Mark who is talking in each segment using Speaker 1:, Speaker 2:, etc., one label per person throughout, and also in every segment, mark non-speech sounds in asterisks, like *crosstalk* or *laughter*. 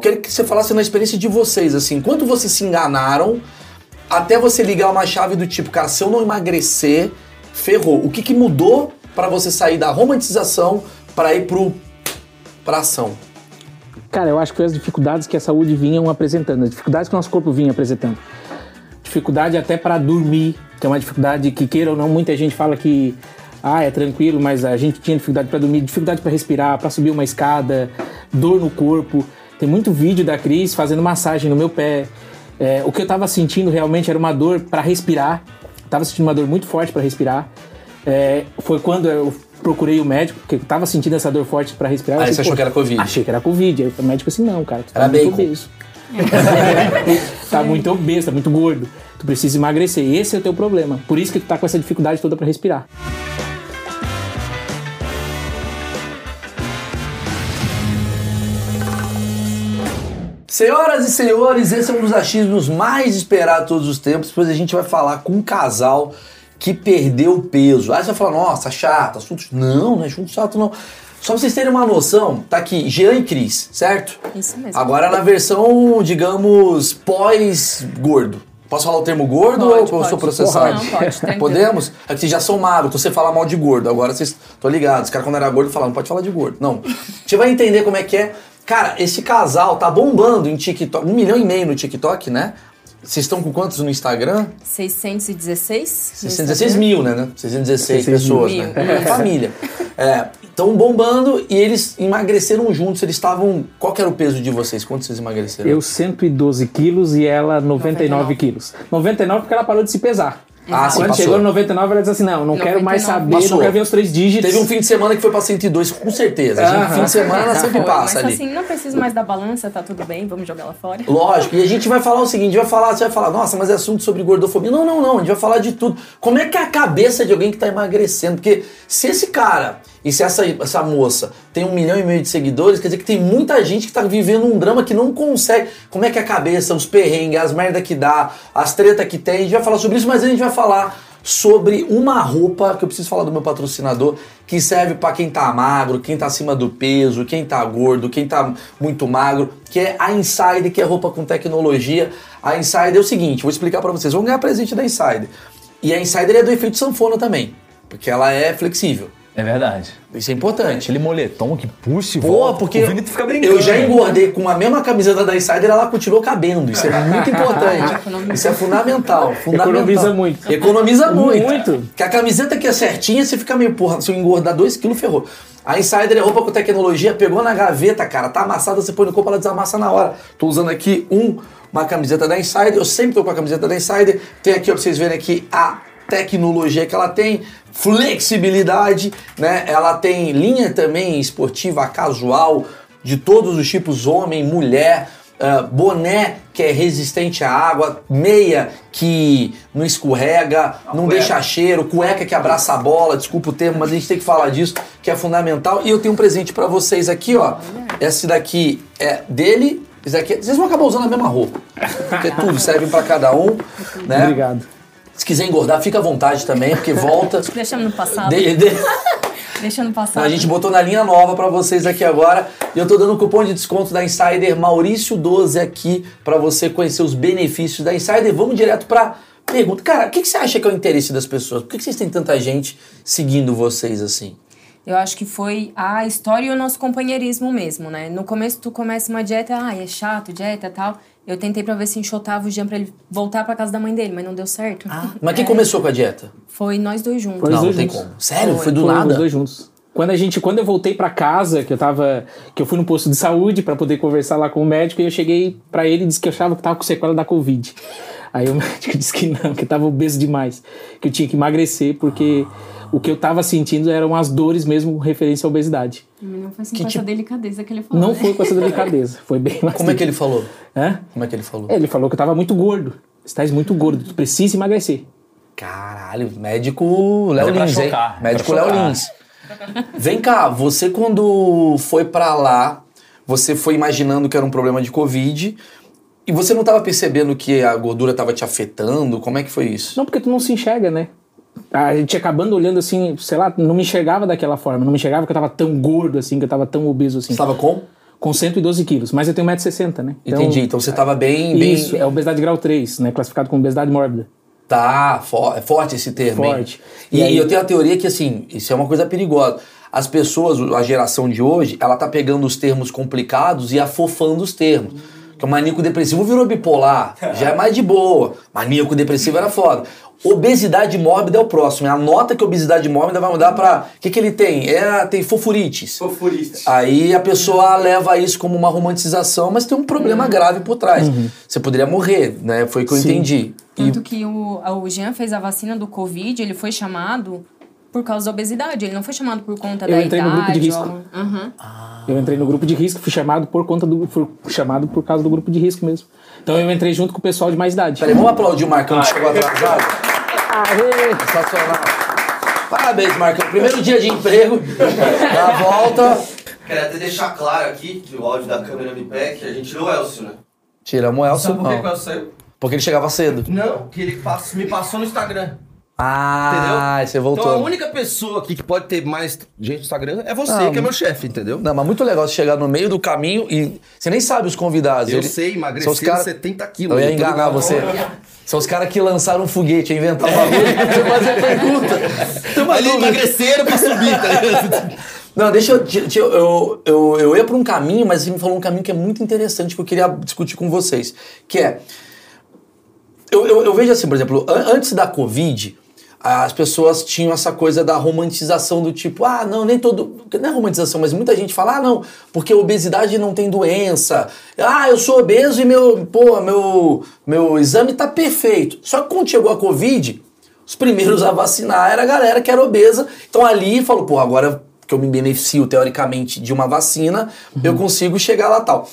Speaker 1: queria que você falasse na experiência de vocês, assim, quanto vocês se enganaram até você ligar uma chave do tipo, cara, se eu não emagrecer, ferrou. O que, que mudou pra você sair da romantização pra ir pro pra ação?
Speaker 2: Cara, eu acho que foi as dificuldades que a saúde vinham apresentando, as dificuldades que o nosso corpo vinha apresentando. Dificuldade até para dormir, que é uma dificuldade que, queira ou não, muita gente fala que ah, é tranquilo, mas a gente tinha dificuldade para dormir, dificuldade para respirar, para subir uma escada, dor no corpo. Tem muito vídeo da Cris fazendo massagem no meu pé. É, o que eu tava sentindo realmente era uma dor para respirar. Tava sentindo uma dor muito forte para respirar. É, foi quando eu procurei o médico, porque eu tava sentindo essa dor forte para respirar. Eu
Speaker 1: Aí Ah, você
Speaker 2: achei,
Speaker 1: achou
Speaker 2: "Pô,
Speaker 1: que era Covid.
Speaker 2: Achei que era Covid. Aí o médico assim, não, cara, tu tá
Speaker 1: Era
Speaker 2: muito
Speaker 1: bacon.
Speaker 2: obeso. *laughs* tá muito obeso, tá muito gordo. Tu precisa emagrecer. Esse é o teu problema. Por isso que tu tá com essa dificuldade toda pra respirar.
Speaker 1: Senhoras e senhores, esse é um dos achismos mais esperados de todos os tempos, pois a gente vai falar com um casal que perdeu peso. Aí você vai falar, nossa, chato, assunto... Não, não é assunto chato, não. Só pra vocês terem uma noção, tá aqui, Jean e Cris, certo?
Speaker 3: Isso mesmo.
Speaker 1: Agora na versão, digamos, pós-gordo. Posso falar o termo gordo
Speaker 3: Pode,
Speaker 1: ou eu
Speaker 3: pode.
Speaker 1: sou processado?
Speaker 3: Não, pode, tranquilo.
Speaker 1: Podemos? É que vocês já são magros, então você fala mal de gordo. Agora vocês estão ligados. Os caras quando era gordo falavam, não pode falar de gordo. Não. Você vai entender como é que é. Cara, esse casal tá bombando em TikTok. Um milhão e meio no TikTok, né? Vocês estão com quantos no Instagram?
Speaker 3: 616?
Speaker 1: 616 mil, né? né? 616 pessoas,
Speaker 3: mil.
Speaker 1: né? É família. É, estão bombando e eles emagreceram juntos. Eles estavam. Qual que era o peso de vocês? Quanto vocês emagreceram?
Speaker 2: Eu 112 quilos e ela 99
Speaker 3: 99.
Speaker 2: quilos. 99 porque ela parou de se pesar.
Speaker 1: Ah, sim,
Speaker 2: Quando
Speaker 1: passou.
Speaker 2: chegou no 99, ela disse assim: não, não quero mais
Speaker 3: 99.
Speaker 2: saber,
Speaker 1: Passou.
Speaker 2: não quero ver os três dígitos.
Speaker 1: Teve um fim de semana que foi pra 102, com certeza. A gente,
Speaker 2: Aham.
Speaker 1: fim de semana sempre
Speaker 3: Foi,
Speaker 1: passa
Speaker 3: Tá mas
Speaker 1: ali.
Speaker 3: assim, não preciso mais da balança, tá tudo bem, vamos jogar ela fora.
Speaker 1: Lógico, e a gente vai falar o seguinte, vai falar, você vai falar, nossa, mas é assunto sobre gordofobia. Não, não, não, a gente vai falar de tudo. Como é que é a cabeça de alguém que tá emagrecendo? Porque se esse cara e se essa, essa moça tem um milhão e meio de seguidores, quer dizer que tem muita gente que tá vivendo um drama que não consegue. Como é que é a cabeça, os perrengues, as merda que dá, as treta que tem, a gente vai falar sobre isso, mas a gente vai falar sobre uma roupa que eu preciso falar do meu patrocinador, que serve pra quem tá magro, quem tá acima do peso, quem tá gordo, quem tá muito magro, que é a Insider, que é roupa com tecnologia. A Insider é o seguinte, vou explicar pra vocês, vão ganhar presente da Insider. E a Insider é do efeito sanfona também, porque ela é flexível.
Speaker 4: É verdade.
Speaker 1: Isso é importante. é
Speaker 4: Aquele moletom que puxa e
Speaker 1: Boa,
Speaker 4: volta.
Speaker 1: porque
Speaker 4: o Vinícius fica brincando. né?
Speaker 1: eu já engordei com a mesma camiseta da Insider, ela continuou cabendo. Isso é muito importante. Isso é fundamental. fundamental.
Speaker 2: Economiza muito.
Speaker 1: Economiza muito.
Speaker 2: Muito.
Speaker 1: Que a camiseta que é certinha, você fica meio, porra, se eu engordar 2kg, ferrou. A Insider é roupa com tecnologia, pegou na gaveta, cara, tá amassada, você põe no corpo, ela desamassa na hora. Tô usando aqui um, uma camiseta da Insider, eu sempre tô com a camiseta da Insider. Tem aqui, ó, pra vocês verem aqui, a tecnologia que ela tem, flexibilidade, né? Ela tem linha também esportiva, casual, de todos os tipos, homem, mulher, ah, boné que é resistente à água, meia que não escorrega, não deixa cheiro, cueca que abraça a bola, desculpa o termo, mas a gente tem que falar disso, que é fundamental. E eu tenho um presente pra vocês aqui, ó. Esse daqui é dele, esse daqui é... Vocês vão acabar usando a mesma roupa, porque tudo serve pra cada um, né?
Speaker 2: Obrigado.
Speaker 1: Se quiser engordar, fica à vontade também, porque volta.
Speaker 3: Deixando no passado.
Speaker 1: De- de-
Speaker 3: Deixando no passado.
Speaker 1: Então, a gente botou na linha nova pra vocês aqui agora. E eu tô dando um cupom de desconto da Insider Maurício12 aqui pra você conhecer os benefícios da Insider. Vamos direto pra pergunta. Cara, o que, que você acha que é o interesse das pessoas? Por que, que vocês têm tanta gente seguindo vocês assim?
Speaker 3: Eu acho que foi a história e o nosso companheirismo mesmo, né? No começo, tu começa uma dieta, ah, é chato, dieta tal. Eu tentei pra ver se enxotava o Jean pra ele voltar pra casa da mãe dele, mas não deu certo.
Speaker 2: Ah.
Speaker 1: Mas quem começou com a dieta?
Speaker 3: Foi nós dois juntos.
Speaker 2: Nós
Speaker 1: não, não
Speaker 2: dois
Speaker 1: tem
Speaker 2: juntos.
Speaker 1: como. Sério? Foi, do
Speaker 2: Fomos
Speaker 1: nada?
Speaker 2: Os dois juntos. Quando a gente, quando eu voltei pra casa, que eu tava, que eu fui no posto de saúde pra poder conversar lá com o médico, e eu cheguei pra ele e disse que eu achava que tava com sequela da Covid. *laughs* Aí o médico *laughs* disse que não, que eu tava obeso demais, que eu tinha que emagrecer porque o que eu tava sentindo eram as dores mesmo referência à obesidade.
Speaker 3: Não foi assim com essa delicadeza que ele falou.
Speaker 2: tipo-
Speaker 3: né?
Speaker 2: Não foi com essa delicadeza, foi bem mais
Speaker 1: Como é que ele falou?
Speaker 2: Hã?
Speaker 1: Como é que ele falou?
Speaker 2: Ele falou que eu tava muito gordo. Estás muito gordo, tu precisa emagrecer.
Speaker 1: Caralho, médico Léo
Speaker 4: É pra
Speaker 1: Lins, hein?
Speaker 4: chocar, é
Speaker 1: Médico
Speaker 4: pra
Speaker 1: Léo
Speaker 4: chocar.
Speaker 1: Lins. Vem cá, você quando foi pra lá, você foi imaginando que era um problema de Covid e você não tava percebendo que a gordura tava te afetando? Como é que foi isso?
Speaker 2: Não, porque tu não se enxerga, né? A gente acabando olhando assim, sei lá, não me enxergava daquela forma, não me enxergava que eu tava tão gordo assim, que eu tava tão obeso assim.
Speaker 1: Você tava com?
Speaker 2: com 112 quilos, mas eu tenho 1,60m, né? Então,
Speaker 1: Entendi. Então você tava bem, bem.
Speaker 2: Isso, é obesidade grau 3, né? Classificado como obesidade mórbida.
Speaker 1: Tá, fo- é forte esse termo. hein?
Speaker 2: Forte.
Speaker 1: E,
Speaker 2: E aí-
Speaker 1: eu tenho a teoria que, assim, isso é uma coisa perigosa. As pessoas, a geração de hoje, ela tá pegando os termos complicados e afofando os termos.
Speaker 2: Hum.
Speaker 1: Que o maníaco depressivo virou
Speaker 2: *laughs*
Speaker 1: bipolar, já é mais de boa. Maníaco depressivo era foda. Obesidade mórbida é o próximo. Anota que obesidade mórbida vai mudar pra. O que, que ele tem? É, tem fofurites.
Speaker 5: Sou furista.
Speaker 1: Aí a pessoa leva isso como uma romantização, mas tem um
Speaker 2: Uhum.
Speaker 1: problema grave por trás. Você poderia morrer, né? Foi o que eu entendi. E
Speaker 3: Tanto que o, o Jean fez a vacina do Covid, ele foi chamado por causa da obesidade. Ele não foi chamado por conta
Speaker 2: Eu
Speaker 3: da
Speaker 2: entrei
Speaker 3: idade.
Speaker 2: no grupo de risco.
Speaker 3: ou- Aham.
Speaker 2: Eu entrei no grupo de risco, fui chamado por conta do. Fui chamado por causa do grupo de risco mesmo. Então eu entrei junto com o pessoal de mais idade.
Speaker 1: Peraí, vamos aplaudir o Marcão que chegou atrasado.
Speaker 2: Aê!
Speaker 1: Sensacional. Parabéns, Marcão. Primeiro dia de emprego. Na volta.
Speaker 5: Quero até deixar claro aqui que o áudio da câmera me pega que a gente não é o Elcio, né?
Speaker 1: Tiramos o Elcio,
Speaker 5: Sabe por que que o
Speaker 1: não.
Speaker 5: Elcio saiu?
Speaker 1: Porque ele chegava cedo.
Speaker 5: Não, que ele pass- me passou no Instagram.
Speaker 1: Ah,
Speaker 5: Entendeu?
Speaker 1: você
Speaker 5: Então a
Speaker 1: voltou.
Speaker 5: única pessoa aqui que pode ter mais gente no Instagram é você,
Speaker 1: Não.
Speaker 5: que é meu chefe, entendeu?
Speaker 1: Não, mas muito legal você chegar no meio do caminho e você nem sabe os convidados.
Speaker 5: Eu
Speaker 1: Ele-
Speaker 5: sei,
Speaker 1: são
Speaker 5: emagrecer
Speaker 1: os cara-
Speaker 5: 70 quilos.
Speaker 1: Eu ia
Speaker 5: tô
Speaker 1: enganar
Speaker 5: ligado.
Speaker 1: você. São os caras que lançaram um foguete, inventaram uma *laughs* coisa pra fazer pergunta. Tem uma
Speaker 5: Mas eles
Speaker 1: dúvida.
Speaker 5: emagreceram pra subir, tá ligado?
Speaker 1: *laughs* Não, deixa eu, te- te- eu, eu. Eu ia pra um caminho, mas você me falou um caminho que é muito interessante que eu queria discutir com vocês. Que é. Eu, eu, eu vejo assim, por exemplo, an- antes da Covid, as pessoas tinham essa coisa da romantização do tipo, ah, não, nem todo. Não é romantização, mas muita gente fala, ah, não, porque obesidade não tem doença. Ah, eu sou obeso e meu, pô, meu, meu exame tá perfeito. Só que quando chegou a Covid, os primeiros a vacinar era a galera que era obesa. Então ali falou, pô, agora que eu me beneficio teoricamente de uma vacina, eu consigo chegar lá tal.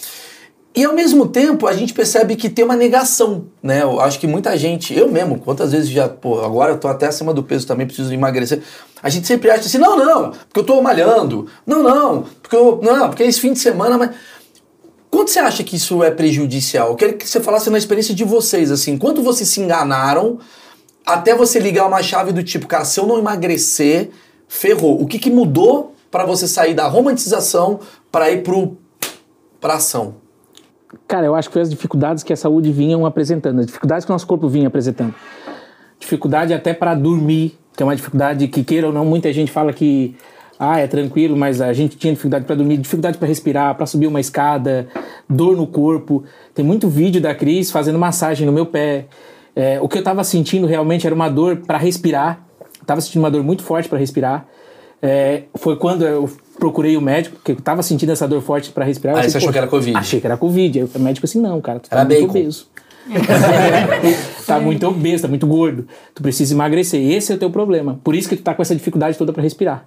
Speaker 1: E ao mesmo tempo, a gente percebe que tem uma negação, né? Eu acho que muita gente, eu mesmo, quantas vezes já, pô, agora eu tô até acima do peso também, preciso emagrecer. A gente sempre acha assim, não, não, porque eu tô malhando. Não, não, porque eu, não, porque é esse fim de semana, mas quanto você acha que isso é prejudicial? Eu quero que você falasse na experiência de vocês, assim, quanto vocês se enganaram até você ligar uma chave do tipo, cara, se eu não emagrecer, ferrou. O que que mudou pra você sair da romantização pra ir pro pra ação?
Speaker 2: Cara, eu acho que foi as dificuldades que a saúde vinham apresentando, as dificuldades que o nosso corpo vinha apresentando. Dificuldade até para dormir, que é uma dificuldade que, queira ou não, muita gente fala que ah, é tranquilo, mas a gente tinha dificuldade para dormir, dificuldade para respirar, para subir uma escada, dor no corpo. Tem muito vídeo da Cris fazendo massagem no meu pé. É, o que eu estava sentindo realmente era uma dor para respirar. Estava sentindo uma dor muito forte para respirar. É, foi quando eu procurei o médico, porque eu estava sentindo essa dor forte para respirar. Eu
Speaker 1: Aí
Speaker 2: falei,
Speaker 1: Ah, você achou
Speaker 2: "Pô,
Speaker 1: que era Covid."
Speaker 2: Achei que era Covid. Aí o médico assim, não, cara, tu tá
Speaker 1: Era
Speaker 2: muito
Speaker 1: bacon.
Speaker 2: obeso. *laughs* tá muito obeso, tá muito gordo. Tu precisa emagrecer. Esse é o teu problema. Por isso que tu tá com essa dificuldade toda pra respirar.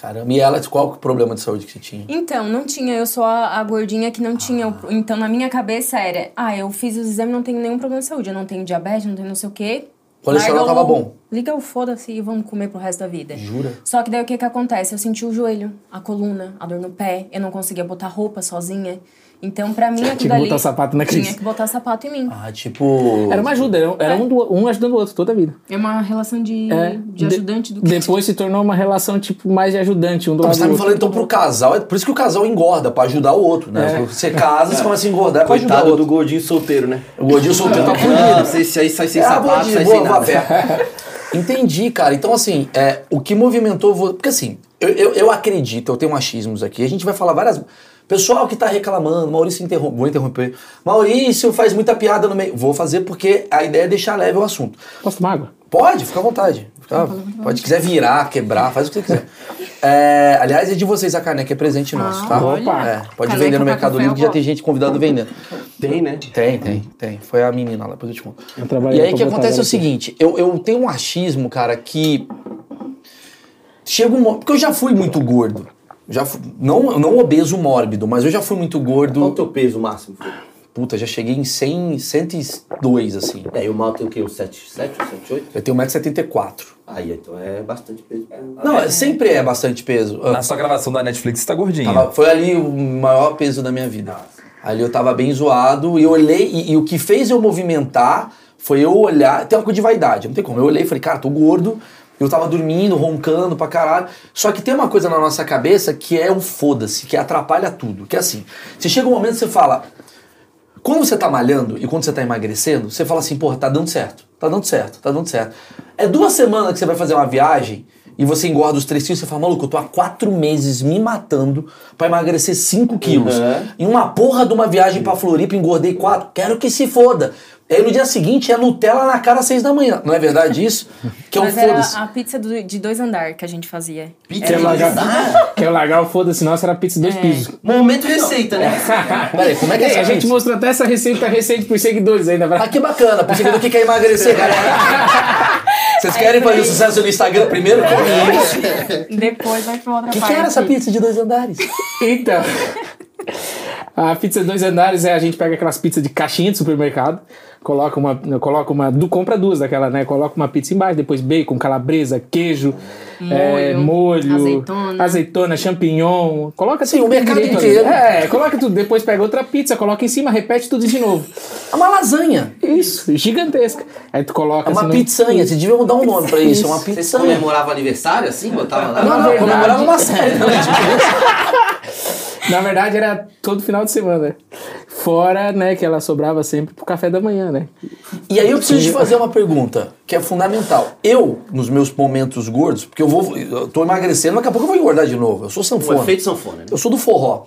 Speaker 1: Caramba, e ela, qual que é o problema de saúde que você tinha?
Speaker 3: Então, não tinha, eu sou a, a gordinha que não tinha.
Speaker 1: Ah.
Speaker 3: o- Então, na minha cabeça era, ah, eu fiz os exames, não tenho nenhum problema de saúde, eu não tenho diabetes, não tenho não sei o quê.
Speaker 1: O colesterol
Speaker 3: Larga o-
Speaker 1: tava bom.
Speaker 3: Liga o foda-se e vamos comer pro resto da vida.
Speaker 1: Jura?
Speaker 3: Só que daí o que que acontece? Eu senti o joelho, a coluna, a dor no pé, eu não conseguia botar roupa sozinha. Então, pra mim, aquilo
Speaker 2: que
Speaker 3: dali...
Speaker 2: botar sapato na
Speaker 3: Tinha
Speaker 2: Cris.
Speaker 3: que botar sapato em mim.
Speaker 1: Ah, tipo.
Speaker 2: Era uma ajuda, era, era um, do- um ajudando o outro toda a vida.
Speaker 3: É uma relação de,
Speaker 2: É,
Speaker 3: de ajudante do que...
Speaker 2: Depois se tornou uma relação tipo mais de ajudante um
Speaker 1: Então,
Speaker 2: do lado
Speaker 1: você
Speaker 2: do
Speaker 1: tá me
Speaker 2: outro.
Speaker 1: falando então pro casal, é por isso que o casal engorda, pra ajudar o outro, né? Você casa, você começa a engordar pra ajudar o
Speaker 5: É. Coitado do
Speaker 1: outro.
Speaker 5: gordinho solteiro, né?
Speaker 1: O gordinho solteiro tá
Speaker 5: Não,
Speaker 1: fudido.
Speaker 5: se esse aí sai sem
Speaker 1: É,
Speaker 5: sapato,
Speaker 1: gordinho,
Speaker 5: sai
Speaker 1: boa,
Speaker 5: sem nada. *laughs*
Speaker 1: Vavé. Entendi, cara. Então, assim, é, o que movimentou. vo- Porque, assim, eu, eu, eu acredito, eu tenho achismos aqui. A gente vai falar várias. Pessoal que tá reclamando, Maurício interrompe. Vou interromper. Maurício faz muita piada no meio. Vou fazer porque a ideia é deixar leve o assunto.
Speaker 2: Posso tomar água?
Speaker 1: Pode, fica à vontade. Fica- pode, quiser virar, quebrar, faz o que você quiser. É, aliás, é de vocês a caneca, é presente nosso,
Speaker 3: Ah,
Speaker 1: tá?
Speaker 2: olha. Opa.
Speaker 1: É, pode
Speaker 3: Caneca
Speaker 1: vender no
Speaker 3: pra
Speaker 1: Mercado
Speaker 3: café,
Speaker 1: Livre,
Speaker 3: eu
Speaker 1: que já
Speaker 3: gosto.
Speaker 1: tem gente convidada vendendo.
Speaker 5: Tem, né?
Speaker 1: Tem, tem, tem. Foi a menina lá, depois eu te conto.
Speaker 2: Eu trabalhei
Speaker 1: E aí
Speaker 2: pra
Speaker 1: o que
Speaker 2: botar
Speaker 1: acontece é o
Speaker 2: ela aqui.
Speaker 1: seguinte, eu, eu tenho um achismo, cara, que chega um momento... Porque eu já fui muito gordo. Já fui- não, não obeso mórbido, mas eu já fui muito
Speaker 5: Qual o
Speaker 1: gordo.
Speaker 5: teu peso máximo? Fê?
Speaker 1: Puta, já cheguei em 100, 102, assim.
Speaker 5: É, e o mal tem o quê? Um 77, um 78?
Speaker 1: Eu tenho 1,74m.
Speaker 5: Aí, então é bastante peso.
Speaker 1: Não, é- sempre é bastante peso. Ah,
Speaker 4: Na sua gravação da Netflix, você tá gordinho.
Speaker 1: Tava- foi ali o maior peso da minha vida. Ali eu tava bem zoado e eu olhei, e, e o que fez eu movimentar foi eu olhar. Tem uma coisa de vaidade, não tem como. Eu olhei e falei, cara, tô gordo. Eu tava dormindo, roncando pra caralho. Só que tem uma coisa na nossa cabeça que é um foda-se, que atrapalha tudo. Que é assim, você chega um momento que você fala, quando você tá malhando e quando você tá emagrecendo, você fala assim, porra, tá dando certo, tá dando certo, tá dando certo. É duas semanas que você vai fazer uma viagem e você engorda os três quilos, você fala, maluco, eu tô há quatro meses me matando pra emagrecer cinco quilos. Em uma porra de uma viagem pra Floripa, engordei quatro, quero que se foda. E aí no dia seguinte é Nutella na cara às seis da manhã. Não é verdade isso? Que é um
Speaker 3: Mas era
Speaker 1: foda-se. Ah,
Speaker 3: a pizza do- de dois andar que a gente fazia.
Speaker 2: Quer largar, quer largar o foda-se, nossa, era pizza
Speaker 3: É.
Speaker 2: dois pisos.
Speaker 5: Momento receita, né?
Speaker 1: Peraí, como é que é
Speaker 2: É,
Speaker 1: essa
Speaker 2: a gente mostrou até essa receita recente pros seguidores ainda.
Speaker 1: Ah,
Speaker 2: pra-
Speaker 1: que bacana, por seguidor que quer
Speaker 3: *laughs*
Speaker 1: emagrecer, galera. Vocês querem
Speaker 3: É
Speaker 1: fazer o sucesso no Instagram primeiro? Come isso.
Speaker 3: Depois vai pra outra
Speaker 1: O É. que,
Speaker 3: parte.
Speaker 1: que era essa pizza de dois andares?
Speaker 2: Então. *laughs* A pizza dois andares é a gente pega aquelas pizzas de caixinha de supermercado, coloca uma, coloca uma, du, compra duas daquela, né? Coloca uma pizza embaixo, depois bacon, calabresa, queijo, molho, molho
Speaker 3: azeitona.
Speaker 2: azeitona, champignon, coloca assim,
Speaker 1: Sim,
Speaker 2: tudo
Speaker 1: o mercado
Speaker 2: direito ali.
Speaker 1: inteiro.
Speaker 2: É, coloca tudo, depois pega outra pizza, coloca em cima, repete tudo de novo.
Speaker 1: É uma lasanha.
Speaker 2: Isso, gigantesca. Aí tu coloca
Speaker 1: É uma
Speaker 2: assim, num-
Speaker 1: pizzanha. Vocês deviam dar um nome pra isso. É uma
Speaker 5: Vocês
Speaker 1: pizzanha.
Speaker 5: comemoravam aniversário assim? Botava lá?
Speaker 1: Não,
Speaker 2: Na
Speaker 1: não,
Speaker 2: verdade-
Speaker 1: comemorava
Speaker 2: *laughs*
Speaker 1: uma série.
Speaker 2: tipo Na verdade, era todo final de semana. Fora, né, que ela sobrava sempre pro café da manhã, né?
Speaker 1: E aí eu preciso te fazer uma pergunta, que é fundamental. Eu, nos meus momentos gordos, porque eu vou. Eu tô emagrecendo, daqui a pouco eu vou engordar de novo. Eu sou
Speaker 5: O
Speaker 1: sanfona.
Speaker 5: efeito sanfona, né?
Speaker 1: Eu sou do forró.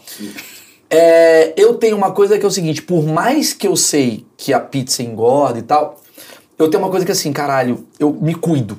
Speaker 1: É, eu tenho uma coisa que é o seguinte: por mais que eu sei que a pizza engorda e tal, eu tenho uma coisa que assim, caralho, eu me cuido.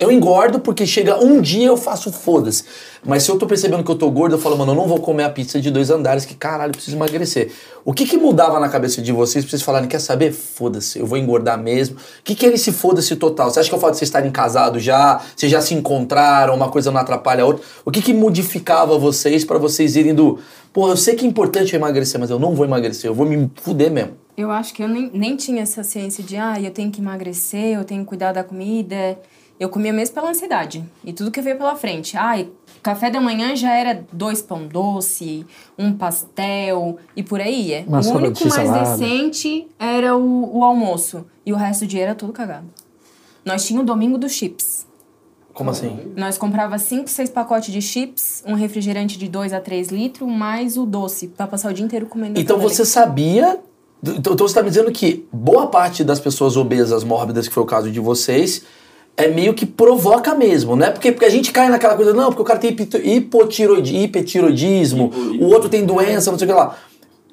Speaker 1: Eu engordo porque chega um dia eu faço foda-se. Mas se eu tô percebendo que eu tô gordo, eu falo, mano, eu não vou comer a pizza de dois andares, que caralho, eu preciso emagrecer. O que que mudava na cabeça de vocês pra vocês falarem, quer saber? Foda-se, eu vou engordar mesmo. O que que é esse foda-se total? Você acha que é o fato de vocês estarem casados já? Vocês já se encontraram, uma coisa não atrapalha a outra? O que que modificava vocês pra vocês irem do, pô, eu sei que é importante eu emagrecer, mas eu não vou emagrecer, eu vou me fuder mesmo.
Speaker 3: Eu acho que eu nem, nem tinha essa ciência de, ah, eu tenho que emagrecer, eu tenho que cuidar da comida. Eu comia mesmo pela ansiedade. E tudo que veio pela frente. Ai, café da manhã já era dois pão doce, um pastel e por aí ia.
Speaker 2: Uma
Speaker 3: o
Speaker 2: sopa
Speaker 3: único
Speaker 2: de
Speaker 3: mais
Speaker 2: salada.
Speaker 3: decente era o, o almoço. E o resto do dia era tudo cagado. Nós tínhamos o domingo dos chips.
Speaker 1: Como assim?
Speaker 3: Nós comprava cinco, seis pacotes de chips, um refrigerante de 2 a 3 litros, mais o doce, pra passar o dia inteiro comendo.
Speaker 1: Então
Speaker 3: aquilo ali.
Speaker 1: você sabia. Então então você está me dizendo que boa parte das pessoas obesas, mórbidas, que foi o caso de vocês, é meio que provoca mesmo, né? Porque, porque a gente cai naquela coisa, não, porque o cara tem hipito- hipotiroidi- hipertiroidismo, o outro tem doença, não sei o que lá.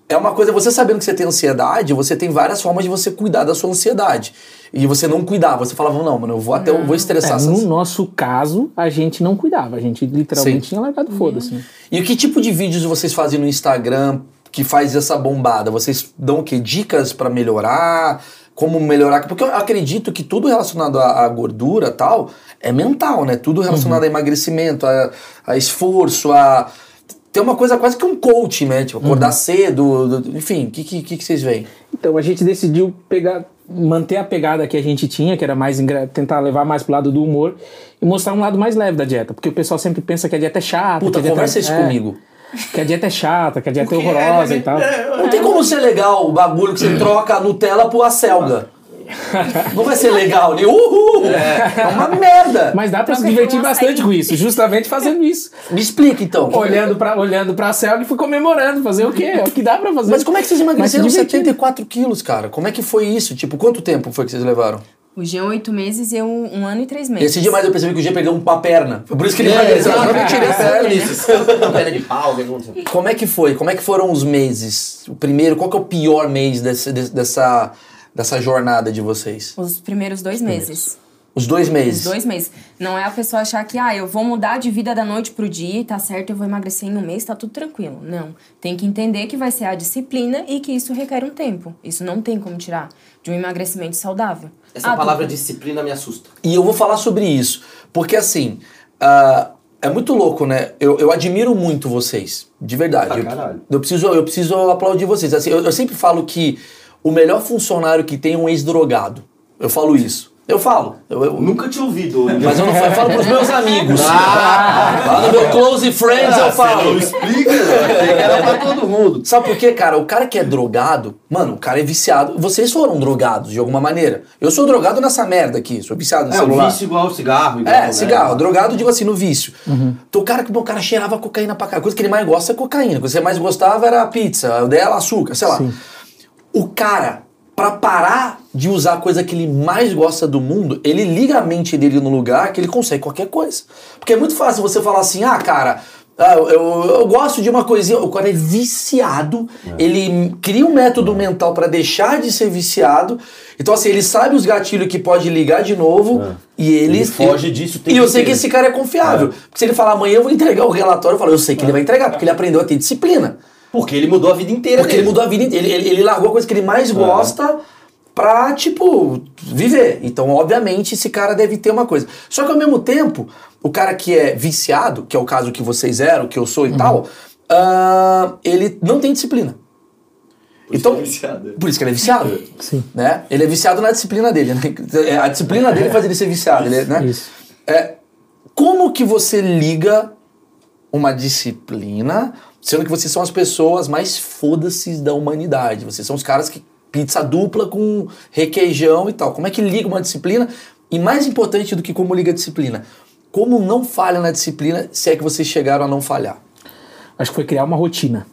Speaker 1: É uma coisa, você sabendo que você tem ansiedade, você tem várias formas de você cuidar da sua ansiedade. E você não cuidava, você falava, não, mano, eu vou até, eu vou estressar.
Speaker 2: É,
Speaker 1: essa
Speaker 2: no nosso caso, a gente não cuidava. A gente literalmente
Speaker 1: Sim.
Speaker 2: tinha largado foda-se. né?
Speaker 1: E que tipo de vídeos vocês fazem no Instagram que faz essa bombada? Vocês dão o quê? Dicas pra melhorar? Como melhorar? Porque eu acredito que tudo relacionado à, à gordura e tal é mental, né? Tudo relacionado a emagrecimento, a, a esforço, a. Tem uma coisa quase que um coach, né? Tipo, acordar cedo, do- enfim, o que, que, que que vocês veem?
Speaker 2: Então a gente decidiu pegar, manter a pegada que a gente tinha, que era mais engra- tentar levar mais pro lado do humor e mostrar um lado mais leve da dieta, porque o pessoal sempre pensa que a dieta é chata. que
Speaker 1: Puta,
Speaker 2: a dieta
Speaker 1: conversa isso
Speaker 2: é,
Speaker 1: comigo.
Speaker 2: Que a dieta é chata, que a dieta é horrorosa e *laughs* tal.
Speaker 1: Não tem como ser legal o bagulho que você troca a Nutella por a selga. Não vai ser legal, né? Uhul! É, uma merda!
Speaker 2: Mas dá pra se
Speaker 3: Troca
Speaker 2: divertir
Speaker 3: por um
Speaker 2: bastante
Speaker 3: açaí.
Speaker 2: com isso, justamente fazendo isso.
Speaker 1: Me explica então.
Speaker 2: Olhando pra, olhando pra célula e fui comemorando, fazer o quê? É o que dá pra fazer.
Speaker 1: Mas como é que vocês emagreceram
Speaker 2: Mas se divertindo.
Speaker 1: 74 quilos, cara? Como é que foi isso? Tipo, quanto tempo foi que vocês levaram?
Speaker 3: O Jean, oito meses e eu, um ano e três meses.
Speaker 1: Esse dia mais eu percebi que o G perdeu uma perna. Foi por isso que ele
Speaker 5: É,
Speaker 1: emagreceu.
Speaker 5: exato.
Speaker 1: Eu não tirei perna. *laughs*
Speaker 5: Pedra de pau, né?
Speaker 1: Como é que foi? Como é que foram os meses? O primeiro, qual que é o pior mês desse- desse- dessa, dessa jornada de vocês?
Speaker 3: Os primeiros dois meses.
Speaker 1: Os dois meses.
Speaker 3: Os dois meses. Não é a pessoa achar que, ah, eu vou mudar de vida da noite pro dia, tá certo, eu vou emagrecer em um mês, tá tudo tranquilo. Não. Tem que entender que vai ser a disciplina e que isso requer um tempo. Isso não tem como tirar de um emagrecimento saudável.
Speaker 5: Essa
Speaker 3: Ah,
Speaker 5: palavra
Speaker 3: tu-
Speaker 5: disciplina me assusta.
Speaker 1: E eu vou falar sobre isso. Porque assim, ah, é muito louco, né? Eu, eu admiro muito vocês. De verdade.
Speaker 5: Pra
Speaker 1: Eu-
Speaker 5: Ah, caralho.
Speaker 1: eu, preciso, eu preciso aplaudir vocês. Assim, eu, eu sempre falo que o melhor funcionário que tem é um ex-drogado. Eu falo isso. Eu falo. Eu, eu-
Speaker 5: Nunca te ouvido. Ah,
Speaker 1: mas eu não falo, eu falo pros meus amigos. Lá no meu close friends eu
Speaker 5: Não
Speaker 1: falo.
Speaker 5: explica, era pra todo mundo.
Speaker 1: Sabe por quê, cara? O cara que é drogado, mano, o cara é viciado. Vocês foram drogados de alguma maneira. Eu sou drogado nessa merda aqui, sou viciado no
Speaker 5: É, o
Speaker 1: celular.
Speaker 5: vício igual ao cigarro. igual,
Speaker 1: É,
Speaker 5: né?
Speaker 1: cigarro, drogado, digo assim, no vício. Então o cara que o cara cheirava cocaína pra caralho. A coisa que ele mais gosta é cocaína. A coisa que ele mais gostava era a pizza, dela, açúcar, sei lá. O cara, pra parar de usar a coisa que ele mais gosta do mundo, ele liga a mente dele no lugar que ele consegue qualquer coisa. Porque é muito fácil você falar assim, ah, cara. ah, eu, eu gosto de uma coisinha. O cara é viciado,
Speaker 5: É.
Speaker 1: ele cria um método mental pra deixar de ser viciado. Então, assim, ele sabe os gatilhos que pode ligar de novo e ele.
Speaker 5: É. Ele foge disso
Speaker 1: E
Speaker 5: o tempo
Speaker 1: eu sei que
Speaker 5: inteiro.
Speaker 1: esse cara é confiável. Porque se ele falar amanhã eu vou entregar o relatório, eu falo, eu sei
Speaker 5: É.
Speaker 1: que ele vai entregar, porque ele aprendeu a ter disciplina.
Speaker 5: Porque ele mudou a vida inteira.
Speaker 1: Porque ele mudou a vida inteira. Ele, ele, ele largou a coisa que ele mais gosta pra, tipo, viver. Então, obviamente, esse cara deve ter uma coisa. Só que ao mesmo tempo, o cara que é viciado, que é o caso que vocês eram, que eu sou e tal, ah, ele não tem disciplina. Então, por isso que ele é viciado.
Speaker 2: Sim.
Speaker 1: Né? Ele é viciado na disciplina dele. Né? A disciplina dele faz ele ser viciado. ele é- né?
Speaker 2: Isso.
Speaker 1: É, como que você liga uma disciplina, sendo que vocês são as pessoas mais foda-se da humanidade? Vocês são os caras que pizza dupla com requeijão e tal. Como é que liga uma disciplina? E mais importante do que como liga a disciplina, como não falha na disciplina se é que vocês chegaram a não falhar?
Speaker 2: acho que foi criar uma rotina.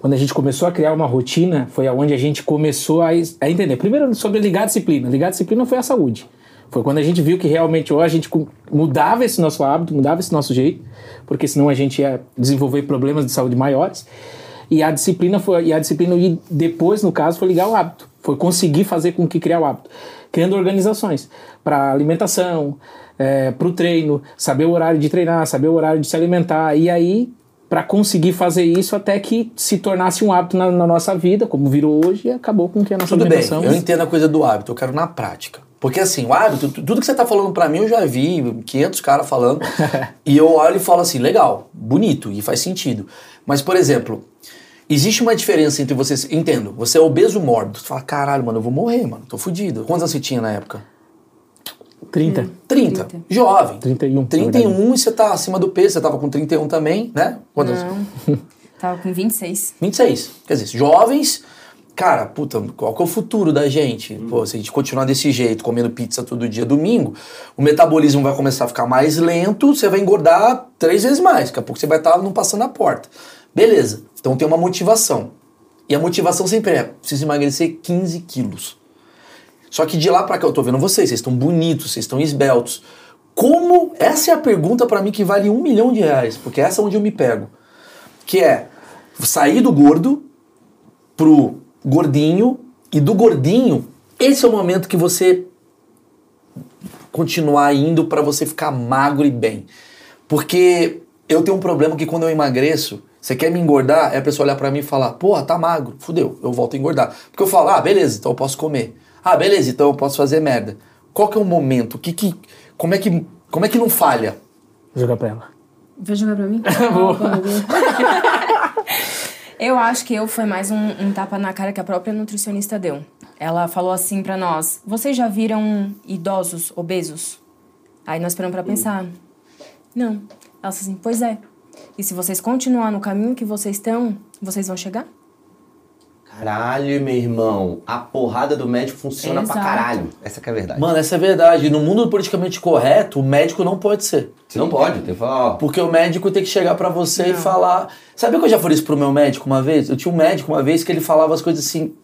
Speaker 2: Quando a gente começou a criar uma rotina, foi aonde a gente começou a, es- a entender. Primeiro, sobre ligar a disciplina. Ligar a disciplina foi a saúde. Foi quando a gente viu que realmente ou a gente cu- mudava esse nosso hábito, mudava esse nosso jeito, porque senão a gente ia desenvolver problemas de saúde maiores. E a disciplina foi e a disciplina e depois, no caso, foi ligar o hábito. Foi conseguir fazer com que criar o hábito, criando organizações para alimentação, para o treino, saber o horário de treinar, saber o horário de se alimentar. E aí para conseguir fazer isso até que se tornasse um hábito na, na nossa vida, como virou hoje, e acabou com que a nossa
Speaker 1: Tudo bem,
Speaker 2: alimentação.
Speaker 1: eu entendo a coisa do hábito, eu quero na prática. Porque assim, o hábito, tu- tudo que você tá falando pra mim, eu já vi 500 caras
Speaker 2: *laughs*
Speaker 1: falando. e eu olho e falo assim, legal, bonito e faz sentido. Mas, por exemplo, existe uma diferença entre vocês. Entendo, você é obeso mórbido. Tu fala, caralho, mano, eu vou morrer, mano, tô fudido. Quantos anos você tinha na época?
Speaker 2: 30.
Speaker 1: 30.
Speaker 3: 30.
Speaker 1: Jovem.
Speaker 2: 31, na
Speaker 1: 31 Hum. e você tá acima do peso, você tava com 31 também, né? Quantos?
Speaker 3: Não. Ah, Tava com 26.
Speaker 1: 26. Quer dizer, jovens. Cara, puta, qual que é o futuro da gente? Pô, se a gente continuar desse jeito, comendo pizza todo dia domingo, o metabolismo vai começar a ficar mais lento, você vai engordar três vezes mais. Daqui a pouco você vai estar não passando a porta. Beleza. Então tem uma motivação. E a motivação sempre é: preciso emagrecer 15 quilos. Só que de lá pra cá eu tô vendo vocês, vocês estão bonitos, vocês estão esbeltos. Como? Essa é a pergunta pra mim que vale um milhão de reais, porque essa é onde eu me pego. Que é sair do gordo pro gordinho e do gordinho, esse é o momento que você continuar indo pra você ficar magro e bem. Porque eu tenho um problema que quando eu emagreço, você quer me engordar, é a pessoa olhar pra mim e falar, porra, tá magro, fudeu, eu volto a engordar. Porque eu falo, ah, beleza, então eu posso comer. Ah, beleza, então eu posso fazer merda. Qual que é o momento? Que, que, como, é que, como é que não falha?
Speaker 2: Vou jogar pra ela.
Speaker 3: Vai jogar pra mim? Ah, bom, bom. eu acho que eu foi mais um, um tapa na cara que a própria nutricionista deu. Ela falou assim pra nós: Vocês já viram idosos obesos? Aí nós paramos pra pensar: Não. Ela falou assim: Pois é. E se vocês continuar no caminho que vocês estão, vocês vão chegar?
Speaker 5: Caralho, meu irmão. A porrada do médico funciona pra
Speaker 3: Exato.
Speaker 5: caralho. Essa que é a verdade.
Speaker 1: Mano, essa é verdade. No mundo politicamente correto, o médico não pode ser.
Speaker 5: Você não pode, tem que falar, ó.
Speaker 1: Porque o médico tem que chegar pra você e falar. Sabe que eu já falei isso pro meu médico uma vez? Eu tinha um médico uma vez que ele falava as coisas assim.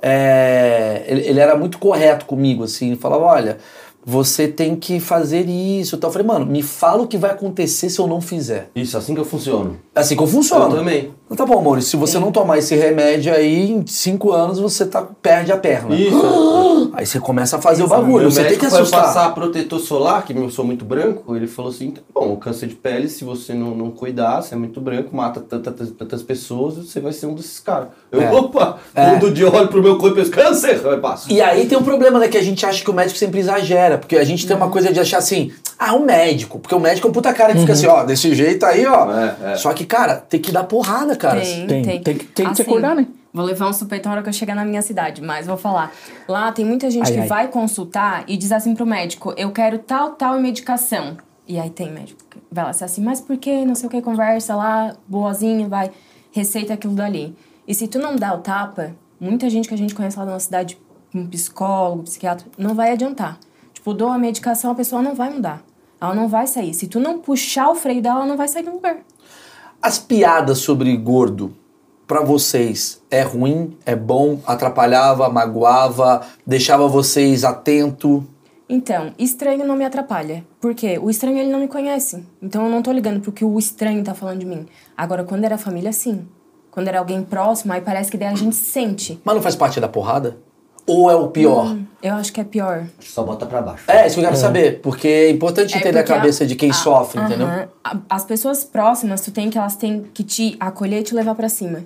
Speaker 1: é, Ele, ele era muito correto comigo, assim. Ele falava: olha, você tem que fazer isso. e tal. Eu falei, mano, me fala o que vai acontecer se eu não fizer.
Speaker 5: Isso, assim que eu funciono.
Speaker 1: É assim que eu funciono.
Speaker 5: Eu também.
Speaker 1: Tá bom, Maurício, se você não tomar esse remédio aí, em cinco anos você tá, perde a perna.
Speaker 5: Isso.
Speaker 1: *gasps* Aí você começa a fazer o
Speaker 5: Meu
Speaker 1: bagulho, você tem
Speaker 5: médico
Speaker 1: que
Speaker 5: foi
Speaker 1: assustar.
Speaker 5: passar protetor solar, que eu sou muito branco, ele falou assim, "Tá bom, o câncer de pele, se você não, não cuidar, você é muito branco, mata tantas, tantas pessoas, você vai ser um desses caras. Eu,
Speaker 1: É.
Speaker 5: opa, todo dia eu olho pro meu corpo e penso, câncer, eu passo.
Speaker 1: E aí tem um problema, né? Que a gente acha que o médico sempre exagera. Porque a gente tem
Speaker 3: Uhum.
Speaker 1: uma coisa de achar assim, ah, o médico. Porque o médico é um puta cara que
Speaker 3: Uhum.
Speaker 1: fica assim, ó, desse jeito aí, ó.
Speaker 5: É, é.
Speaker 1: Só que, cara, tem que dar porrada, cara.
Speaker 3: Tem,
Speaker 2: Tem,
Speaker 3: tem.
Speaker 2: tem que- tem que te
Speaker 3: Assim,
Speaker 2: acordar, né?
Speaker 3: Vou levar um supetão na hora que eu chegar na minha cidade, mas vou falar. Lá tem muita gente
Speaker 2: Ai,
Speaker 3: que
Speaker 2: ai.
Speaker 3: vai consultar e diz assim pro médico: eu quero tal, tal e medicação. E aí tem médico que vai lá, diz assim, mas por que? Não sei o que, conversa lá, boazinha, vai, receita aquilo dali. E se tu não dá o tapa, muita gente que a gente conhece lá na nossa cidade, um psicólogo, psiquiatra, não vai adiantar. Tipo, dou a medicação, a pessoa não vai mudar. Ela não vai sair. Se tu não puxar o freio dela, ela não vai sair do lugar.
Speaker 1: As piadas sobre gordo, pra vocês, é ruim? É bom? Atrapalhava? Magoava? Deixava vocês atento?
Speaker 3: Então, estranho não me atrapalha. Por quê? O estranho ele não me conhece. Então eu não tô ligando pro que o estranho tá falando de mim. Agora, quando era família, sim. Quando era alguém próximo, aí parece que daí a gente sente.
Speaker 1: Mas não faz parte da porrada? Ou é o pior?
Speaker 3: Eu acho que é pior.
Speaker 5: Só bota pra baixo.
Speaker 1: É, isso que eu quero saber, porque é importante
Speaker 3: É
Speaker 1: entender a
Speaker 3: porque
Speaker 1: cabeça de quem
Speaker 3: a-
Speaker 1: sofre, entendeu?
Speaker 3: Aham. A- As pessoas próximas, tu tem que elas têm que te acolher e te levar pra cima.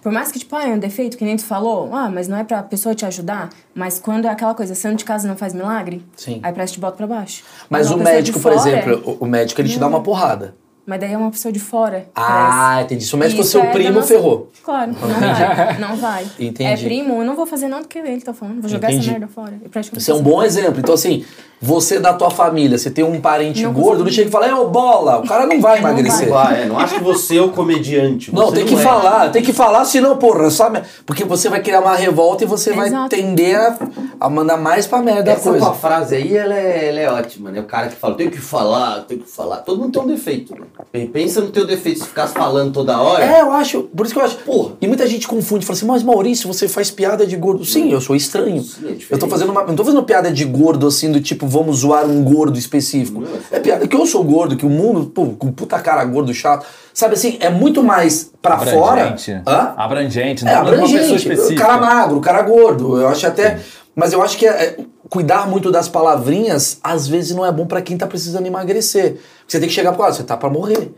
Speaker 3: Por mais que, tipo, ah, é um defeito, que nem tu falou, ah, mas não é pra pessoa te ajudar, mas quando é aquela coisa, santo de casa não faz milagre,
Speaker 1: Sim.
Speaker 3: aí parece que te bota pra baixo.
Speaker 1: Mas
Speaker 3: Quando
Speaker 1: o
Speaker 3: é Hum. uma pessoa de
Speaker 1: médico, por
Speaker 3: fora,
Speaker 1: exemplo, o- o médico ele te dá uma porrada.
Speaker 3: Mas daí é uma pessoa de fora.
Speaker 1: Ah,
Speaker 3: parece.
Speaker 1: entendi. Se o médico
Speaker 3: Isso é
Speaker 1: for seu
Speaker 3: da
Speaker 1: primo, ferrou.
Speaker 3: Claro, não vai. Não vai.
Speaker 1: Entendi.
Speaker 3: É primo, eu não vou fazer nada do que ele tá falando. Vou jogar
Speaker 1: Entendi.
Speaker 3: essa merda fora. Eu praticamente
Speaker 1: Você é um bom exemplo. Então, assim, você da tua família, você tem um parente
Speaker 3: Não
Speaker 1: gordo, não
Speaker 3: consigo.
Speaker 1: chega e fala, é ô bola, o cara não vai
Speaker 3: Não
Speaker 1: emagrecer.
Speaker 5: Não vai, é, não acho que você é o comediante.
Speaker 1: Não,
Speaker 5: você
Speaker 1: tem que
Speaker 5: é.
Speaker 1: falar, tem que falar, senão, porra, sabe? Porque você vai criar uma revolta e você vai
Speaker 3: Exato.
Speaker 1: tender a, a mandar mais pra merda a
Speaker 5: Essa
Speaker 1: coisa.
Speaker 5: tua frase aí, ela é, ela é ótima, né? O cara que fala, tem que falar, tem que falar. Todo mundo tem um defeito, né? Pensa no teu defeito se ficasse falando toda hora.
Speaker 1: É, eu acho, por isso que eu acho.
Speaker 5: Porra.
Speaker 1: E muita gente confunde, fala assim, mas Maurício, você faz piada de gordo. Sim, eu sou estranho.
Speaker 5: Hum. Sim, é diferente.
Speaker 1: eu tô fazendo uma. Não tô fazendo piada de gordo assim, do tipo, vamos zoar um gordo específico.
Speaker 5: assim.
Speaker 1: É piada que eu sou gordo, que o mundo, pô, com puta cara gordo, chato. Sabe assim, é muito mais pra fora.
Speaker 4: Abrangente.
Speaker 1: Hã?
Speaker 4: Abrangente, não
Speaker 1: É,
Speaker 4: falando de uma pessoa
Speaker 1: abrangente.
Speaker 4: específica.
Speaker 1: Cara magro, cara gordo. Eu acho até. Mas eu acho que é, é, cuidar muito das palavrinhas, às vezes, não é bom pra quem tá precisando emagrecer. Porque Você tem que chegar pro lado, você tá pra morrer.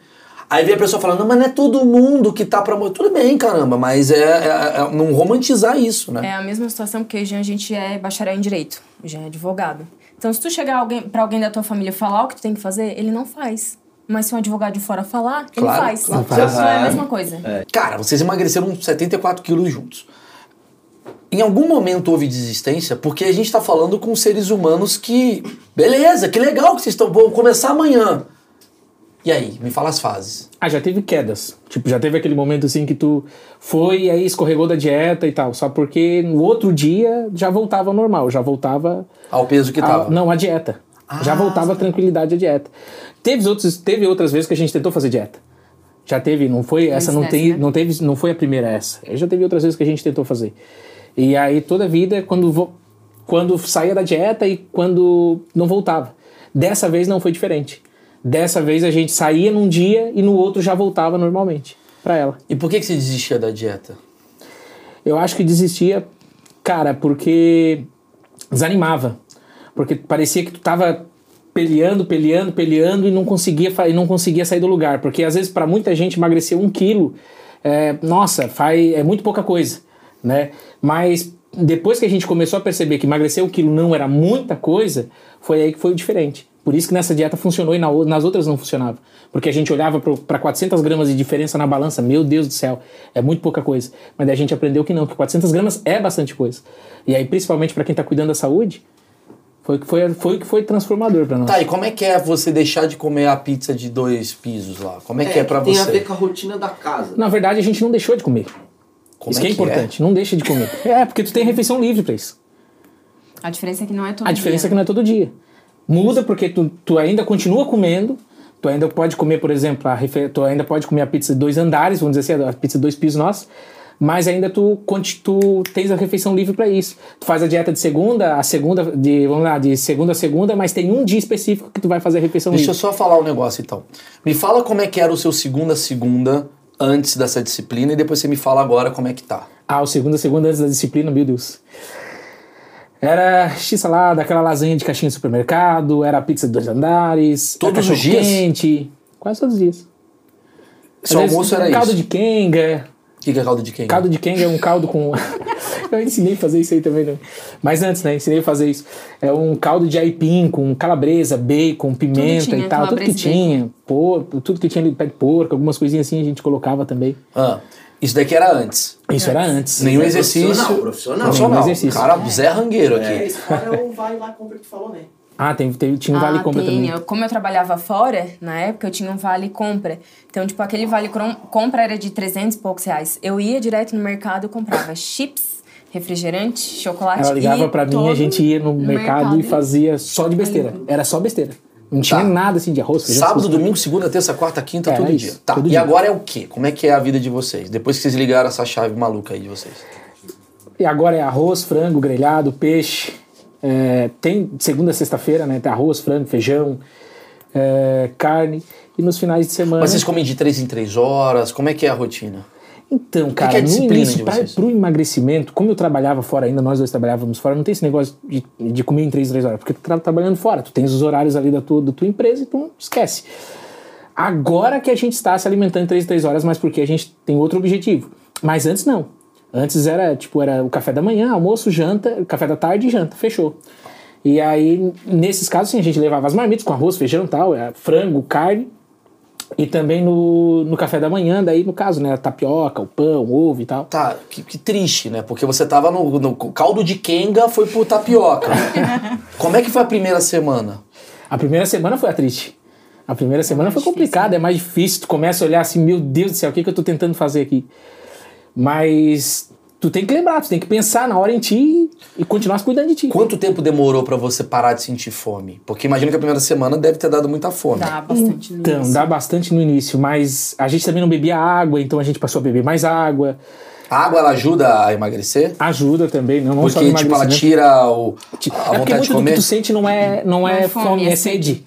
Speaker 1: Aí vem a pessoa falando, "Não, mas não é todo mundo que tá pra morrer. Tudo bem, caramba, mas é, é- é não romantizar isso, né?
Speaker 3: É a mesma situação porque o Jean, a gente é bacharel em direito, o Jean é advogado. Então, se tu chegar alguém, pra alguém da tua família falar o que tu tem que fazer, ele não faz. Mas se um advogado de fora falar, ele
Speaker 1: Claro,
Speaker 3: faz.
Speaker 1: claro.
Speaker 3: Então, isso é a
Speaker 5: Aham.
Speaker 3: mesma coisa.
Speaker 1: Cara, vocês emagreceram 74 quilos juntos. Em algum momento houve desistência, porque a gente tá falando com seres humanos que. Beleza, que legal que vocês estão. Vão começar amanhã. E aí, me fala as fases.
Speaker 2: Ah, já teve quedas. Tipo, já teve aquele momento assim que tu foi e aí escorregou da dieta e tal. Só porque no outro dia já voltava ao normal, já voltava.
Speaker 1: Ao peso que
Speaker 2: a-
Speaker 1: tava.
Speaker 2: Ah, não, a dieta. já voltava a tranquilidade à dieta. Teve, outros, teve outras vezes que a gente tentou fazer dieta. Já teve, não foi essa, não,
Speaker 3: dessa,
Speaker 2: tem,
Speaker 3: né?
Speaker 2: não teve, não foi a primeira essa. Já teve outras vezes que a gente tentou fazer. E aí toda a vida quando vo- quando saía da dieta e quando não voltava. Dessa vez não foi diferente. Dessa vez a gente saía num dia e no outro já voltava normalmente para ela.
Speaker 1: E por que, que você desistia da dieta?
Speaker 2: Eu acho que desistia, cara, porque desanimava. Porque parecia que tu tava peleando, peleando, peleando e não conseguia, fa- e não conseguia sair do lugar. Porque às vezes, para muita gente, emagrecer um quilo, é, nossa, faz, é muito pouca coisa, né? Mas depois que a gente começou a perceber que emagrecer um quilo não era muita coisa, foi aí que foi o diferente. Por isso que nessa dieta funcionou e na o- nas outras não funcionava. Porque a gente olhava para 400 gramas de diferença na balança, meu Deus do céu, é muito pouca coisa. Mas daí a gente aprendeu que não, que 400 gramas é bastante coisa. E aí, principalmente para quem está cuidando da saúde, foi o que foi, foi, o que foi transformador para nós.
Speaker 1: Tá, e como é que é você deixar de comer a pizza de dois pisos lá? Como é que é pra
Speaker 5: tem
Speaker 1: você?
Speaker 5: a ver com a rotina da casa.
Speaker 2: Na verdade, a gente não deixou de comer.
Speaker 1: Como
Speaker 2: isso
Speaker 1: é
Speaker 2: que é
Speaker 1: que
Speaker 2: importante, não deixa de comer. *laughs* É, porque tu tem refeição livre para isso.
Speaker 3: A diferença é que não é todo
Speaker 2: A diferença é que
Speaker 3: dia.
Speaker 2: não é todo dia. Muda porque tu, tu ainda continua comendo, tu ainda pode comer, por exemplo, a refe- tu ainda pode comer a pizza de dois andares, vamos dizer assim, a pizza de dois pisos nossa, mas ainda tu, conti- tu tens a refeição livre para isso. Tu faz a dieta de segunda, a segunda, de, vamos lá, de segunda a segunda, mas tem um dia específico que tu vai fazer a refeição
Speaker 1: Deixa eu
Speaker 2: livre.
Speaker 1: só falar um negócio então. Me fala como é que era o seu segunda a segunda antes dessa disciplina e depois você me fala agora como é que tá.
Speaker 2: Ah, o segundo, a segunda antes da disciplina, meu Deus. Era x-salada, aquela lasanha de caixinha de supermercado, era a pizza de dois andares, era
Speaker 1: Todos os dias?
Speaker 2: quente, quase todos os dias.
Speaker 1: Seu
Speaker 2: Às vezes,
Speaker 1: almoço era
Speaker 2: um
Speaker 1: isso.
Speaker 2: caldo de kenga.
Speaker 1: O que, que é caldo de quem?
Speaker 2: Caldo de kenga é um caldo com. *laughs* eu ensinei a fazer isso aí também, né? Mas antes, né? Ensinei a fazer isso. É um caldo de aipim com calabresa, bacon, pimenta
Speaker 3: tinha,
Speaker 2: e tal. Tudo que
Speaker 3: calabresa e
Speaker 2: tinha. Porco, tudo que tinha ali de pé de porco, algumas coisinhas assim a gente colocava também.
Speaker 1: Ah, Isso daqui era antes.
Speaker 2: Isso era antes.
Speaker 1: Nenhum
Speaker 6: é
Speaker 1: exercício.
Speaker 6: profissional, profissional.
Speaker 1: Profissional.
Speaker 2: Nenhum exercício.
Speaker 1: Cara, Zé Rangueiro aqui.
Speaker 6: É, esse cara é o vai lá, compra que tu falou, né?
Speaker 2: Ah, teve, teve, tinha um vale compra
Speaker 3: tem.
Speaker 2: também.
Speaker 3: Eu- como eu trabalhava fora, na época eu tinha um vale compra. Então, tipo, aquele vale crom- compra era de 300 e poucos reais. Eu ia direto no mercado, comprava chips, refrigerante, chocolate.
Speaker 2: Ela ligava
Speaker 3: e
Speaker 2: pra mim,
Speaker 3: todo
Speaker 2: a gente ia no, mercado, e fazia só de besteira.
Speaker 3: Aí-
Speaker 2: Era só besteira. Não tinha
Speaker 1: Tá.
Speaker 2: nada assim de arroz, feijão.
Speaker 1: Sábado,
Speaker 2: essas coisas.
Speaker 1: domingo, segunda, terça, quarta, quinta,
Speaker 2: Era
Speaker 1: todo
Speaker 2: É, isso,
Speaker 1: dia. Tá.
Speaker 2: todo
Speaker 1: e
Speaker 2: dia.
Speaker 1: agora é o quê? Como é que é a vida de vocês? Depois que vocês ligaram essa chave maluca aí de vocês.
Speaker 2: Uhum. E agora é arroz, frango, grelhado, peixe. É, tem segunda, sexta-feira, né? Tem arroz, frango, feijão, é, carne. E nos finais de semana.
Speaker 1: Mas vocês comem de três em três horas? Como é que é a rotina?
Speaker 2: Então, cara,
Speaker 1: que é a
Speaker 2: no
Speaker 1: disciplina de
Speaker 2: início, pra,
Speaker 1: vocês?
Speaker 2: pro emagrecimento, como eu trabalhava fora ainda, nós dois trabalhávamos fora, não tem esse negócio de, de comer em três, três horas, porque tu tá trabalhando fora, tu tens os horários ali da tua, da tua empresa, então esquece. Agora que a gente está se alimentando em três, três horas, mas porque a gente tem outro objetivo. Mas antes não. Antes era, tipo, era o café da manhã, almoço, janta, café da tarde e janta, fechou. E aí, nesses casos, sim, a gente levava as marmitas com arroz, feijão e tal, eh, frango, carne, e também no, no café da manhã, daí no caso, né? A tapioca, o pão, o ovo e tal.
Speaker 1: Tá, que, que triste, né? Porque você tava no, no caldo de quenga, foi pro
Speaker 2: *laughs*
Speaker 1: tapioca. Como é que foi a primeira semana?
Speaker 2: A primeira semana foi a triste. A primeira semana foi complicada, é mais difícil. Tu começa a olhar assim, meu Deus do céu, o que, que eu tô tentando fazer aqui? Mas tu tem que lembrar, tu tem que pensar na hora em ti e continuar se cuidando de ti.
Speaker 1: Quanto tempo demorou pra você parar de sentir fome? Porque imagino que a primeira semana deve ter dado muita fome.
Speaker 3: Dá bastante no
Speaker 2: Então,
Speaker 3: início.
Speaker 2: dá bastante no início, mas a gente também não bebia água, então a gente passou a beber mais água.
Speaker 1: A água ela ajuda a emagrecer?
Speaker 2: Ajuda também, não, não só no
Speaker 1: Porque, tipo, ela
Speaker 2: emagrecimento.
Speaker 1: tira o, a
Speaker 2: é porque
Speaker 1: vontade de
Speaker 2: muito do que
Speaker 1: comer.
Speaker 2: tu sente não é, não é fome, é sede.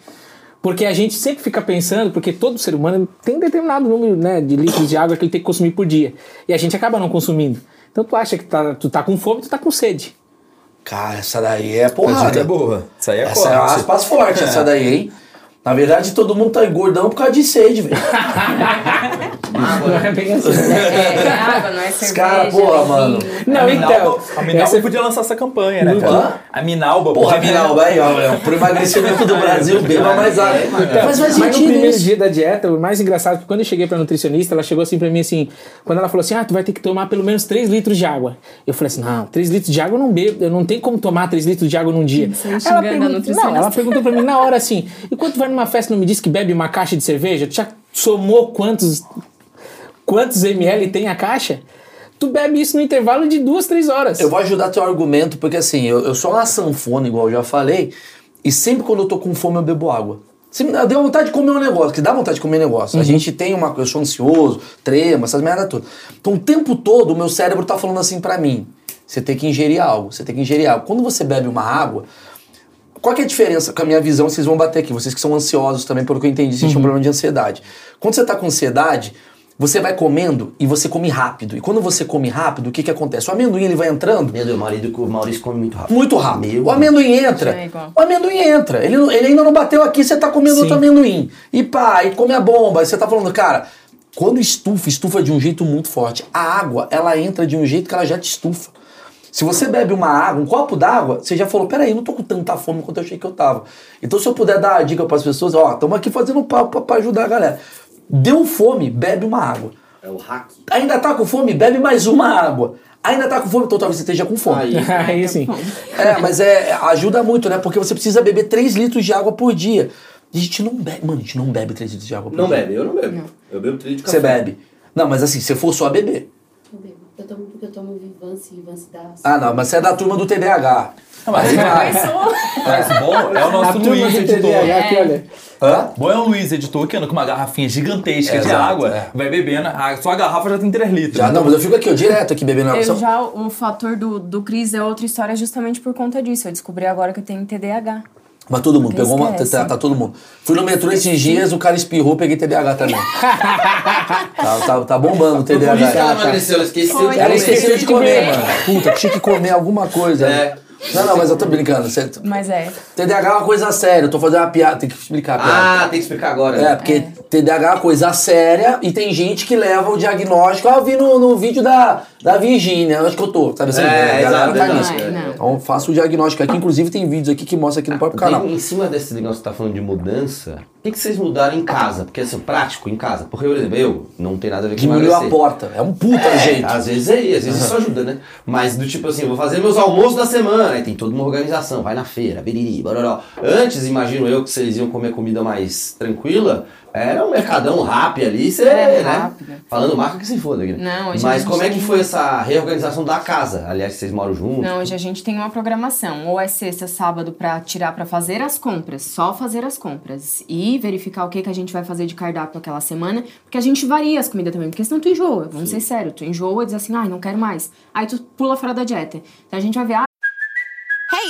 Speaker 2: Porque a gente sempre fica pensando, porque todo ser humano tem um determinado número né, de litros de água que ele tem que consumir por dia. E a gente acaba não consumindo. Então tu acha que tá, tu tá com fome, tu tá com sede.
Speaker 1: Cara, essa daí é
Speaker 4: Essa aí
Speaker 1: porrada.
Speaker 4: é boa. Isso aí é
Speaker 1: Essa é uma aspas forte, essa daí, hein? Na verdade, todo mundo tá gordão por causa de sede, velho.
Speaker 2: *laughs* Não é bem assim.
Speaker 3: É, é água, não é
Speaker 1: Os
Speaker 3: cerveja.
Speaker 1: caras, porra,
Speaker 3: assim.
Speaker 1: mano.
Speaker 2: Não, então.
Speaker 4: A Minalba
Speaker 2: essa-
Speaker 4: podia lançar essa campanha,
Speaker 2: Não
Speaker 4: né,
Speaker 1: dá?
Speaker 4: cara? A Minalba.
Speaker 1: é Porra,
Speaker 4: podia-
Speaker 1: Vinal, vai, ó, Léo. Pro emagrecimento do Brasil, beba mais água. Mas faz
Speaker 2: Mas no
Speaker 1: sentido
Speaker 2: primeiro
Speaker 1: isso.
Speaker 2: dia da dieta, o mais engraçado, porque quando eu cheguei pra nutricionista, ela chegou assim pra mim assim, quando ela falou assim, ah, tu vai ter que tomar pelo menos 3 litros de água. Eu falei assim, não, 3 litros de água eu não bebo, eu não tenho como tomar 3 litros de água num dia.
Speaker 3: Você xingando a nutricionista.
Speaker 2: não, ela perguntou pra mim na hora assim, e quando tu vai numa festa e não me diz que bebe uma caixa de cerveja, tu já somou quantos, quantos ml tem a caixa? Tu bebe isso no intervalo de duas, três horas.
Speaker 1: Eu vou ajudar teu argumento, porque assim, eu, eu sou uma sanfona, igual eu já falei, e sempre quando eu tô com fome eu bebo água. Se me dá- deu vontade de comer um negócio, que dá vontade de comer um negócio.
Speaker 4: Uhum.
Speaker 1: A gente tem uma. Eu sou ansioso, trema, essas merda todas. Então o tempo todo o meu cérebro tá falando assim pra mim: você tem que ingerir algo, você tem que ingerir algo. Quando você bebe uma água, Qual que é a diferença com a minha visão? Vocês vão bater aqui. Vocês que são ansiosos também, pelo que eu entendi, vocês tinham um problema de ansiedade. Quando você tá com ansiedade, você vai comendo e você come rápido. E quando você come rápido, o que que acontece? O amendoim ele vai entrando
Speaker 6: Meu Deus, o marido, o Maurício come muito rápido.
Speaker 1: muito rápido.
Speaker 6: Meu
Speaker 1: o amendoim
Speaker 3: Já é
Speaker 1: entra.
Speaker 3: igual.
Speaker 1: o amendoim entra. Ele, não- ele ainda não bateu aqui, você tá comendo outro amendoim. E pá, e come a bomba. Aí você tá falando, cara, quando estufa, estufa de um jeito muito forte. A água, ela entra de um jeito que ela já te estufa. Se você bebe uma água, um copo d'água, você já falou, peraí, eu não tô com tanta fome quanto eu achei que eu tava. Então se eu puder dar a dica pras pessoas, ó, estamos aqui fazendo um papo pra- pra ajudar a galera. Deu fome, bebe uma água.
Speaker 6: É o hack.
Speaker 1: Ainda tá com fome? Bebe mais uma água. Ainda tá com fome? Então talvez você esteja com fome.
Speaker 6: Aí.
Speaker 2: *laughs* Aí assim, sim.
Speaker 1: É, mas é, ajuda muito, né? Porque você precisa beber 3 litros de água por dia. E a gente não bebe. Mano, a gente não bebe 3 litros de água por
Speaker 6: Não
Speaker 1: dia.
Speaker 6: bebe, eu não bebo. Eu bebo trilho de
Speaker 1: Você
Speaker 6: café.
Speaker 1: bebe. Não, mas assim, se for só beber.
Speaker 7: Eu bebo. Eu tomo porque eu tomo Vivance, Vivance dá.
Speaker 1: Ah, não, mas você é da turma do TDAH. Aí vai.
Speaker 4: Mas bom é o
Speaker 2: A
Speaker 4: nosso
Speaker 2: turma
Speaker 4: Luiz,
Speaker 2: do
Speaker 4: editor.
Speaker 2: TDAH aqui, olha.
Speaker 1: Hã?
Speaker 4: Bom é o Luiz, editor, que anda com uma garrafinha gigantesca de
Speaker 1: Exato,
Speaker 4: água,
Speaker 1: é.
Speaker 4: vai bebendo, a, só a garrafa já tem 3 litros. né?
Speaker 1: Já, não, mas eu fico aqui, ó, direto aqui bebendo água.
Speaker 3: Eu
Speaker 1: Só-
Speaker 3: já, o fator do, do Cris é outra história justamente por conta disso. Eu descobri agora que eu tenho TDAH.
Speaker 1: Mas todo mundo,
Speaker 3: Não
Speaker 1: pegou uma.
Speaker 3: esquece.
Speaker 1: Tá, tá todo mundo. Fui no metrô esses dias, o cara espirrou, peguei TDAH
Speaker 3: *laughs*
Speaker 1: também. tá, tá, tá bombando o
Speaker 6: Por isso que ela
Speaker 1: TDAH.
Speaker 6: emagreceu, ela esqueceu de
Speaker 1: Ela
Speaker 6: comer.
Speaker 1: esqueceu de
Speaker 2: de
Speaker 1: comer,
Speaker 2: comer.
Speaker 1: mano. Puta, tinha que comer alguma coisa. né?
Speaker 6: É.
Speaker 1: Não, não, mas eu tô brincando. Você,
Speaker 3: Mas é.
Speaker 1: TDAH é uma coisa séria, eu tô fazendo uma piada, tem que explicar a piada.
Speaker 6: Ah, tem que explicar agora.
Speaker 1: É, porque TDAH é uma coisa séria e tem gente que leva o diagnóstico. Ah, eu vi no, no vídeo da, da Virgínia, onde que eu tô, sabe assim?
Speaker 6: É,
Speaker 1: a galera
Speaker 6: exato,
Speaker 1: tá
Speaker 6: exato.
Speaker 1: nisso.
Speaker 3: Ai, não.
Speaker 1: Então faço o diagnóstico aqui, inclusive tem vídeos aqui que mostra aqui no próprio
Speaker 5: um
Speaker 6: Tem-
Speaker 1: canal.
Speaker 6: em cima desse negócio que você tá falando de mudança,
Speaker 5: que, que vocês mudaram em casa? Porque assim, prático em casa. Porque, por exemplo, eu não tem nada a ver com
Speaker 1: Diminuiu a
Speaker 5: emagrecer.
Speaker 1: porta. É um puta
Speaker 5: É,
Speaker 1: jeito.
Speaker 5: Às vezes é isso, às vezes isso ajuda, né? Mas do tipo assim, eu vou fazer meus almoços da semana, aí tem toda uma organização, vai na feira, biriri, baroró. Antes, imagino eu que vocês iam comer comida mais tranquila, era um mercadão rápido ali, você,
Speaker 3: É,
Speaker 5: né?
Speaker 3: rápido.
Speaker 5: Falando marca que se foda, né?
Speaker 3: Não, hoje a
Speaker 5: Mas
Speaker 3: gente
Speaker 5: como é que
Speaker 3: tem-
Speaker 5: foi essa reorganização da casa? Aliás, vocês moram juntos?
Speaker 3: Não, hoje a gente tem uma programação. Ou é sexta, sábado pra tirar pra fazer as compras, só fazer as compras e verificar o que que a gente vai fazer de cardápio aquela semana, porque a gente varia as comidas também, porque senão tu enjoa. Vamos ser sério, tu enjoa e diz assim: "Ai, não quero mais". Aí tu pula fora da dieta. Então a gente vai ver ah,
Speaker 8: Hey,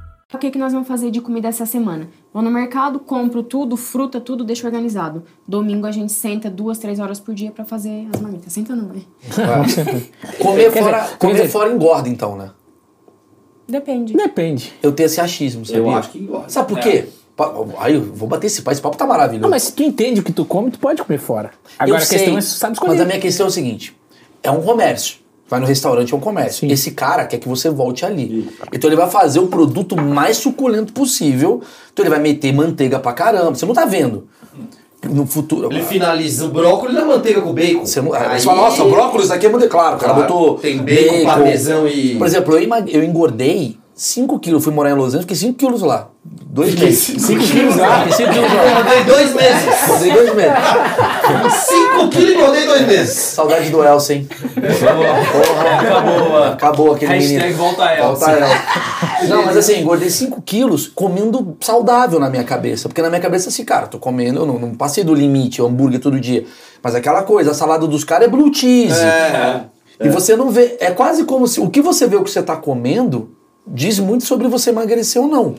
Speaker 3: o que que nós vamos fazer de comida essa semana. Vou no mercado, compro tudo, fruta, tudo, deixo organizado. Domingo a gente senta duas, três horas por dia pra fazer as marmitas. Senta não, né?
Speaker 1: Comer,
Speaker 2: Quer
Speaker 1: fora, comer
Speaker 2: dizer, quer dizer-
Speaker 1: fora engorda, então, né?
Speaker 3: Depende.
Speaker 2: Depende.
Speaker 1: Eu tenho esse achismo, sabia?
Speaker 6: Eu acho que engorda.
Speaker 1: Sabe por quê? Pa- Aí eu vou bater esse papo, esse papo tá maravilhoso.
Speaker 2: Não, mas se tu entende o que tu come, tu pode comer fora. Agora
Speaker 1: Eu
Speaker 2: a questão
Speaker 1: sei,
Speaker 2: é se tu sabe escolher.
Speaker 1: Mas a minha questão é o seguinte: é um comércio. Vai no restaurante, é um comércio.
Speaker 2: Sim.
Speaker 1: Esse cara quer que você volte ali. Então ele vai fazer o produto mais suculento possível. Então ele vai meter manteiga pra caramba. Você não tá vendo. No futuro.
Speaker 5: Ele finaliza o brócolis na manteiga com bacon.
Speaker 1: Você, não,
Speaker 5: Aí-
Speaker 1: você fala, nossa, o brócolis aqui é muito claro. O cara
Speaker 5: Claro.
Speaker 1: botou.
Speaker 5: Tem bacon, parmesão e-
Speaker 1: Por exemplo, eu, ima- eu engordei 5 quilos. Fui morar em Los Angeles, fiquei 5 quilos lá. Dois meses. 5 quilos lá? Fiquei 5 quilos
Speaker 5: Eu
Speaker 1: lá.
Speaker 5: engordei dois meses.
Speaker 1: Engordei dois meses.
Speaker 5: 5 quilos e engordei dois meses.
Speaker 1: Saudade do Elcio, hein?
Speaker 4: Acabou, mano.
Speaker 1: Acabou aquele
Speaker 4: Hashtag
Speaker 1: menino.
Speaker 4: volta a Elcio.
Speaker 1: Volta a Elcio. Não, mas assim, engordei 5 quilos comendo saudável na minha cabeça. Porque na minha cabeça, assim, cara, tô comendo, eu não, não passei do limite, eu hambúrguer todo dia. Mas aquela coisa, a salada dos caras é blue cheese.
Speaker 4: É.
Speaker 1: E você não vê. É quase como se o que você vê, o que você tá comendo, diz muito sobre você emagrecer ou não.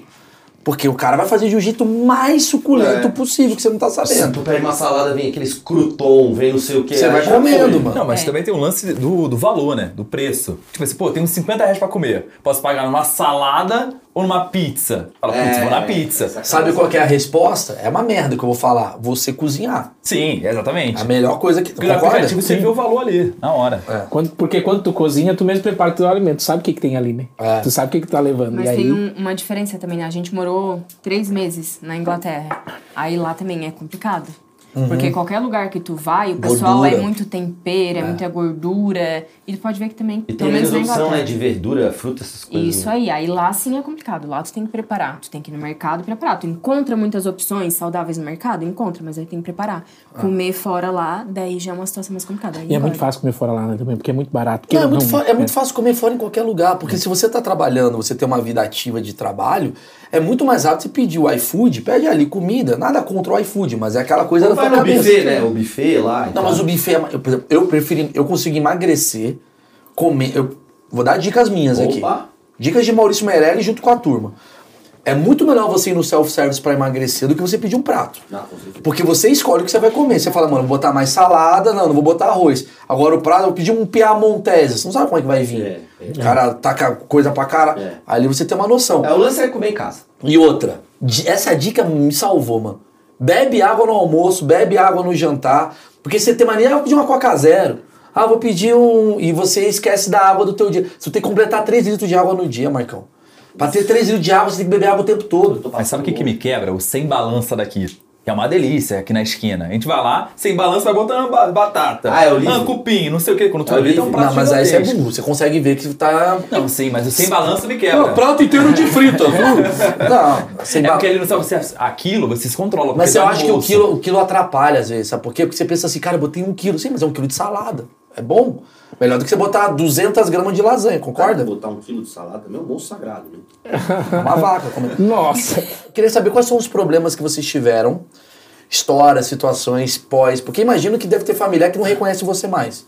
Speaker 1: Porque o cara vai fazer de um jeito mais suculento
Speaker 5: É.
Speaker 1: possível, que você não tá
Speaker 5: Assim, tu
Speaker 1: sabendo.
Speaker 5: pega uma salada, vem aqueles crouton, vem não sei o que.
Speaker 4: é,
Speaker 1: Você vai comendo, mano.
Speaker 4: Não, mas também tem um lance do, do valor, né? Do preço. Tipo assim, pô, tem uns 50 reais pra comer. Posso pagar numa salada ou numa pizza? Fala, putz,
Speaker 5: É,
Speaker 4: vou na pizza.
Speaker 1: Sabe qual que é a resposta? É uma merda que eu vou falar. Você cozinhar.
Speaker 4: Sim, exatamente.
Speaker 1: A melhor coisa que.
Speaker 4: Porque no
Speaker 1: Concorda?
Speaker 4: aplicativo você vê o valor ali, É. na hora.
Speaker 2: Quando- porque quando tu cozinha, tu mesmo prepara o teu alimento. Tu sabe o que, que tem ali, né?
Speaker 1: É.
Speaker 2: Tu sabe o que, que tu tá levando.
Speaker 3: Mas
Speaker 2: e aí...
Speaker 3: tem um- uma diferença também, né? A gente morou três meses na Inglaterra. Aí lá também é complicado.
Speaker 2: Uhum.
Speaker 3: Porque qualquer lugar que tu vai, o pessoal é
Speaker 1: Gordura.
Speaker 3: muito tempero, é, muita gordura. E tu pode ver que também,
Speaker 5: E tem
Speaker 3: pelo
Speaker 5: menos
Speaker 3: menos na
Speaker 5: opção, né?
Speaker 3: Inglaterra.
Speaker 5: De verdura, fruta, essas coisas.
Speaker 3: Isso aí, aí lá sim é complicado. Lá tu tem que preparar, tu tem que ir no mercado preparar. Tu encontra muitas opções saudáveis no mercado, encontra, mas aí tem que preparar. Comer fora lá, daí já é uma situação mais complicada. Aí
Speaker 2: Ah. E é muito
Speaker 3: engorda.
Speaker 2: fácil comer fora lá né, também, porque é muito barato.
Speaker 1: Não, é,
Speaker 2: Queira ou
Speaker 1: muito fa- é
Speaker 2: né?
Speaker 1: muito fácil comer fora em qualquer lugar, porque se você tá trabalhando, você tem uma vida ativa de trabalho, é muito mais rápido você pedir o iFood, pede ali comida, nada contra o iFood, mas é aquela coisa da
Speaker 5: Vai
Speaker 1: tua
Speaker 5: no
Speaker 1: cabeça.
Speaker 5: buffet, né? O buffet lá. e
Speaker 1: Não,
Speaker 5: tal.
Speaker 1: mas o buffet, é ma- eu, por exemplo, eu prefiro, eu consigo emagrecer, comer, eu vou dar dicas minhas aqui.
Speaker 5: Opa.
Speaker 1: Dicas de Maurício Meirelles junto com a turma. É muito melhor você ir no self-service pra emagrecer do que você pedir um prato. Porque você escolhe o que você vai comer. Você fala, mano, vou botar mais salada, não, não vou botar arroz. Agora o prato, eu pedi um piamontese. Você não sabe como é que vai vir. O cara taca coisa pra cara. Ali você tem uma noção.
Speaker 5: É, o lance é comer em casa.
Speaker 1: E outra, di- essa dica me salvou, mano. Bebe água no almoço, bebe água no jantar, porque você tem mania, ah, vou pedir uma Coca Zero. Ah, vou pedir um. E você esquece da água do teu dia. Você tem que completar 3 litros de água no dia, Marcão. Pra ter 3 litros de água, você tem que beber água o tempo todo.
Speaker 4: Mas sabe o que, que me quebra? O sem balança daqui. Que é uma delícia aqui na esquina. A gente vai lá, sem balança, vai botando ba- batata.
Speaker 5: Ah, é o livre?
Speaker 4: Ah, cupim, não sei o que. Quando tu
Speaker 5: É o
Speaker 4: vai ver, tem um
Speaker 5: livre?
Speaker 4: prato
Speaker 1: Não, mas aí você é
Speaker 4: gigantesco.
Speaker 1: burro. Você consegue ver que tá.
Speaker 4: Não, sim, mas o sem balança me quebra.
Speaker 1: Não, prato inteiro de frita, viu? Não, sem
Speaker 4: É
Speaker 1: ba-
Speaker 4: porque ele não sabe se é aquilo, você se controla. porque
Speaker 1: Mas eu
Speaker 4: dá
Speaker 1: acho que o
Speaker 4: bolso.
Speaker 1: quilo, o quilo atrapalha às vezes, sabe por quê? Porque você pensa assim, cara, eu botei um quilo. Sim, mas é um quilo de salada. É bom. Melhor do que você botar 200 gramas de lasanha, concorda?
Speaker 6: Botar um quilo de salada também é um almoço sagrado, né?
Speaker 1: É Uma vaca. Como...
Speaker 2: Nossa!
Speaker 1: Queria saber quais são os problemas que vocês tiveram, histórias, situações, pós. Porque imagino que deve ter familiar que não reconhece você mais.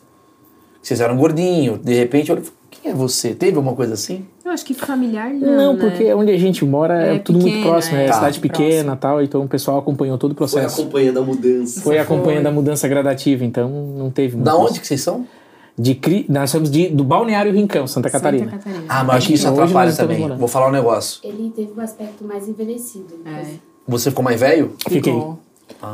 Speaker 1: Vocês eram gordinho, de repente, olha, o que quem é você? Teve alguma coisa assim?
Speaker 9: Eu acho que familiar não.
Speaker 3: né?
Speaker 2: Não, porque onde a gente mora é,
Speaker 9: É
Speaker 2: tudo muito
Speaker 9: pequeno,
Speaker 2: próximo, é,
Speaker 9: é,
Speaker 1: Tá.
Speaker 2: cidade
Speaker 9: próximo.
Speaker 2: pequena e tal, então o pessoal acompanhou todo o
Speaker 6: Foi
Speaker 5: É
Speaker 2: processo. Foi,
Speaker 6: acompanhando a mudança.
Speaker 2: acompanhando a mudança gradativa, então não teve muito.
Speaker 1: Da onde que vocês são?
Speaker 2: De Cri... Nós somos de, do Balneário Rincão, Santa Catarina.
Speaker 1: Ah, mas acho que isso
Speaker 2: É Hoje nós
Speaker 1: atrapalha
Speaker 2: estamos
Speaker 1: também.
Speaker 2: morando.
Speaker 1: Vou falar um negócio.
Speaker 7: Ele teve um aspecto mais envelhecido.
Speaker 3: É.
Speaker 1: Você ficou mais velho?
Speaker 2: Fiquei.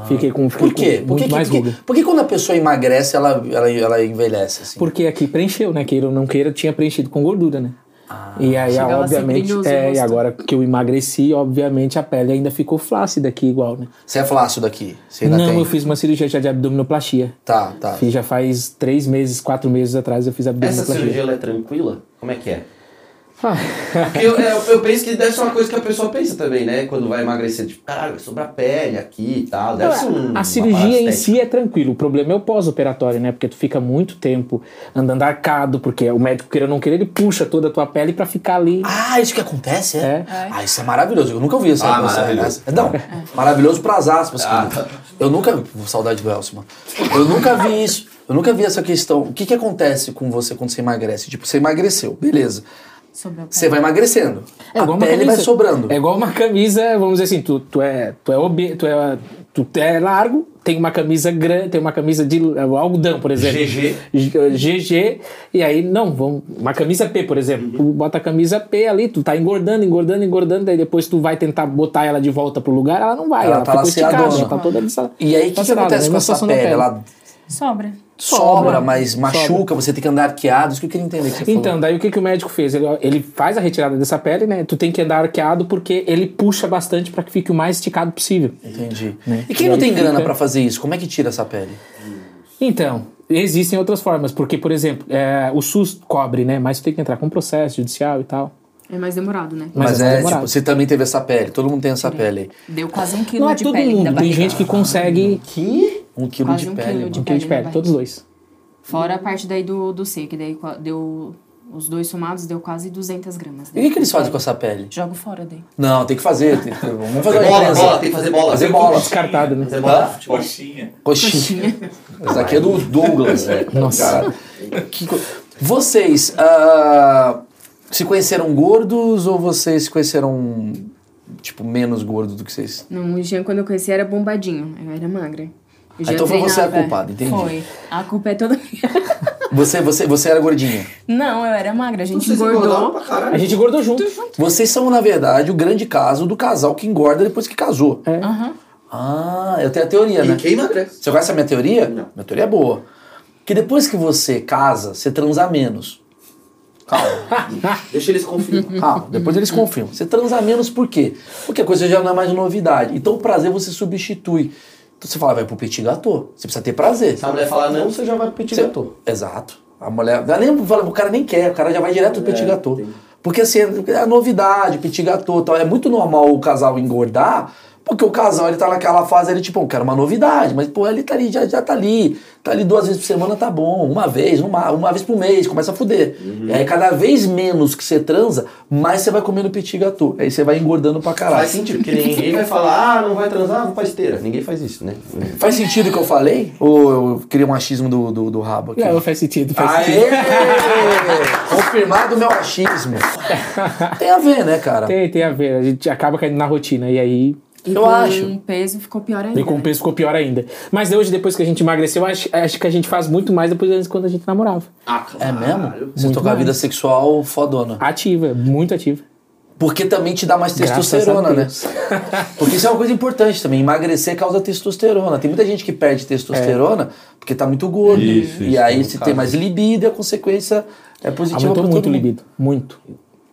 Speaker 2: Fiquei com. Fiquei
Speaker 1: Ah. Por quê?
Speaker 2: Com
Speaker 1: Por
Speaker 2: muito
Speaker 1: que, que-
Speaker 2: mais
Speaker 1: por que-
Speaker 2: ruga.
Speaker 1: por que quando a pessoa emagrece, ela, ela, ela envelhece? Assim?
Speaker 2: Porque aqui preencheu, né? Queira ou não queira, tinha preenchido com gordura, né?
Speaker 5: Ah,
Speaker 2: e aí,
Speaker 9: Chega lá sem
Speaker 2: obviamente,
Speaker 9: brilhoso o
Speaker 2: é, e
Speaker 9: rosto.
Speaker 2: agora que eu emagreci, obviamente a pele ainda ficou flácida aqui igual, né?
Speaker 1: Você é flácido aqui? Você ainda
Speaker 2: não,
Speaker 1: tem?
Speaker 2: eu fiz uma cirurgia já de abdominoplastia.
Speaker 1: Tá, tá.
Speaker 2: Fiz já faz três meses, quatro meses atrás eu fiz
Speaker 5: Essa
Speaker 2: abdominoplastia.
Speaker 5: cirurgia ela é tranquila? Como é que é?
Speaker 2: Ah,
Speaker 5: Porque eu, é, eu penso que deve ser uma coisa que a pessoa pensa também, né? Quando vai emagrecer, tipo, caralho, vai sobrar pele aqui e tal.
Speaker 2: *laughs*
Speaker 5: Deve ser um,
Speaker 2: a cirurgia em si é tranquilo, o problema é o pós-operatório, né? Porque tu fica muito tempo andando arcado, porque o médico queira ou não queira, ele puxa toda a tua pele pra ficar ali.
Speaker 1: Ah, isso que acontece, é?
Speaker 2: É.
Speaker 1: Ah, isso é maravilhoso. Eu nunca ouvi essa
Speaker 5: Ah,
Speaker 1: essa-
Speaker 5: maravilhoso.
Speaker 1: essa- Não, maravilhoso pras aspas.
Speaker 5: Ah,
Speaker 1: querido. Eu nunca. Saudade do Elcio, mano. Eu nunca vi isso. Eu nunca vi essa questão. O que, que acontece com você quando você emagrece? Tipo, você emagreceu, beleza.
Speaker 3: Sobre o pé.
Speaker 1: Você vai emagrecendo. a
Speaker 2: É. igual uma
Speaker 1: pele vai
Speaker 2: camisa.
Speaker 1: sobrando.
Speaker 2: É igual uma camisa, vamos dizer assim, tu, tu é tu é, obe, tu é tu é largo, tem uma camisa grande, tem uma camisa de é, algodão, por exemplo.
Speaker 5: GG.
Speaker 2: G- GG, e aí, não, vamos, uma camisa P, por
Speaker 1: Uhum.
Speaker 2: exemplo. Tu bota a camisa P ali, tu tá engordando, engordando, engordando, daí depois tu vai tentar botar ela de volta pro lugar, ela não vai,
Speaker 1: Ela
Speaker 2: ela,
Speaker 1: tá
Speaker 2: ficou
Speaker 1: laceadona.
Speaker 2: esticada, ela tá toda lisa-
Speaker 1: E aí, o que, que
Speaker 2: lacerada,
Speaker 1: acontece
Speaker 2: né?
Speaker 1: com
Speaker 2: Uma
Speaker 1: essa
Speaker 2: situação da
Speaker 1: pele? Ela
Speaker 3: Sobra.
Speaker 1: sobra,
Speaker 2: Sobra.
Speaker 1: mas machuca,
Speaker 2: Sobra.
Speaker 1: você tem que andar arqueado. Isso que eu queria entender. que você falou.
Speaker 2: Então, daí o que, que o médico fez? Ele, ele faz a retirada dessa pele, né? Tu tem que andar arqueado porque ele puxa bastante pra que fique o mais esticado possível.
Speaker 1: Entendi.
Speaker 2: Né?
Speaker 1: E quem
Speaker 2: E
Speaker 1: não
Speaker 2: aí
Speaker 1: tem grana
Speaker 2: fica-
Speaker 1: pra fazer isso? Como é que tira essa pele?
Speaker 2: Então, existem outras formas, porque, por exemplo, é, o SUS cobre, né? Mas tu tem que entrar com processo judicial e tal.
Speaker 9: É mais demorado, né?
Speaker 1: Mas,
Speaker 2: mais
Speaker 1: é,
Speaker 2: demorado.
Speaker 1: tipo, você também teve essa pele. Todo mundo tem essa pele aí.
Speaker 3: Deu quase um quilo
Speaker 2: Não é
Speaker 3: de
Speaker 2: todo
Speaker 3: pele da
Speaker 2: mundo, tem
Speaker 3: barriga.
Speaker 2: gente que consegue.
Speaker 1: Que? Um quilo
Speaker 3: Quase
Speaker 1: de
Speaker 3: um
Speaker 1: pele,
Speaker 3: quilo
Speaker 1: mano.
Speaker 3: de
Speaker 2: Um quilo de
Speaker 3: Pele na
Speaker 2: pele, todos dois.
Speaker 3: Fora a parte daí do, do C, que daí qua- deu... Os dois somados deu quase 200 gramas.
Speaker 1: E
Speaker 3: né?
Speaker 1: o que, que eles fazem com essa pele?
Speaker 3: Jogo fora daí.
Speaker 1: Não, tem que fazer. tem que- Vamos fazer uma
Speaker 5: Bola,
Speaker 1: diferença.
Speaker 5: bola, tem que fazer bola.
Speaker 1: Fazer bola.
Speaker 2: Descartado, né?
Speaker 5: Fazer bola.
Speaker 4: Coxinha.
Speaker 1: Coxinha. Essa aqui é do Douglas, né? Nossa. Vocês ah, se conheceram gordos ou vocês se conheceram, tipo, menos gordos do que vocês?
Speaker 9: Não, o Jean, quando eu conheci, era bombadinho. Eu era magra. Eu já
Speaker 1: então foi você
Speaker 9: treinava.
Speaker 1: a culpada, entendi.
Speaker 3: Foi. A culpa é toda minha.
Speaker 1: Você, você, você era gordinha.
Speaker 3: *laughs* Não, eu era magra. A gente
Speaker 6: Vocês engordaram
Speaker 3: engordou.
Speaker 6: pra caralho.
Speaker 2: A gente engordou junto.
Speaker 1: Vocês são, na verdade, o grande caso do casal que engorda depois que casou.
Speaker 3: É.
Speaker 1: Ah, eu tenho a teoria, né?
Speaker 6: E quem emagrece?
Speaker 1: Você conhece a minha teoria?
Speaker 6: Não.
Speaker 1: Minha teoria é boa. Que depois que você casa, você transa menos. Calma,
Speaker 6: Deixa eles
Speaker 5: *laughs*
Speaker 6: confirmar.
Speaker 1: calma. Ah, Depois eles confirmam. Você transa menos por quê? Porque a coisa já não é mais novidade. Então o prazer você substitui. Então você fala, vai pro petit gâteau. Você precisa ter prazer.
Speaker 5: Se a mulher falar não, você já vai pro petit
Speaker 1: Você-
Speaker 5: gâteau.
Speaker 1: Exato. A mulher. Ela nem fala, o cara nem quer, o cara já vai direto pro petit gâteau. Porque assim, é a novidade, petit gâteau e tal. É muito normal o casal engordar, porque o casal ele tá naquela fase, ele tipo, eu quero uma novidade, mas pô, ele tá ali, já, já tá ali. Tá ali duas vezes por semana, tá bom. Uma vez, uma, uma vez por mês, começa a fuder. E aí cada vez menos que você transa, mais você vai comendo petit gâteau. Aí você vai engordando pra caralho.
Speaker 5: Faz sentido, porque ninguém vai falar, ah, não vai transar, vou pra esteira. Ninguém faz isso, né?
Speaker 1: Faz sentido o que eu falei? Ou eu criei um achismo do, do, do rabo aqui?
Speaker 2: Não, faz sentido, faz
Speaker 1: Aê!
Speaker 2: sentido.
Speaker 1: *laughs* Confirmado o meu
Speaker 2: *laughs*
Speaker 1: achismo. Tem a ver, né, cara?
Speaker 2: Tem, tem a ver, a gente acaba caindo na rotina. E aí,
Speaker 3: E
Speaker 1: Eu
Speaker 3: com
Speaker 1: acho.
Speaker 3: peso ficou pior ainda.
Speaker 2: e com o
Speaker 3: né?
Speaker 2: peso ficou pior ainda. Mas hoje, depois que a gente emagreceu, acho, acho que a gente faz muito mais depois antes quando a gente namorava.
Speaker 6: Ah, claro.
Speaker 1: É mesmo? Você
Speaker 2: Muito
Speaker 1: tocar a
Speaker 2: mais.
Speaker 1: vida sexual fodona.
Speaker 2: Ativa, muito ativa.
Speaker 1: Porque também te dá mais
Speaker 2: Graças
Speaker 1: testosterona,
Speaker 2: a
Speaker 1: né?
Speaker 2: Deus.
Speaker 1: *laughs* Porque isso é uma coisa importante também. Emagrecer causa testosterona. Tem muita gente que perde
Speaker 2: É.
Speaker 1: testosterona porque tá muito gordo.
Speaker 4: Isso,
Speaker 1: e
Speaker 4: isso,
Speaker 1: aí
Speaker 4: no
Speaker 1: se
Speaker 4: caso.
Speaker 1: tem mais libido e a consequência é positiva pra
Speaker 2: Aumentou muito o
Speaker 1: todo mundo.
Speaker 2: libido, muito.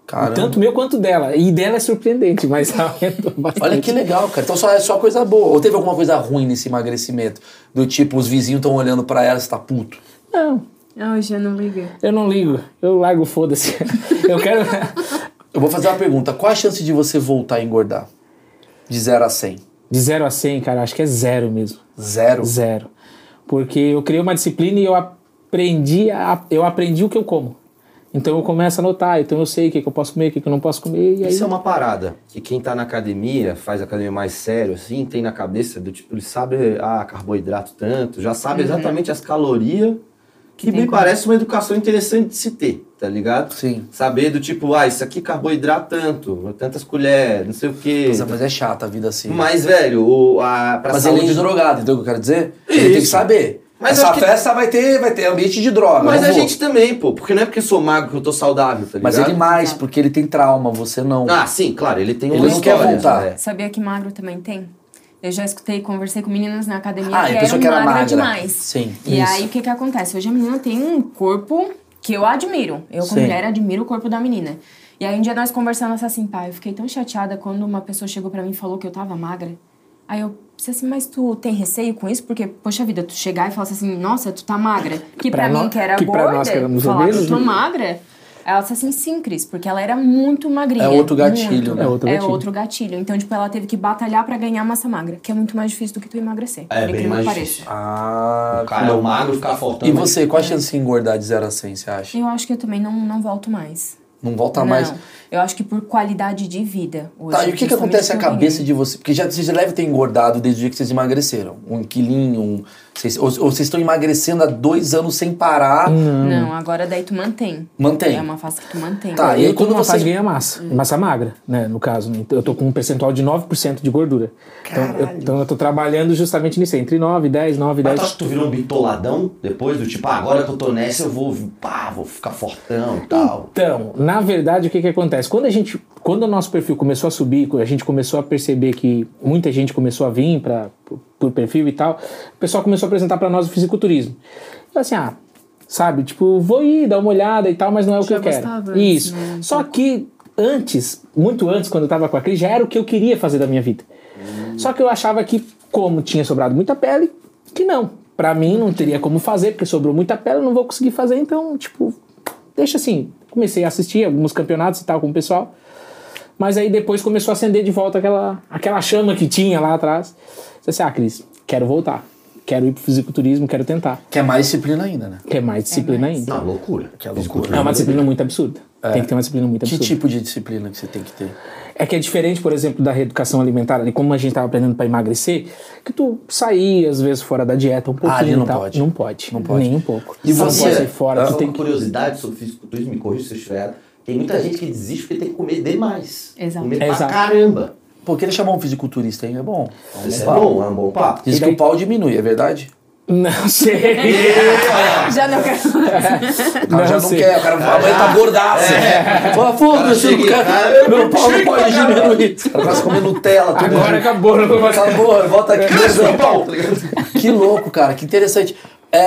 Speaker 1: Caramba.
Speaker 2: Tanto meu quanto dela. E dela é surpreendente, mas *laughs* aumentou bastante.
Speaker 1: Olha que legal, cara. Então só é só coisa boa. Ou teve alguma coisa ruim nesse emagrecimento? Do tipo, os vizinhos estão olhando pra ela, você tá puto.
Speaker 2: Não,
Speaker 9: Ah, o Jean não liga.
Speaker 2: eu não ligo. Eu largo, foda-se. *laughs* Eu quero.
Speaker 1: Eu vou fazer uma pergunta. Qual a chance de você voltar a engordar? De 0 a 100?
Speaker 2: De 0 a 100, cara, acho que é zero mesmo.
Speaker 1: Zero?
Speaker 2: Zero. Porque eu criei uma disciplina e eu aprendi, a- eu aprendi o que eu como. Então eu começo a anotar, então eu sei o que, que eu posso comer, o que, que eu não posso comer, e aí.
Speaker 5: Isso é uma parada. Que quem tá na academia, faz academia mais sério, assim, tem na cabeça do tipo, ele sabe, ah, carboidrato Uhum. tanto, já sabe exatamente as calorias, que me parece uma educação interessante de se ter. tá ligado?
Speaker 1: Sim.
Speaker 5: Saber do tipo, ah, isso aqui carboidrato tanto, tantas colheres, não sei o quê.
Speaker 1: Mas é- Mas é chata a vida assim.
Speaker 5: Mas, velho, o, a, pra
Speaker 1: mas
Speaker 5: saúde...
Speaker 1: ele é drogado, entendeu o que eu quero dizer? Ele tem que
Speaker 5: Isso.
Speaker 1: saber.
Speaker 5: Mas
Speaker 1: Essa
Speaker 5: acho que-
Speaker 1: festa vai, ter, vai ter ambiente de droga.
Speaker 5: Mas
Speaker 1: não
Speaker 5: a
Speaker 1: vou. tá
Speaker 5: gente também, pô. Porque não é porque eu sou magro que eu tô saudável, tá ligado?
Speaker 1: Mas ele mais, porque ele tem trauma, você não.
Speaker 5: Ah, sim, claro, ele tem
Speaker 1: Ele
Speaker 5: uma
Speaker 1: não quer
Speaker 5: história,
Speaker 1: voltar.
Speaker 5: né?
Speaker 3: Sabia que magro também tem? Eu já escutei, conversei com meninas na academia
Speaker 1: Ah,
Speaker 3: que
Speaker 1: ele pensou
Speaker 3: eram
Speaker 1: que era
Speaker 3: magra,
Speaker 1: magra.
Speaker 3: demais.
Speaker 1: Sim,
Speaker 3: E
Speaker 1: isso.
Speaker 3: aí o que que acontece? Hoje a menina tem um corpo que eu admiro. Eu, como
Speaker 1: Sim.
Speaker 3: mulher, admiro o corpo da menina. E aí um dia nós conversando, ela assim, pai, eu fiquei tão chateada quando uma pessoa chegou pra mim e falou que eu tava magra. Aí eu disse assim, mas tu tem receio com isso? Porque, poxa vida, tu chegar e falar assim, nossa, tu tá magra. Que pra,
Speaker 2: Pra nó-
Speaker 3: mim que era
Speaker 2: que pra
Speaker 3: gorda,
Speaker 2: nós que éramos
Speaker 3: falar que eu
Speaker 2: obesos,
Speaker 3: tô
Speaker 2: né?
Speaker 3: magra. Aí Ela disse assim, sim, Cris, porque ela era muito magrinha.
Speaker 1: É outro gatilho,
Speaker 3: muito.
Speaker 1: né?
Speaker 2: É outro
Speaker 3: É
Speaker 2: gatilho.
Speaker 3: outro gatilho. Então, tipo, ela teve que batalhar pra ganhar massa magra, que é muito mais difícil do que tu emagrecer.
Speaker 5: É,
Speaker 3: por
Speaker 5: bem
Speaker 3: incrível que
Speaker 5: mais
Speaker 3: pareça.
Speaker 1: Ah,
Speaker 5: O cara é o magro, ficar fortão.
Speaker 1: E
Speaker 5: mas-
Speaker 1: você, qual a chance de se engordar de 0 a 100, você acha?
Speaker 3: Eu acho que eu também não, não volto mais.
Speaker 1: Não volta
Speaker 3: não.
Speaker 1: mais.
Speaker 3: Eu acho que por qualidade de vida. Hoje,
Speaker 1: Ah, Tá, e o que, que
Speaker 3: justamente
Speaker 1: acontece na
Speaker 3: eu ganhei.
Speaker 1: cabeça de você? Porque já vocês já devem ter engordado desde o dia que vocês emagreceram. Um quilinho, um. Vocês, ou, ou vocês estão emagrecendo há dois anos sem parar.
Speaker 3: Não, agora daí tu mantém.
Speaker 1: Mantém.
Speaker 3: É uma fase que tu mantém.
Speaker 1: Tá, e aí
Speaker 2: Eu tô
Speaker 1: quando
Speaker 2: numa
Speaker 1: você-
Speaker 2: fase de ganhar massa, massa magra, né, no caso. né? Então, Eu tô com um percentual de 9% de gordura. Então eu, então eu tô trabalhando justamente nisso, aí, entre 9, 10, 9,
Speaker 5: Mas tu
Speaker 2: 10.
Speaker 5: acha que tu virou um bitoladão depois do tipo, ah, agora que eu tô nessa, eu vou, pá, vou ficar fortão e tal.
Speaker 2: Então, na verdade, o que que acontece? Quando a gente, quando o nosso perfil começou a subir, quando a gente começou a perceber que muita gente começou a vir para por perfil e tal, o pessoal começou a apresentar para nós o fisiculturismo. Então assim, ah, sabe, tipo, vou ir dar uma olhada e tal, mas não é o que
Speaker 9: Já
Speaker 2: eu quero.
Speaker 9: gostava antes,
Speaker 2: Isso.
Speaker 9: né? Um
Speaker 2: Só que antes, muito antes, quando eu tava com a Cris, já era o que eu queria fazer da minha vida. Só que eu achava que, como tinha sobrado muita pele, que não. Pra mim não teria como fazer, porque sobrou muita pele, eu não vou conseguir fazer, então, tipo, deixa assim. Comecei a assistir alguns campeonatos e tal com o pessoal. Mas aí depois começou a acender de volta aquela, aquela chama que tinha lá atrás. Disse assim, ah, Cris, quero voltar. Quero ir pro fisiculturismo, quero tentar.
Speaker 1: Que é mais disciplina ainda, né?
Speaker 2: Quer mais disciplina ainda.
Speaker 5: Não, Ah, loucura. Que
Speaker 2: É uma disciplina muito absurda. Tem que ter uma disciplina muito
Speaker 1: Que
Speaker 2: absurda.
Speaker 1: tipo de disciplina que você tem que ter?
Speaker 2: É que é diferente, por exemplo, da reeducação alimentar, ali, como a gente estava aprendendo para emagrecer, que tu sair, às vezes, fora da dieta um pouquinho
Speaker 1: Ah, ali não
Speaker 2: e tal.
Speaker 1: pode.
Speaker 2: Não pode.
Speaker 1: Não pode.
Speaker 2: Nem um pouco.
Speaker 1: E
Speaker 2: Tu
Speaker 1: você? Ah.
Speaker 2: Não pode sair fora,
Speaker 5: Só
Speaker 2: tu
Speaker 5: uma
Speaker 2: tem que... *laughs*
Speaker 5: curiosidade sobre fisiculturismo, me corrija se eu estiver errado. Tem muita gente que desiste porque tem que comer demais.
Speaker 3: Exato.
Speaker 5: Comer pra
Speaker 2: Exato.
Speaker 5: caramba.
Speaker 1: Porque ele chamar um fisiculturista, hein? É bom. É um bom
Speaker 5: Isso é
Speaker 1: papo.
Speaker 5: bom, é um bom papo.
Speaker 1: Diz
Speaker 2: E
Speaker 1: que
Speaker 2: daí-
Speaker 1: o pau diminui, é verdade?
Speaker 2: Não sei.
Speaker 1: *laughs*
Speaker 3: Já não quero.
Speaker 1: O cara
Speaker 2: Não
Speaker 1: já não
Speaker 2: sei.
Speaker 1: quer, o cara a mãe tá gordaça. Fala, foda-se,
Speaker 5: Chega em
Speaker 1: o cara,
Speaker 5: casa,
Speaker 1: meu pau não pode diminuir. O cara começa comer Nutella, tudo
Speaker 2: Agora
Speaker 1: junto.
Speaker 2: acabou. Não vai mais.
Speaker 1: Acabou, volta aqui. meu pau. Que louco, cara, que interessante.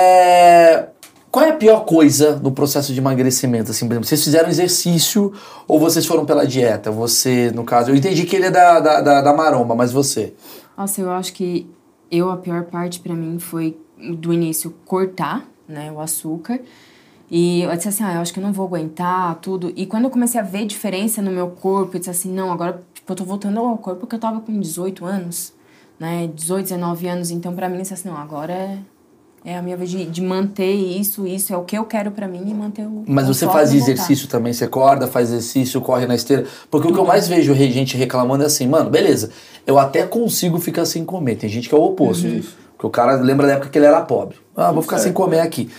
Speaker 1: É, Qual é a pior coisa no processo de emagrecimento? Assim, por exemplo, vocês fizeram exercício ou vocês foram pela dieta? Você, no caso, eu entendi que ele é da, da, da, da maromba, mas você.
Speaker 3: Nossa, eu acho que eu a pior parte pra mim foi do início cortar, né, o açúcar. E eu disse assim, ah, eu acho que eu não vou aguentar tudo. E quando eu comecei a ver diferença no meu corpo, eu disse assim, não, agora tipo, eu tô voltando ao corpo que eu tava com 18 anos, né, 18, 19 anos. Então pra mim, eu disse assim, não, agora é, é a minha vez de, de manter isso, isso é o que eu quero pra mim e manter o
Speaker 1: Mas
Speaker 3: o
Speaker 1: você
Speaker 3: foco
Speaker 1: faz
Speaker 3: e voltar.
Speaker 1: exercício também, você acorda, faz exercício, corre na esteira. Porque o que eu mais vejo re- gente reclamando é assim, mano, beleza, eu até consigo ficar sem comer. Tem gente que é o oposto.
Speaker 3: Uhum.
Speaker 1: Porque o cara lembra da época que ele era pobre. Ah, vou ficar sem comer aqui.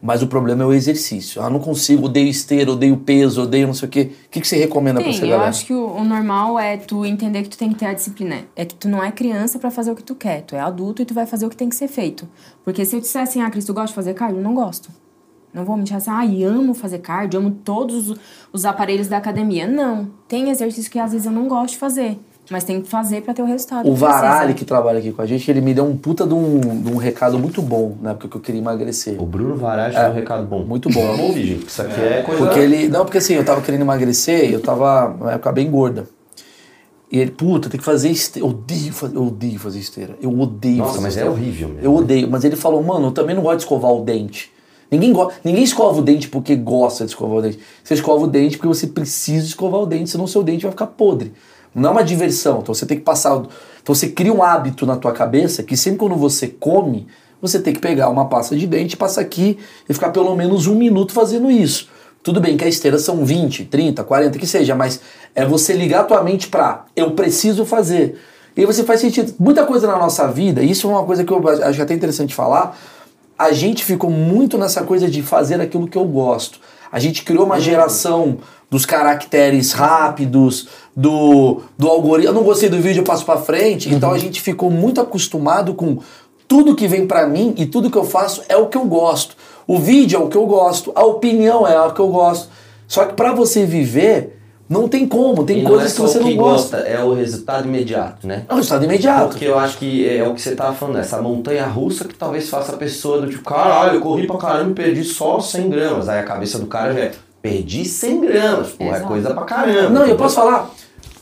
Speaker 1: Mas o problema é o exercício. Ah, não consigo, odeio esteira, odeio peso, odeio não sei o quê. O que, que você recomenda pra
Speaker 3: Sim,
Speaker 1: essa
Speaker 3: eu
Speaker 1: galera?
Speaker 3: acho que o, o normal é tu entender que tu tem que ter a disciplina. É que tu não é criança pra fazer o que tu quer. Tu é adulto e tu vai fazer o que tem que ser feito. Porque se eu dissesse assim, ah, Cris, tu gosta de fazer cardio? Eu não gosto. Não vou mentir assim, ah, amo fazer cardio, amo todos os- os aparelhos da academia. Não. Tem exercício que às vezes eu não gosto de fazer. Mas tem que fazer pra ter o resultado.
Speaker 1: O
Speaker 3: que precisa.
Speaker 1: Varale, que trabalha aqui com a gente, ele me deu um puta de um, de um recado muito bom na época que eu queria emagrecer.
Speaker 5: O Bruno Varage tem um recado bom.
Speaker 1: É. Muito bom.
Speaker 5: Vamos ouvir, gente. Isso aqui é, coisa...
Speaker 1: Porque ele. Não, porque assim, eu tava querendo emagrecer, eu tava na época bem gorda. E ele, puta, tem que fazer esteira. Eu odeio, fa- eu odeio fazer esteira. Eu odeio
Speaker 5: Nossa,
Speaker 1: fazer
Speaker 5: mas é
Speaker 1: esteira.
Speaker 5: horrível mesmo.
Speaker 1: Eu odeio. Mas ele falou, mano, eu também não gosto de escovar o dente. Ninguém, go... Ninguém escova o dente porque gosta de escovar o dente. Você escova o dente porque você precisa escovar o dente, senão seu dente vai ficar podre. Não é uma diversão. Então você tem que passar. o- Então você cria um hábito na tua cabeça que sempre quando você come, você tem que pegar uma pasta de dente, passar aqui e ficar pelo menos um minuto fazendo isso. Tudo bem que a esteira são 20, 30, 40, que seja, mas é você ligar a tua mente pra eu preciso fazer. E aí você faz sentido. Muita coisa na nossa vida, e isso é uma coisa que eu acho até interessante falar, a gente ficou muito nessa coisa de fazer aquilo que eu gosto. A gente criou
Speaker 5: Uhum.
Speaker 1: uma geração dos caracteres rápidos, do, do algoritmo. Eu não gostei do vídeo, eu passo pra frente.
Speaker 5: Uhum.
Speaker 1: Então a gente ficou muito acostumado com tudo que vem pra mim e tudo que eu faço é o que eu gosto. O vídeo é o que eu gosto, a opinião é o que eu gosto. Só que pra você viver, não tem como, tem
Speaker 5: E não é
Speaker 1: coisas
Speaker 5: só
Speaker 1: que você
Speaker 5: o
Speaker 1: não
Speaker 5: que
Speaker 1: gosta.
Speaker 5: É o resultado imediato, né?
Speaker 1: É um resultado imediato.
Speaker 5: Porque eu acho que é o que você tava falando, essa montanha russa que talvez faça a pessoa do tipo, caralho, eu corri pra caramba e perdi só 100 gramas. Aí a cabeça do cara já é, perdi 100 gramas, pô, é
Speaker 1: Exato.
Speaker 5: coisa pra caramba.
Speaker 1: Não, eu
Speaker 5: entendeu?
Speaker 1: posso falar.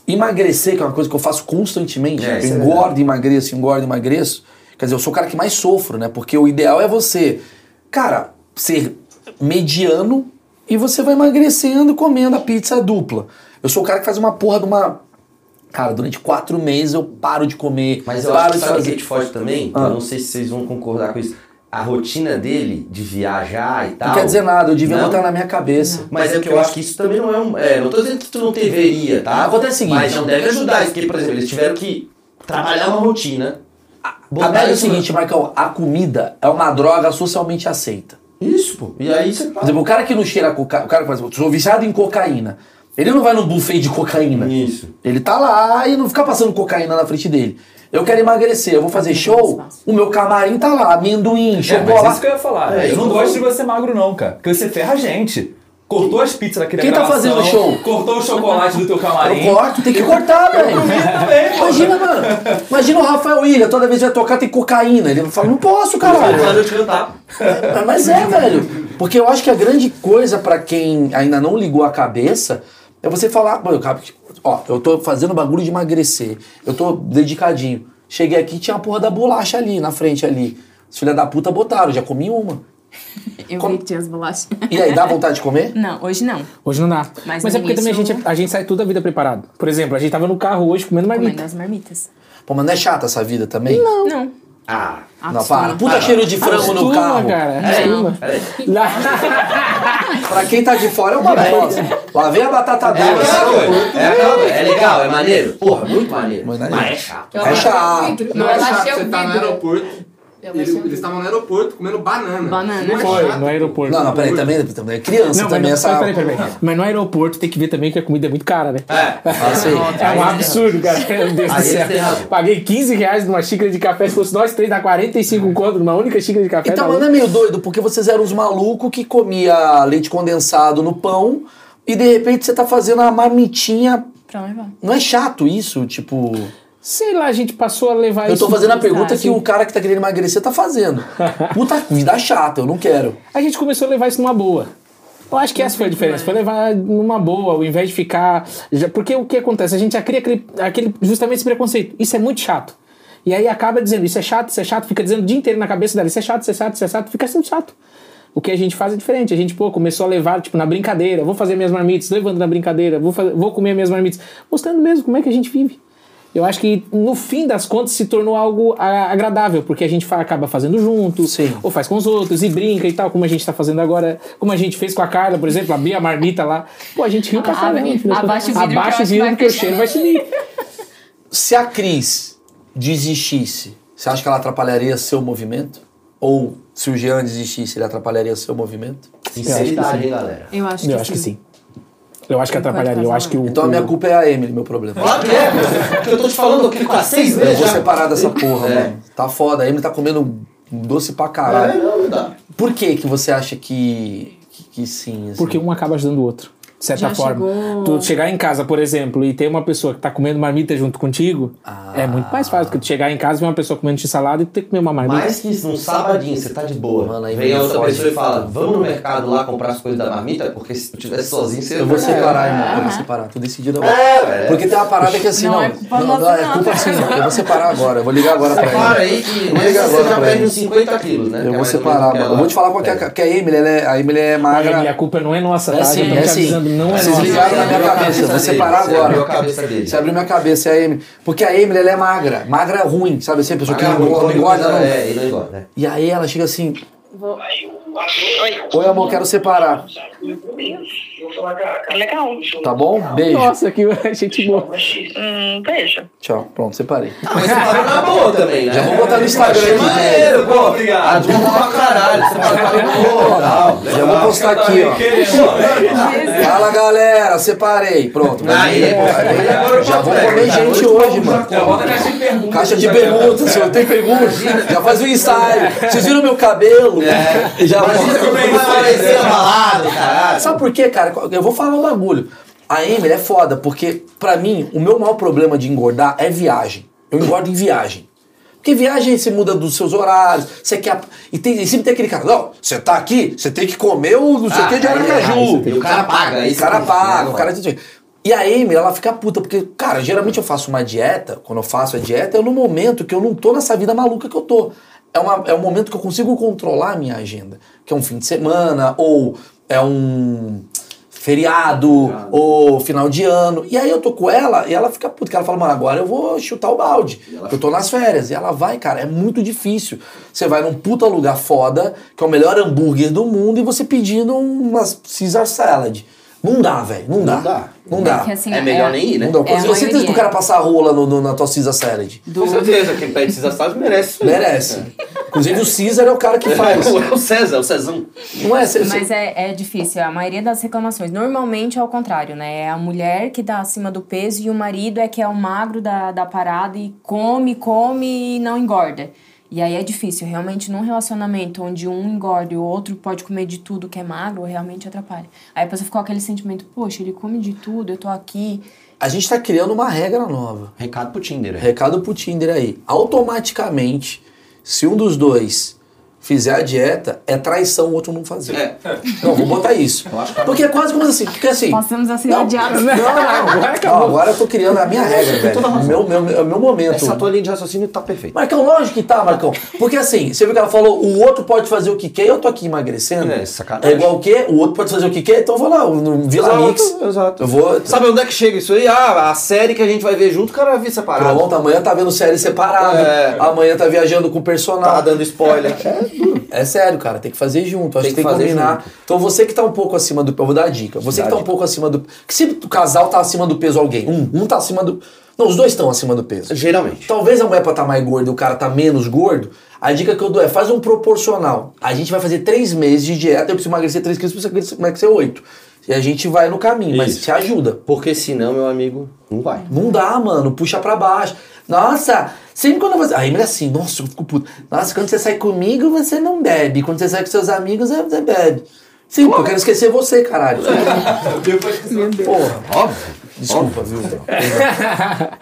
Speaker 1: Emagrecer, que é uma coisa que eu faço constantemente.
Speaker 5: É,
Speaker 1: eu
Speaker 5: isso é
Speaker 1: engordo, emagreço, engordo, emagreço. Quer dizer, eu sou o cara que mais sofro, né? Porque o ideal é você, cara, ser mediano e você vai emagrecendo comendo a pizza dupla. Eu sou o cara que faz uma porra de uma. Cara, durante quatro meses eu paro de comer.
Speaker 5: Mas eu
Speaker 1: paro
Speaker 5: acho que
Speaker 1: de
Speaker 5: sabe o
Speaker 1: fazer.
Speaker 5: que te foge também?
Speaker 1: Ah.
Speaker 5: Eu não sei se vocês vão concordar com isso. A rotina dele de viajar e tal.
Speaker 1: Não quer dizer nada, eu devia
Speaker 5: Não?
Speaker 1: botar na minha cabeça.
Speaker 5: Mas é que eu acho que isso também não é um. É, não tô dizendo que tu não deveria, tá?
Speaker 1: Acontece o seguinte.
Speaker 5: Mas não deve ajudar, porque, por exemplo, eles tiveram que trabalhar uma rotina.
Speaker 1: A verdade é o
Speaker 5: isso na-
Speaker 1: seguinte, Marcão, a comida é uma droga socialmente aceita.
Speaker 5: Isso, pô. E aí você
Speaker 1: Por exemplo, o cara que não cheira cocaína, o cara que faz, "Eu sou viciado em cocaína. Ele não vai num buffet de cocaína.
Speaker 5: Isso.
Speaker 1: Ele tá lá e não fica passando cocaína na frente dele. Eu quero emagrecer, eu vou fazer show, o meu camarim tá lá, amendoim,
Speaker 4: É, mas
Speaker 1: chocolate.
Speaker 4: isso que eu ia falar.
Speaker 1: É,
Speaker 4: eu não
Speaker 1: isso
Speaker 4: gosto
Speaker 1: que
Speaker 4: de você magro, não, cara. Porque você ferra a gente. Cortou as pizzas daquele
Speaker 1: Quem tá fazendo o show?
Speaker 4: Cortou o chocolate do teu
Speaker 1: Eu
Speaker 4: camarim.
Speaker 1: corto, tem que cortar, velho. Imagina, mano. Imagina o Rafael Ilha, toda vez que vai tocar tem cocaína. Ele fala, não posso, caralho.
Speaker 5: Parou de cantar.
Speaker 1: É, Mas é, velho. Porque eu acho que a grande coisa pra quem ainda não ligou a cabeça é você falar, "Pô, eu acabo que- ó, eu tô fazendo bagulho de emagrecer. Eu tô dedicadinho. Cheguei aqui tinha a porra da bolacha ali, na frente ali. Os filha da puta botaram, já comi uma.
Speaker 3: Eu vi que tinha as bolachas.
Speaker 1: E aí, dá vontade de comer?
Speaker 3: Não, hoje não.
Speaker 2: Hoje não dá.
Speaker 3: Mas
Speaker 2: Mas,
Speaker 3: no
Speaker 2: é porque também a
Speaker 3: início-
Speaker 2: gente, a gente sai toda a vida preparado. Por exemplo, a gente tava no carro hoje comendo
Speaker 3: Comendo
Speaker 2: marmita.
Speaker 3: as marmitas.
Speaker 1: Pô, mas não é chata essa vida também?
Speaker 3: Não. Não.
Speaker 5: Ah,
Speaker 1: não, para. Puta
Speaker 5: Ah,
Speaker 1: cheiro de frango no
Speaker 2: Acostuma,
Speaker 1: carro. É.
Speaker 2: cara.
Speaker 5: Peraí.
Speaker 1: Pra quem tá de fora é uma bosta. Lá vem a batata
Speaker 5: É
Speaker 1: doce.
Speaker 5: aquela coisa. É aquela coisa. É legal, é maneiro. Porra, muito maneiro. Mas é chato.
Speaker 1: É chato.
Speaker 6: Não é chato,
Speaker 9: achei o
Speaker 6: você tá no
Speaker 9: vidro.
Speaker 6: aeroporto. Ele- Eles estavam no aeroporto comendo banana.
Speaker 3: Banana.
Speaker 6: Isso não é
Speaker 2: *laughs* Foi,
Speaker 6: chato.
Speaker 2: no aeroporto.
Speaker 1: Não, não, peraí, também, também é né? criança
Speaker 2: Não, mas,
Speaker 1: também
Speaker 2: no-
Speaker 1: essa.
Speaker 2: peraí, peraí, peraí. mas no aeroporto tem que ver também que a comida é muito cara, né?
Speaker 5: É,
Speaker 1: Passa aí.
Speaker 2: É um absurdo, cara. Meu Deus do
Speaker 5: Aí
Speaker 2: céu.
Speaker 5: eles têm razão.
Speaker 2: Paguei 15 reais numa xícara de café. Se fosse nós três, dá 45 conto numa única xícara de café.
Speaker 1: Então,
Speaker 2: tá
Speaker 1: mas não
Speaker 2: louco.
Speaker 1: é meio doido, porque vocês eram os malucos que comia leite condensado no pão e de repente você tá fazendo a marmitinha.
Speaker 3: Pra levar.
Speaker 1: Não é chato isso? Tipo.
Speaker 2: Sei lá, a gente passou a levar
Speaker 1: Eu
Speaker 2: isso.
Speaker 1: tô fazendo a pergunta
Speaker 2: Ah,
Speaker 1: que
Speaker 2: sim.
Speaker 1: o cara que tá querendo emagrecer tá fazendo. Puta vida chata, eu não quero.
Speaker 2: A gente começou a levar isso numa boa. Eu acho que essa foi a diferença. Foi levar numa boa, ao invés de ficar. já- Porque o que acontece? A gente já cria aquele, aquele- justamente esse preconceito. Isso é muito chato. E aí acaba dizendo, isso é chato, isso é chato, fica dizendo o dia inteiro na cabeça dela, isso é chato, isso é chato, isso é chato, fica sendo chato. O que a gente faz é diferente. A gente, pô, começou a levar, tipo, na brincadeira, vou fazer minhas marmitas, levando na brincadeira, vou, fazer, vou comer minhas marmitas, mostrando mesmo como é que a gente vive. Eu acho que no fim das contas se tornou algo a- agradável, porque a gente fa- acaba fazendo junto,
Speaker 1: Sim.
Speaker 2: ou faz com os outros, e brinca e tal, como a gente tá fazendo agora, como a gente fez com a Carla, por exemplo, abrir a marmita lá. Pô, a gente riu pra
Speaker 3: Ah,
Speaker 2: caramba. no fim das contas.
Speaker 3: abaixa o vidro que eu
Speaker 2: Abaixa o
Speaker 3: acho que
Speaker 2: vidro
Speaker 3: vai
Speaker 2: porque o
Speaker 3: fechar.
Speaker 2: cheiro vai subir.
Speaker 1: Se a Cris desistisse, você acha que ela atrapalharia seu movimento? Ou se o Jean desistisse, ele atrapalharia seu movimento?
Speaker 5: sinceridade, hein, galera.
Speaker 3: Eu acho que
Speaker 2: Eu acho que sim. Eu acho que atrapalharia, eu acho que o...
Speaker 1: Então a minha culpa é a Emily, meu problema.
Speaker 5: Claro que é, pô. Porque eu tô te falando aqui com seis
Speaker 1: Eu
Speaker 5: vezes.
Speaker 1: vou
Speaker 5: já.
Speaker 1: separar dessa porra,
Speaker 5: É.
Speaker 1: mano. Tá foda, a Emily tá comendo doce pra caralho.
Speaker 5: É, não, não dá.
Speaker 1: Por que que você acha que, que, que sim? assim?
Speaker 2: Porque um acaba ajudando o outro, de certa
Speaker 9: Já
Speaker 2: forma.
Speaker 9: chegou-
Speaker 2: Tu chegar em casa, por exemplo, e ter uma pessoa que tá comendo marmita junto contigo, é muito mais fácil do que tu chegar em casa e ver uma pessoa comendo salada e tu ter que comer uma marmita.
Speaker 5: Mais que isso, num sabadinho, você tá de boa.
Speaker 1: Mano, aí
Speaker 5: Vem a
Speaker 1: me
Speaker 5: outra
Speaker 1: fode.
Speaker 5: pessoa e fala: Vamos no mercado lá comprar as coisas da marmita, porque se tu tivesse sozinho, você.
Speaker 1: Eu vou separar, irmão. Eu vou separar. Tô
Speaker 5: É,
Speaker 1: decidido agora. Porque tem uma parada que assim, não.
Speaker 3: Não é culpa
Speaker 1: não, não,
Speaker 3: nossa,
Speaker 1: é
Speaker 3: não.
Speaker 1: culpa assim, não. Eu vou separar agora. Eu vou ligar agora pra
Speaker 5: Separa
Speaker 1: ela.
Speaker 5: aí que
Speaker 1: Vou
Speaker 5: nessa
Speaker 1: ligar
Speaker 5: você
Speaker 1: agora
Speaker 5: já
Speaker 1: pra
Speaker 5: perde
Speaker 1: ele.
Speaker 5: uns 50 quilos, né?
Speaker 1: Eu
Speaker 5: Que
Speaker 1: vou
Speaker 5: é mais ou menos
Speaker 1: separar,
Speaker 5: que
Speaker 1: mano.
Speaker 5: ela-
Speaker 1: Eu vou te falar qual que é a, que a Emily. Ela é, a Emily é
Speaker 2: Mas, Emily, a
Speaker 1: magra.
Speaker 2: culpa não é nossa,
Speaker 1: É
Speaker 2: tá?
Speaker 1: sim,
Speaker 2: Eu tô
Speaker 1: é
Speaker 2: te
Speaker 1: sim.
Speaker 2: avisando, não é
Speaker 1: Vocês
Speaker 2: nossa.
Speaker 1: ligaram na minha
Speaker 5: Abriu a
Speaker 1: cabeça, vou
Speaker 5: dele,
Speaker 1: separar
Speaker 5: você
Speaker 1: agora.
Speaker 5: Abriu a cabeça dele.
Speaker 1: Você abriu minha cabeça, é a Emily. Porque a Emily, ela é magra. Magra ruim, sabe? Sempre a pessoa que
Speaker 5: Macarrão,
Speaker 1: não engorda, não
Speaker 5: come
Speaker 1: engorda,
Speaker 5: coisa-
Speaker 1: não.
Speaker 5: É, e não engorda. né?
Speaker 1: E aí ela chega assim.
Speaker 7: Vou...
Speaker 1: Oi, amor, quero separar.
Speaker 10: Legal.
Speaker 1: Tá bom? Beijo.
Speaker 2: Nossa, que gente boa.
Speaker 10: Hum, beijo.
Speaker 1: Tchau. Pronto, separei.
Speaker 5: Mas
Speaker 1: *laughs*
Speaker 5: separou na boa também, né?
Speaker 1: Já vou botar no Instagram
Speaker 5: Achei
Speaker 1: aqui, né?
Speaker 5: maneiro, pô, obrigado. Ah, desculpa pra caralho.
Speaker 1: *laughs*
Speaker 5: Você
Speaker 1: Legal, Já vou postar aqui, ó. Fala, galera, separei. Pronto. mas
Speaker 5: Aí,
Speaker 1: aí,
Speaker 5: aí
Speaker 1: agora eu já vou comer gente hoje, mano. Caixa de perguntas, senhor. Tem perguntas? Já faz o ensaio. Vocês viram meu cabelo? Já
Speaker 5: Imagina como ele vai aparecer abalado, caralho.
Speaker 1: Sabe por quê, cara? Eu vou falar um bagulho. A Emily é foda, porque pra mim, o meu maior problema de engordar é viagem. Eu engordo em viagem. Porque viagem você muda dos seus horários, você quer. E, tem, e sempre tem aquele cara, não, você tá aqui, você tem que comer o não sei o
Speaker 5: Ah,
Speaker 1: que de
Speaker 5: aí é errado,
Speaker 1: Aracaju.
Speaker 5: isso tem- o cara paga,
Speaker 1: O
Speaker 5: isso
Speaker 1: cara
Speaker 5: é-
Speaker 1: paga,
Speaker 5: é,
Speaker 1: o cara. E a Amy, ela fica puta, porque, cara, geralmente eu faço uma dieta, quando eu faço a dieta, é no momento que eu não tô nessa vida maluca que eu tô. É, uma, é um momento que eu consigo controlar a minha agenda. Que é um fim de semana, ou é um feriado, ou final de ano. E aí eu tô com ela e ela fica puta, que ela fala, mano, agora eu vou chutar o balde. porque Eu tô nas férias. E ela vai, cara, é muito difícil. Você vai num puta lugar foda, que é o melhor hambúrguer do mundo, e você pedindo uma Caesar salad. Não dá, velho. Não dá. Não dá. Não dá.
Speaker 3: Porque, assim,
Speaker 5: É melhor nem ir, né?
Speaker 1: Não dá.
Speaker 3: É a
Speaker 1: eu certeza que
Speaker 3: maioria.
Speaker 1: o cara passa a rola no, no- na tua Caesar salad.
Speaker 5: Com certeza, quem pede Cisa Salles merece. isso aí. *laughs*
Speaker 1: Merece. Inclusive o Caesar é o cara que faz.
Speaker 5: É o César, o Cezão.
Speaker 1: Não é? Cê,
Speaker 3: Mas é, é difícil, a maioria das reclamações. Normalmente é o contrário, né? É a mulher que dá acima do peso e o marido é que é o magro da, da parada e come, come e não engorda. E aí é difícil, realmente num relacionamento onde um engorda e o outro pode comer de tudo que é magro, realmente atrapalha. Aí a pessoa fica com aquele sentimento, poxa, ele come de tudo, eu tô aqui.
Speaker 1: A gente tá criando uma regra nova.
Speaker 5: Recado pro Tinder. é.
Speaker 1: Recado pro Tinder aí. Automaticamente, se um dos dois fizer a dieta, é traição o outro não fazer.
Speaker 5: É.
Speaker 1: Não, vou botar isso. Porque é quase como assim, porque assim...
Speaker 3: Passamos a ser
Speaker 1: Não,
Speaker 3: odiados.
Speaker 1: Não, não, agora acabou. Não, agora eu tô criando a minha regra, velho.
Speaker 5: toda razão.
Speaker 1: Meu, meu, meu, meu momento.
Speaker 5: Essa tua linha de raciocínio tá perfeita.
Speaker 1: Marcão, lógico que tá, Marcão. Porque assim, você viu que ela falou, o outro pode fazer o que quer, eu tô aqui emagrecendo.
Speaker 5: É, sacanagem.
Speaker 1: É igual o quê? O outro pode fazer o que quer, então eu vou lá, no Vila
Speaker 5: Exato,
Speaker 1: Mix.
Speaker 5: exato.
Speaker 1: Eu vou.
Speaker 5: Sabe onde é que chega isso aí? Ah, a série que a gente vai ver junto, o cara vai vir separado.
Speaker 1: Pronto, amanhã tá vendo série separada.
Speaker 5: É.
Speaker 1: Amanhã tá viajando com o personal.
Speaker 5: Tá dando spoiler.
Speaker 1: É sério, cara, tem que fazer junto. Acho
Speaker 5: Tem
Speaker 1: que,
Speaker 5: que
Speaker 1: tem que
Speaker 5: fazer
Speaker 1: combinar.
Speaker 5: junto.
Speaker 1: Então você que tá um pouco acima do. Eu vou dar a dica. Você que
Speaker 5: Dá a
Speaker 1: tá um
Speaker 5: dica.
Speaker 1: pouco acima do. Que se o casal tá acima do peso alguém, um, um tá acima do. Não, os dois estão acima do peso.
Speaker 5: Geralmente.
Speaker 1: Talvez a mulher pra tá mais gorda e o cara tá menos gordo. A dica que eu dou é faz um proporcional. A gente vai fazer três meses de dieta, eu preciso emagrecer três quilos, você precisa emagrecer oito. E a gente vai no caminho, mas
Speaker 5: Isso.
Speaker 1: te ajuda.
Speaker 5: Porque senão, meu amigo, não vai.
Speaker 1: Não dá, mano. Puxa pra baixo. Nossa, sempre quando você. Aí ele é assim, nossa, eu fico puto. Nossa, quando você sai comigo, você não bebe. Quando você sai com seus amigos, é, você bebe. Sim, porque eu quero esquecer você, caralho. Porra,
Speaker 5: Óbvio.
Speaker 1: desculpa, viu?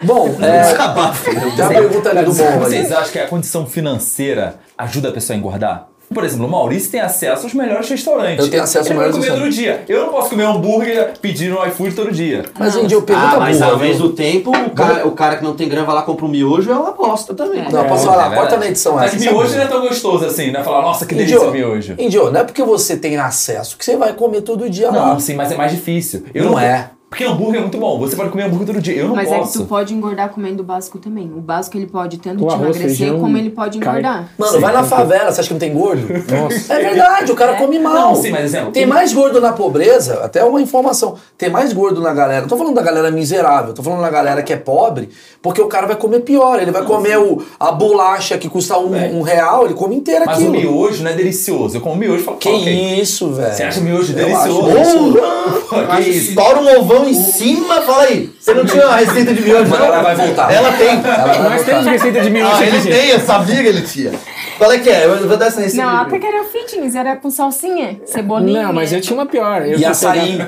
Speaker 1: Bom, é,
Speaker 5: Desabafo.
Speaker 1: tem uma pergunta ali do bom é- ali.
Speaker 4: Vocês acham que a condição financeira ajuda a pessoa a engordar? Por exemplo, o Maurício tem acesso aos melhores restaurantes.
Speaker 1: Eu tenho acesso
Speaker 4: Ele
Speaker 1: aos melhores
Speaker 4: pode comer todo dia. Eu não posso comer hambúrguer pedir no iFood todo dia.
Speaker 1: Mas um dia eu pergunto
Speaker 5: Ah, mas
Speaker 1: boa,
Speaker 5: ao
Speaker 1: viu?
Speaker 5: mesmo tempo, o cara, o cara que não tem grana vai lá compra um miojo, é uma aposta também.
Speaker 1: Não, posso
Speaker 4: É,
Speaker 1: falar,
Speaker 4: é
Speaker 1: corta
Speaker 4: verdade.
Speaker 1: na edição
Speaker 4: Mas
Speaker 1: essa.
Speaker 4: miojo não é tão gostoso assim, né? Falar, nossa, que delícia
Speaker 1: Indio,
Speaker 4: miojo.
Speaker 1: Indio, não é porque você tem acesso que você vai comer todo dia lá.
Speaker 4: Não, sim, mas é mais difícil. Eu
Speaker 1: Ah, Não é.
Speaker 4: Porque hambúrguer é muito bom. Você pode comer hambúrguer todo dia. Eu não
Speaker 3: Mas é que
Speaker 4: posso.
Speaker 3: tu pode engordar comendo o básico também. O básico ele pode tanto
Speaker 2: O
Speaker 3: te
Speaker 2: arroz,
Speaker 3: emagrecer
Speaker 2: feijão,
Speaker 3: como ele pode
Speaker 2: carne.
Speaker 3: engordar.
Speaker 1: Mano, vai na favela, você acha que não tem gordo?
Speaker 2: Nossa.
Speaker 1: É verdade, o cara come mal.
Speaker 4: Não, sim, mas exemplo,
Speaker 1: Tem
Speaker 4: um-
Speaker 1: mais gordo na pobreza, até uma informação. Tem mais gordo na galera. Não tô falando da galera miserável, tô falando da galera que é pobre, porque o cara vai comer pior. Ele vai comer o, a bolacha que custa um, um real, ele come inteira
Speaker 4: É. Mas
Speaker 1: aquilo.
Speaker 4: o miojo não é delicioso. Eu como miojo e falo,
Speaker 1: Que
Speaker 4: ok.
Speaker 1: isso, velho.
Speaker 4: Você acha miojo
Speaker 1: Eu acho
Speaker 4: delicioso?
Speaker 1: delicioso.
Speaker 4: Porra, que isso?
Speaker 5: Estoura um ovão em cima, fala aí. Você não tinha a receita de miojo,
Speaker 1: Mas
Speaker 5: não?
Speaker 1: ela vai voltar.
Speaker 5: Ela tem.
Speaker 2: Nós
Speaker 1: tá.
Speaker 2: temos receita de miojo
Speaker 5: Ah,
Speaker 2: aqui,
Speaker 5: ele
Speaker 2: gente.
Speaker 5: tem, eu sabia que ele tinha. Qual é que é? Eu vou dar essa receita.
Speaker 3: Não,
Speaker 5: de
Speaker 3: até
Speaker 5: miojo.
Speaker 3: que era fitness, era com salsinha, cebolinha.
Speaker 2: Não, mas eu tinha uma pior. Eu
Speaker 1: E
Speaker 2: fui
Speaker 1: açaí.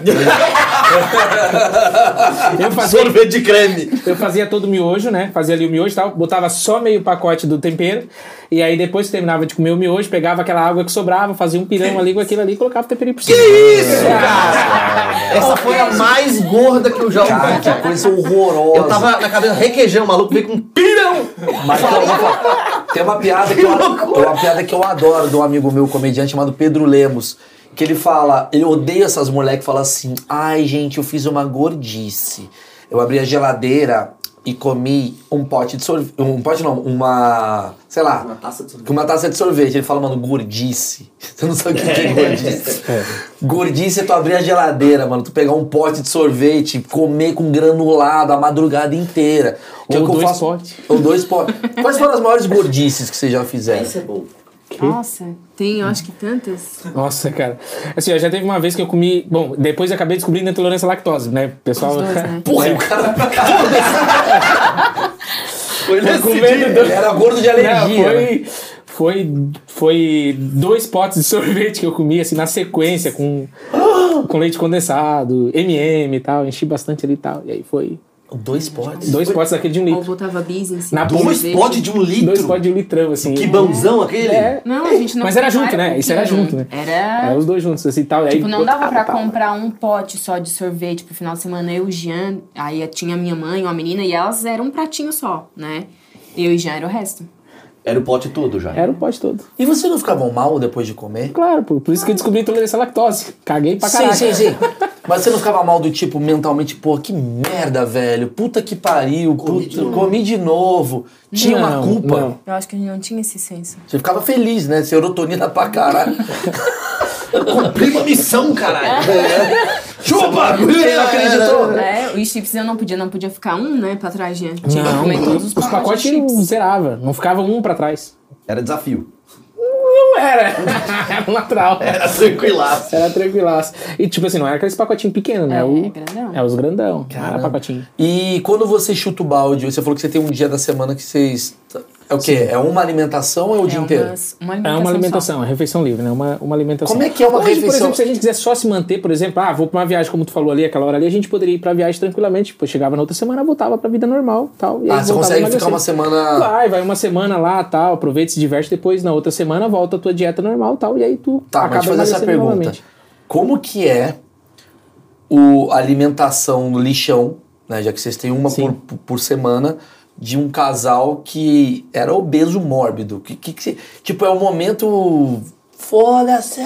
Speaker 2: pegar- Eu fazia,
Speaker 5: Sorvete de creme.
Speaker 2: eu fazia todo o miojo, né? Fazia ali o miojo e tal. Botava só meio pacote do tempero. E aí depois que terminava de comer o miojo, pegava aquela água que sobrava, fazia um pirão ali com aquilo ali e colocava o temperinho por cima.
Speaker 5: Isso, cara! Essa foi a mais gorda que eu já
Speaker 1: Cara, que
Speaker 5: ouvi.
Speaker 1: coisa horrorosa.
Speaker 5: Eu tava na cabeça É. requeijão, o maluco veio com um pirão.
Speaker 1: Mas tem uma, tem uma piada que eu, tem uma piada que eu adoro de um amigo meu, comediante chamado Pedro Lemos. Que ele fala, ele odeia essas mulheres que falam assim: ai, gente, eu fiz uma gordice. Eu abri a geladeira, e comi um pote de sorvete. Um pote não, uma. Sei lá. Uma taça de sorvete. Uma taça de sorvete. Ele fala, mano, gordice. *laughs* Você não sabe o que que é gordice. Gordice é tu abrir a geladeira, mano. Tu pegar um pote de sorvete, comer com granulado a madrugada inteira. Que
Speaker 2: Ou
Speaker 1: é o que
Speaker 2: dois
Speaker 1: eu faço.
Speaker 2: potes.
Speaker 1: Ou dois potes. Quais foram as maiores gordices que vocês já fizeram?
Speaker 5: Isso é bom.
Speaker 9: Nossa, tem, eu acho que tantas.
Speaker 2: Nossa, cara. Assim, eu já teve uma vez que eu comi. Bom, depois eu acabei descobrindo intolerância à lactose, né? Pessoal.
Speaker 9: Os dois,
Speaker 2: *laughs*
Speaker 9: né?
Speaker 1: Porra, o *laughs* cara. Foi
Speaker 2: nesse dia.
Speaker 1: Ele era gordo de alergia.
Speaker 2: Não,
Speaker 1: né?
Speaker 2: foi, foi, foi dois potes de *laughs* sorvete que eu comi, assim, na sequência, com, com leite condensado, MM e tal. Enchi bastante ali e tal. E aí foi
Speaker 1: Dois potes.
Speaker 2: dois potes daquele de um
Speaker 9: Ou
Speaker 2: litro.
Speaker 9: botava bis em
Speaker 2: Na
Speaker 9: cima.
Speaker 2: boca.
Speaker 5: Dois
Speaker 9: Sorvete.
Speaker 5: potes de um
Speaker 2: Dois
Speaker 5: litro.
Speaker 2: potes de um litrão, assim.
Speaker 5: Que bãozão aquele?
Speaker 2: É.
Speaker 9: Não, a gente não
Speaker 2: Mas era
Speaker 9: não
Speaker 2: junto, né? Isso era
Speaker 9: pequeno.
Speaker 2: junto, né?
Speaker 3: Era.
Speaker 2: Era os dois juntos, assim, e tal. E
Speaker 3: Tipo,
Speaker 2: aí,
Speaker 3: não dava pra
Speaker 2: botava, tal.
Speaker 3: comprar um pote só de sorvete pro final de semana. Eu e o Jean, aí tinha minha mãe, uma menina, e elas eram um pratinho só, né? Eu e Jean era o resto.
Speaker 5: Era o pote todo já.
Speaker 2: Era o pote todo.
Speaker 1: E você não ficava mal depois de comer?
Speaker 2: Claro, pô. Por isso que eu descobri intolerância à lactose. Caguei pra
Speaker 1: Sim,
Speaker 2: caralho.
Speaker 1: sim, sim. Mas você não ficava mal do tipo mentalmente, pô, que merda, velho. Puta que pariu, comi, de, novo. comi de novo. Tinha uma
Speaker 2: Não,
Speaker 1: culpa.
Speaker 2: não.
Speaker 3: Eu acho que a gente não tinha esse senso.
Speaker 1: Você ficava feliz, né? Serotonina pra caralho.
Speaker 5: Cumpri uma missão, caralho. Chupa!
Speaker 1: Você não acreditou?
Speaker 3: É, os chips eu não podia, não podia ficar um, né, pra trás, Jean. Tinha que
Speaker 2: Não,
Speaker 3: comer todos
Speaker 2: os pacotes
Speaker 3: de
Speaker 2: não
Speaker 3: chips.
Speaker 2: zerava, não ficava um pra trás.
Speaker 5: Era desafio.
Speaker 2: Não era, era *laughs* um natural.
Speaker 5: Era tranquilaço.
Speaker 2: Era tranquilaço. E tipo assim, não era aqueles pacotinhos pequenos, né?
Speaker 3: É,
Speaker 2: o,
Speaker 3: grandão.
Speaker 2: É os grandão. Era pacotinho.
Speaker 1: E quando você chuta o balde, você falou que você tem um dia da semana que vocês. É o quê? É uma alimentação ou é o dia
Speaker 3: É
Speaker 1: inteiro?
Speaker 3: umas- uma
Speaker 2: É
Speaker 3: alimentação.
Speaker 2: uma
Speaker 3: só.
Speaker 2: alimentação, é refeição livre, né? Uma, uma alimentação.
Speaker 1: Como é que é uma
Speaker 2: Hoje, Por
Speaker 1: refeição?
Speaker 2: exemplo, se a gente quiser só se manter, por exemplo, ah, vou pra uma viagem, como tu falou ali, aquela hora ali, a gente poderia ir pra viagem tranquilamente. Depois chegava na outra semana, voltava pra vida normal tal. E aí
Speaker 1: Ah, você
Speaker 2: voltava a
Speaker 1: consegue ficar
Speaker 2: emagrecer.
Speaker 1: uma semana.
Speaker 2: Vai, vai uma semana lá, tal, aproveita, se diverte, depois na outra semana volta a tua dieta normal, tal, e aí tu
Speaker 1: Tá,
Speaker 2: acaba
Speaker 1: mas deixa eu fazer essa
Speaker 2: emagrecendo
Speaker 1: pergunta.
Speaker 2: novamente.
Speaker 1: Como que é o a alimentação no lixão, né? Já que vocês têm uma por,
Speaker 2: Sim.
Speaker 1: por- por semana, de um casal que era obeso mórbido. Que, que, que cê- tipo, é um momento. Foda-se! O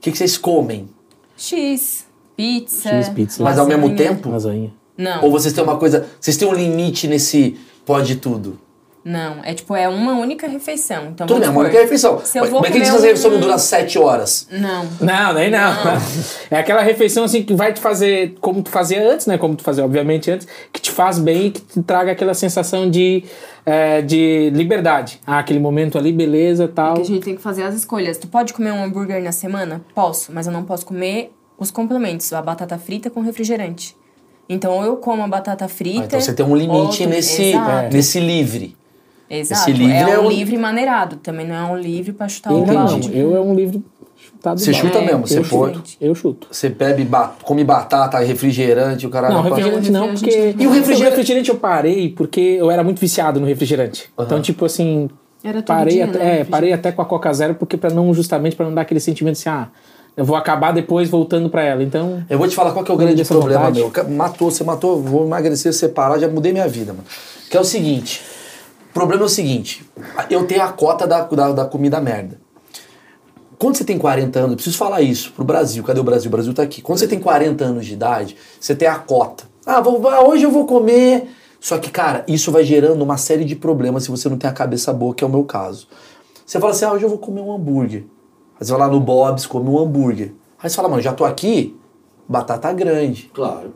Speaker 1: que, que vocês comem?
Speaker 3: X, pizza. né?
Speaker 2: X, pizza.
Speaker 1: Mas ao mesmo
Speaker 3: lasanha.
Speaker 1: tempo?
Speaker 2: Lasanha.
Speaker 3: Não.
Speaker 1: Ou vocês têm uma coisa. Vocês têm um limite nesse pode tudo?
Speaker 3: Não, é tipo, é uma única refeição. Então,
Speaker 1: Tudo
Speaker 3: vamos
Speaker 1: bem, amor,
Speaker 3: supor,
Speaker 1: que é refeição.
Speaker 3: Se eu
Speaker 1: Mas
Speaker 3: vou
Speaker 1: como é que eles
Speaker 3: comer
Speaker 1: fazem a refeição
Speaker 3: um-
Speaker 1: não dura sete horas? Ah,
Speaker 3: Não.
Speaker 2: Não, nem não. *laughs* É aquela refeição assim que vai te fazer como tu fazia antes, né? Como tu fazia, obviamente, antes, que te faz bem e que te traga aquela sensação de, eh, de liberdade. Ah, aquele momento ali, beleza, tal.
Speaker 3: Porque a gente tem que fazer as escolhas. Tu pode comer um hambúrguer na semana? Posso, mas eu não posso comer os complementos, a batata frita com refrigerante. Então, ou eu como a batata frita.
Speaker 1: Ah, então você tem um limite
Speaker 3: ou-
Speaker 1: nesse,
Speaker 3: Exato.
Speaker 1: nesse livre.
Speaker 3: Exato.
Speaker 1: livre
Speaker 3: é,
Speaker 1: é
Speaker 3: um
Speaker 1: o-
Speaker 3: livre maneirado, também não é um livre pra chutar o
Speaker 2: Então,
Speaker 3: balde.
Speaker 2: eu é um livro chutado
Speaker 1: Você
Speaker 2: de
Speaker 1: chuta
Speaker 2: balde.
Speaker 1: mesmo,
Speaker 2: eu
Speaker 1: você
Speaker 2: chuto.
Speaker 1: pode.
Speaker 2: Eu chuto.
Speaker 1: Você bebe, ba- come batata, refrigerante, o caralho.
Speaker 2: Não,
Speaker 1: é pra-
Speaker 2: refrigerante não,
Speaker 9: refrigerante é
Speaker 2: porque.
Speaker 9: não.
Speaker 2: E o refrigerante? eu parei porque eu era muito viciado no refrigerante. Então, tipo assim.
Speaker 9: Era todo
Speaker 2: parei
Speaker 9: dia,
Speaker 2: até,
Speaker 9: né,
Speaker 2: é,
Speaker 9: refrigerante.
Speaker 2: parei até com a Coca Zero porque para não justamente para não dar aquele sentimento assim, ah, eu vou acabar depois voltando pra ela. Então,
Speaker 1: Eu vou te falar qual que é o grande
Speaker 2: Dessa
Speaker 1: problema
Speaker 2: vontade.
Speaker 1: meu. Ca- Matou, você matou, vou emagrecer, separar, já mudei minha vida, mano. Que é o seguinte: o problema é o seguinte: a- eu tenho a cota da, da, da comida merda. Quando você tem 40 anos, eu preciso falar isso pro Brasil. Cadê o Brasil? O Brasil tá aqui. Quando você tem 40 anos de idade, você tem a cota. Ah, vou- vou- hoje eu vou comer. Só que, cara, isso vai gerando uma série de problemas se você não tem a cabeça boa, que é o meu caso. Você fala assim, ah, hoje eu vou comer um hambúrguer. Aí você vai lá no Bob's, come um hambúrguer. Aí você fala, mano, já tô aqui, batata grande.
Speaker 5: Claro.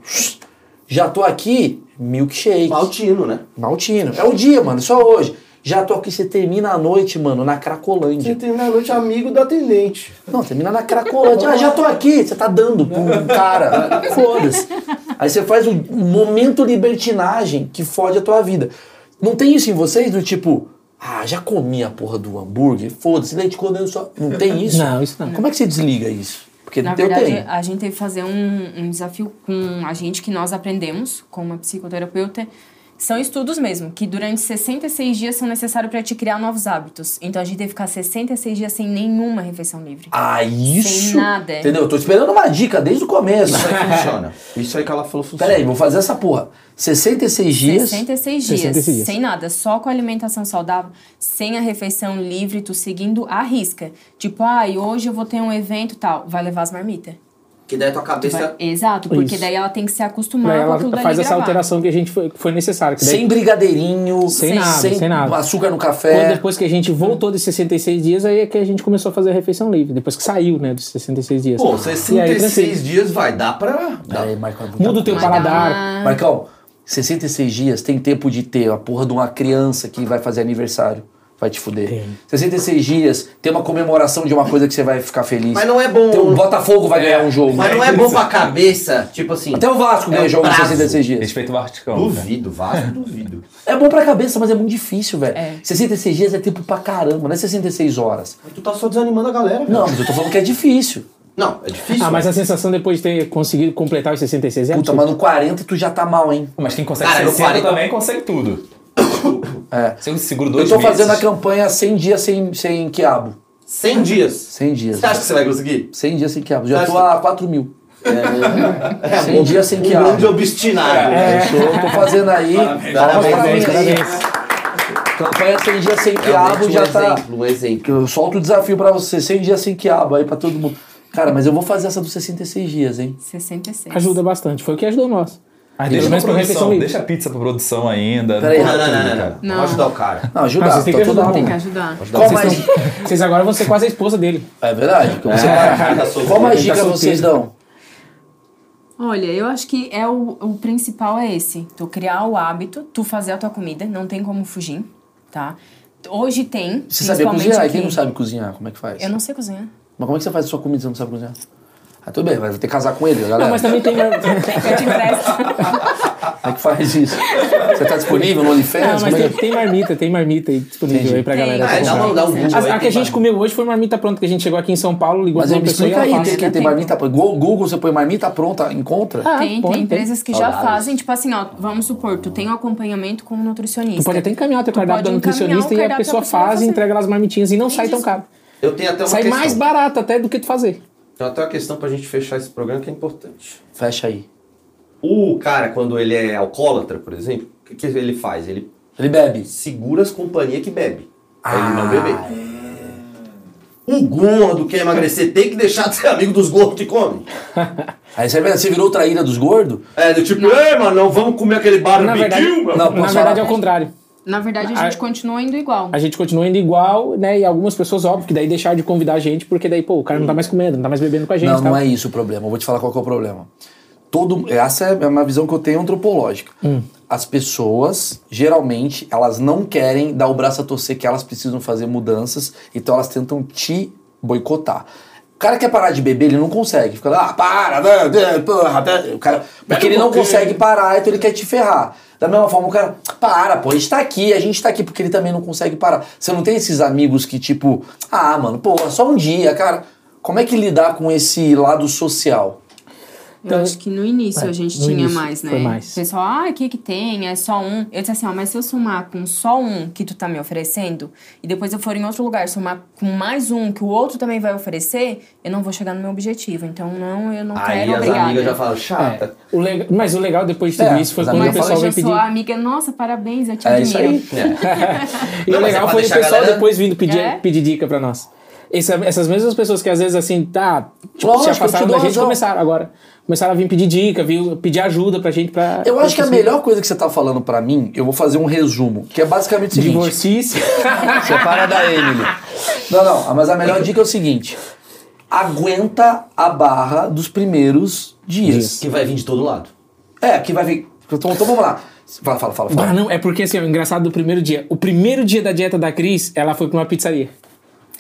Speaker 1: Já tô aqui, milkshake.
Speaker 5: Maltino, né?
Speaker 1: Maltino. É o dia, mano, só hoje. Já tô aqui, você termina a noite, mano, na Cracolândia.
Speaker 5: tem na noite amigo da atendente.
Speaker 1: Não, termina na Cracolândia. Ah, já tô aqui. Você tá dando pro cara. Foda-se. Aí você faz um momento libertinagem que fode a tua vida. Não tem isso em vocês do tipo, ah, já comi a porra do hambúrguer? Foda-se, leite condensado. Não tem isso?
Speaker 2: Não, isso não.
Speaker 1: Como é que você desliga isso? Porque
Speaker 3: Na
Speaker 1: eu
Speaker 3: verdade,
Speaker 1: tenho.
Speaker 3: a gente teve que fazer um, um desafio com a gente que nós aprendemos com uma psicoterapeuta. São estudos mesmo, que durante 66 dias são necessários para te criar novos hábitos. Então a gente teve que ficar 66 dias sem nenhuma refeição livre.
Speaker 1: Ah, isso.
Speaker 3: nada.
Speaker 1: Entendeu? Eu tô esperando uma dica desde o
Speaker 3: *laughs*
Speaker 1: começo.
Speaker 5: Isso aí funciona. Isso aí que ela falou funciona.
Speaker 1: Peraí, vou fazer essa porra. 66 dias.
Speaker 3: 66 dias,
Speaker 2: 66 dias.
Speaker 3: sem nada, só com alimentação saudável, sem a refeição livre, tu seguindo a risca. Tipo, ai, hoje eu vou ter um evento e tal, vai levar as marmitas.
Speaker 5: Que daí a né? tua cabeça.
Speaker 3: Exato, porque
Speaker 2: Isso.
Speaker 3: daí ela tem que se acostumar
Speaker 2: Daí
Speaker 3: com
Speaker 2: ela
Speaker 3: aquilo dali
Speaker 2: faz essa
Speaker 3: gravado.
Speaker 2: alteração que a gente foi, que foi necessária. que daí-
Speaker 1: Sem brigadeirinho,
Speaker 2: sem nada, sem, nada.
Speaker 1: açúcar no
Speaker 2: Quando
Speaker 1: café.
Speaker 2: depois que a gente voltou dos 66 dias, aí é que a gente começou a fazer a refeição livre. Depois que saiu, né, dos 66 dias.
Speaker 5: Pô,
Speaker 2: E aí, tranquilo.
Speaker 5: 66 dias vai, dá pra. Dá.
Speaker 1: Peraí, Marcão, muita
Speaker 2: Muda o teu
Speaker 1: coisa.
Speaker 2: paladar.
Speaker 5: Ah.
Speaker 1: Marcão, 66 dias tem tempo de ter a porra de uma criança que vai fazer aniversário. Vai te fuder. 66 dias, tem uma comemoração de uma coisa que você vai ficar feliz.
Speaker 5: Mas não é bom.
Speaker 1: Tem um Botafogo vai ganhar um jogo.
Speaker 5: Mas não é bom pra cabeça, tipo assim.
Speaker 1: Até o Vasco
Speaker 5: É
Speaker 1: ganha
Speaker 5: o
Speaker 1: jogo em
Speaker 5: prazo.
Speaker 1: 66 dias.
Speaker 4: Respeito o Vaticano. cara.
Speaker 5: Duvido, Vasco, duvido.
Speaker 1: É bom pra cabeça, mas é muito difícil, velho.
Speaker 3: É.
Speaker 1: 66 dias é tempo pra caramba, não é 66 horas.
Speaker 5: Mas tu tá só desanimando a galera, velho.
Speaker 1: Não, mas eu tô falando que é difícil.
Speaker 5: Não, é difícil.
Speaker 2: Ah, mas
Speaker 5: velho.
Speaker 2: a sensação depois de ter conseguido completar os 66 é
Speaker 1: Puta,
Speaker 2: absurda.
Speaker 1: mas no 40 tu já tá mal, hein?
Speaker 4: Mas quem consegue
Speaker 5: Cara, eu
Speaker 4: 60
Speaker 5: parei-
Speaker 4: também consegue tudo.
Speaker 1: É.
Speaker 4: Você segura
Speaker 1: Eu
Speaker 4: dois
Speaker 1: tô
Speaker 4: meses.
Speaker 1: fazendo a campanha 100 dias sem, sem quiabo.
Speaker 5: 100 dias.
Speaker 1: 100 dias.
Speaker 5: Você acha que você vai conseguir?
Speaker 1: 100 dias sem quiabo. Já
Speaker 5: Acho
Speaker 1: tô
Speaker 5: que-
Speaker 1: a 4 mil.
Speaker 5: Tá É,
Speaker 1: 100 dias sem
Speaker 5: um
Speaker 1: quiabo.
Speaker 5: grande obstinado. né?
Speaker 1: Eu sou- *laughs* tô fazendo aí.
Speaker 4: Parabéns,
Speaker 1: Palmas pra
Speaker 5: parabéns,
Speaker 1: mim aí. Campanha 100 dias sem quiabo
Speaker 5: Realmente
Speaker 1: já
Speaker 5: um
Speaker 1: tá.
Speaker 5: exemplo, um exemplo.
Speaker 1: Eu solto o desafio pra você, 100 dias sem quiabo aí pra todo mundo. Cara, mas eu vou fazer essa dos 66 dias, hein?
Speaker 3: 66.
Speaker 2: Ajuda bastante. Foi o que ajudou nós.
Speaker 4: Mas
Speaker 2: Pelo
Speaker 4: deixa pra
Speaker 2: menos pra refeição
Speaker 4: produção,
Speaker 2: livre.
Speaker 4: deixa a pizza pra produção ainda.
Speaker 1: Peraí.
Speaker 5: Não, não,
Speaker 4: corta
Speaker 5: não,
Speaker 4: tudo,
Speaker 5: não,
Speaker 4: cara.
Speaker 5: não.
Speaker 3: Não.
Speaker 5: Vamos ajudar o cara.
Speaker 1: Não, ajudar.
Speaker 2: Ah, vocês têm
Speaker 1: tá
Speaker 2: que
Speaker 1: todo
Speaker 2: ajudar,
Speaker 1: mundo.
Speaker 3: Tem que ajudar.
Speaker 1: Qual mais?
Speaker 2: Vocês agora vão ser quase a esposa dele.
Speaker 1: É verdade. porque você-
Speaker 5: *laughs* tá solteiro.
Speaker 1: Qual mais
Speaker 2: Ele tá
Speaker 1: dica vocês
Speaker 2: solteiro.
Speaker 1: dão?
Speaker 3: Olha, eu acho que é o, o principal é esse. Tu criar o hábito, tu fazer a tua comida, não tem como fugir, tá? Hoje tem,
Speaker 1: Você sabe
Speaker 3: principalmente
Speaker 1: cozinhar? E
Speaker 3: aqui.
Speaker 1: Quem não sabe cozinhar, como é que faz?
Speaker 3: Eu não sei cozinhar.
Speaker 1: Mas como é que você faz a sua comida se você não sabe cozinhar? Ah, tudo bem, vai ter que casar com ele, galera.
Speaker 2: Não, mas tá- também tem...
Speaker 3: Eu te empresto.
Speaker 1: Como é que faz isso? Você tá disponível no
Speaker 2: Não,
Speaker 1: OnlyFans?
Speaker 2: mas
Speaker 1: Como é
Speaker 2: tem,
Speaker 1: que-
Speaker 2: tem marmita, tem marmita aí disponível
Speaker 1: Entendi.
Speaker 2: aí pra
Speaker 3: Tem.
Speaker 2: galera.
Speaker 1: é
Speaker 5: Ah, dá uma- dá um Google
Speaker 2: A,
Speaker 5: aí,
Speaker 2: a que a
Speaker 5: tem
Speaker 2: gente
Speaker 5: vários.
Speaker 2: comeu hoje foi marmita pronta, que a gente chegou aqui em São Paulo, ligou
Speaker 1: Mas
Speaker 2: pra
Speaker 1: aí
Speaker 2: uma
Speaker 1: me
Speaker 2: pessoa e
Speaker 1: explica
Speaker 2: ela
Speaker 1: aí,
Speaker 2: faz.
Speaker 1: tem, tem, tem marmita pronta. Google, Google, você põe marmita pronta, encontra?
Speaker 2: Ah,
Speaker 3: tem,
Speaker 2: põe,
Speaker 3: tem empresas que já
Speaker 5: Saudável.
Speaker 3: fazem, tipo assim, ó, vamos supor, tu tem um acompanhamento com um nutricionista.
Speaker 2: Tu pode até encaminhar o teu cardápio
Speaker 3: pode
Speaker 2: da
Speaker 3: encaminhar o
Speaker 2: nutricionista e a
Speaker 3: cardápio
Speaker 2: pessoa
Speaker 3: da pessoa
Speaker 2: faz e
Speaker 3: fazer.
Speaker 2: entrega lá as marmitinhas e não sai tão caro.
Speaker 5: Eu tenho até uma
Speaker 2: Sai
Speaker 5: questão.
Speaker 2: mais barato até do que tu fazer.
Speaker 5: Tem até uma questão pra gente fechar esse programa que é importante.
Speaker 1: Fecha aí.
Speaker 5: O cara, quando ele é alcoólatra, por exemplo, o que, que ele faz? Ele
Speaker 1: Ele bebe.
Speaker 5: segura as companhias que bebe. Pra ele não beber. O gordo quer emagrecer, tem que deixar de ser amigo dos gordos que comem.
Speaker 1: Aí você, vê, você virou traíra dos gordos?
Speaker 5: É, do tipo, ei, mano, não vamos comer aquele
Speaker 2: Na verdade,
Speaker 5: barbecue, meu.
Speaker 1: Não,
Speaker 2: na
Speaker 1: posso
Speaker 2: verdade
Speaker 1: falar?
Speaker 2: é o contrário.
Speaker 3: Na verdade, a gente continua indo igual.
Speaker 2: A gente continua indo igual, né? E algumas pessoas, óbvio, que daí deixaram de convidar a gente, porque daí, pô, o cara não tá mais comendo, não tá mais bebendo com a gente.
Speaker 1: não,
Speaker 2: tá?
Speaker 1: não é isso o problema. Eu vou te falar qual que é o problema. Todo, essa é uma visão que eu tenho antropológica.
Speaker 2: Hum.
Speaker 1: As pessoas, geralmente, elas não querem dar o braço a torcer que elas precisam fazer mudanças, então elas tentam te boicotar. O cara quer parar de beber, ele não consegue. Fica lá, ah, para, né, né, porra, né", o cara, porque ele não consegue parar, então ele quer te ferrar. Da mesma forma, o cara, para, pô, a gente tá aqui, a gente tá aqui, porque ele também não consegue parar. Você não tem esses amigos que, tipo, ah, mano, pô, só um dia, cara. Como é que lidar com esse lado social?
Speaker 3: Eu acho que no início a gente
Speaker 2: Então, é, no
Speaker 3: tinha
Speaker 2: início
Speaker 3: mais, né?
Speaker 2: foi mais.
Speaker 3: O pessoal, ah, o que que tem? É só um. Eu disse assim, ó, mas se eu somar com só um que tu tá me oferecendo, e depois eu for em outro lugar somar com mais um que o outro também vai oferecer, eu não vou chegar no meu objetivo. Então, não, eu não
Speaker 5: Aí
Speaker 3: quero,
Speaker 5: as
Speaker 3: obrigada.
Speaker 5: amigas já falam, chata.
Speaker 2: É. O lega- Mas o legal depois de tudo
Speaker 1: É,
Speaker 2: isso foi
Speaker 1: as
Speaker 2: quando o
Speaker 1: amigas
Speaker 3: Mas
Speaker 2: pessoal
Speaker 3: hoje
Speaker 2: veio
Speaker 3: eu
Speaker 2: pedir.
Speaker 3: sou a amiga, nossa, parabéns, eu te
Speaker 1: É isso
Speaker 3: admiro.
Speaker 1: aí.
Speaker 2: E
Speaker 5: Não,
Speaker 2: o
Speaker 5: mas é pra
Speaker 2: legal foi o
Speaker 5: deixar a
Speaker 2: pessoal
Speaker 5: galera-
Speaker 2: depois vindo pedir,
Speaker 3: É?
Speaker 2: pedir dica pra nós. Essa- essas mesmas pessoas que às vezes assim, tá, tipo,
Speaker 1: Lógico,
Speaker 2: se
Speaker 1: eu te
Speaker 2: afastaram
Speaker 1: dou
Speaker 2: da gente,
Speaker 1: razão.
Speaker 2: começaram agora. Começaram a vir pedir dica, viu? Pedir ajuda pra gente pra.
Speaker 3: É.
Speaker 1: Eu acho que a
Speaker 2: pra-
Speaker 1: melhor coisa que você tá falando pra mim, eu vou fazer um resumo, que é basicamente o seguinte.
Speaker 2: *laughs* Divorcice.
Speaker 1: *laughs* Separa da Emily. Não, não, mas a melhor dica é o seguinte: aguenta a barra dos primeiros dias.
Speaker 5: Que vai vir de todo lado.
Speaker 1: É, que vai vir. Então, então vamos lá. Fala, fala, fala. fala.
Speaker 2: Ah, não, é porque assim, o engraçado do primeiro dia. O primeiro dia da dieta da Cris, ela foi pra uma pizzaria.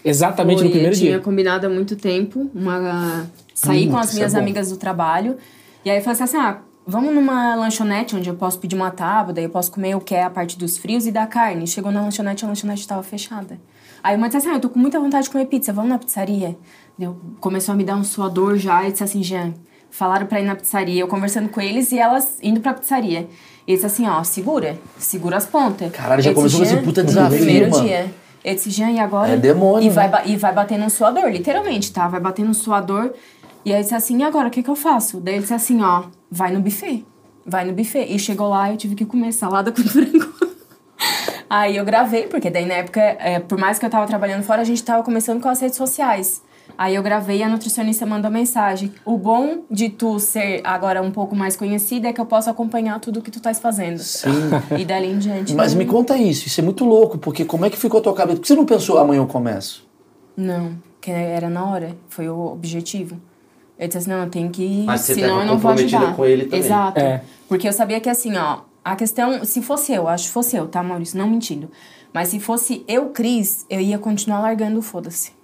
Speaker 2: Exatamente
Speaker 3: Foi,
Speaker 2: no primeiro
Speaker 3: eu tinha
Speaker 2: dia.
Speaker 3: combinado há muito tempo uma sair
Speaker 1: Hum,
Speaker 3: com as
Speaker 2: isso
Speaker 3: minhas
Speaker 2: é bom.
Speaker 3: amigas do trabalho. E aí eu falei assim, ah, vamos numa lanchonete onde eu posso pedir uma tábua, daí eu posso comer o que é a parte dos frios e da carne. Chegou na lanchonete, a lanchonete estava fechada. Aí uma disse assim, ah, eu tô com muita vontade de comer pizza, vamos na pizzaria. Deu, começou a me dar um suador já e disse assim, Jean, falaram pra ir na pizzaria. Eu conversando com eles e elas indo pra pizzaria. E eles assim, ó, segura, segura as pontas.
Speaker 1: Caralho, já
Speaker 3: Eu disse,
Speaker 1: começou com esse
Speaker 3: "Jean,
Speaker 1: puta
Speaker 3: no
Speaker 1: desafio,
Speaker 3: Primeiro
Speaker 1: mano."
Speaker 3: dia. Eu disse, Jean, e agora?
Speaker 1: É demônio,
Speaker 3: E vai,
Speaker 1: né?
Speaker 3: ba- e vai batendo um suador, literalmente, tá? Vai batendo um suador. E aí eu disse assim, e agora, o que que eu faço? Daí ele disse assim, ó, vai no buffet. Vai no buffet. E chegou lá, eu tive que comer salada *laughs* com frango. é, Aí eu gravei, porque daí na época, eh, por mais que eu tava trabalhando fora, a gente tava começando com as redes sociais. Aí eu gravei e a nutricionista mandou mensagem. O bom de tu ser agora um pouco mais conhecida é que eu posso acompanhar tudo que tu estás fazendo.
Speaker 1: Sim.
Speaker 3: E dali em diante.
Speaker 1: Mas
Speaker 3: não-
Speaker 1: me conta isso, isso é muito louco, porque como é que ficou a tua cabeça? Por que você não pensou amanhã eu começo?
Speaker 3: Não, que era na hora, foi o objetivo. Eu disse assim, não, eu tenho que ir,
Speaker 5: Mas você
Speaker 3: senão
Speaker 5: tava
Speaker 3: eu não vou
Speaker 5: comprometida
Speaker 3: ajudar.
Speaker 5: com ele também.
Speaker 3: Exato.
Speaker 5: É.
Speaker 3: Porque eu sabia que assim, ó, a questão, se fosse eu, acho que fosse eu, tá, Maurício? Não mentindo. Mas se fosse eu, Cris, eu ia continuar largando o foda-se.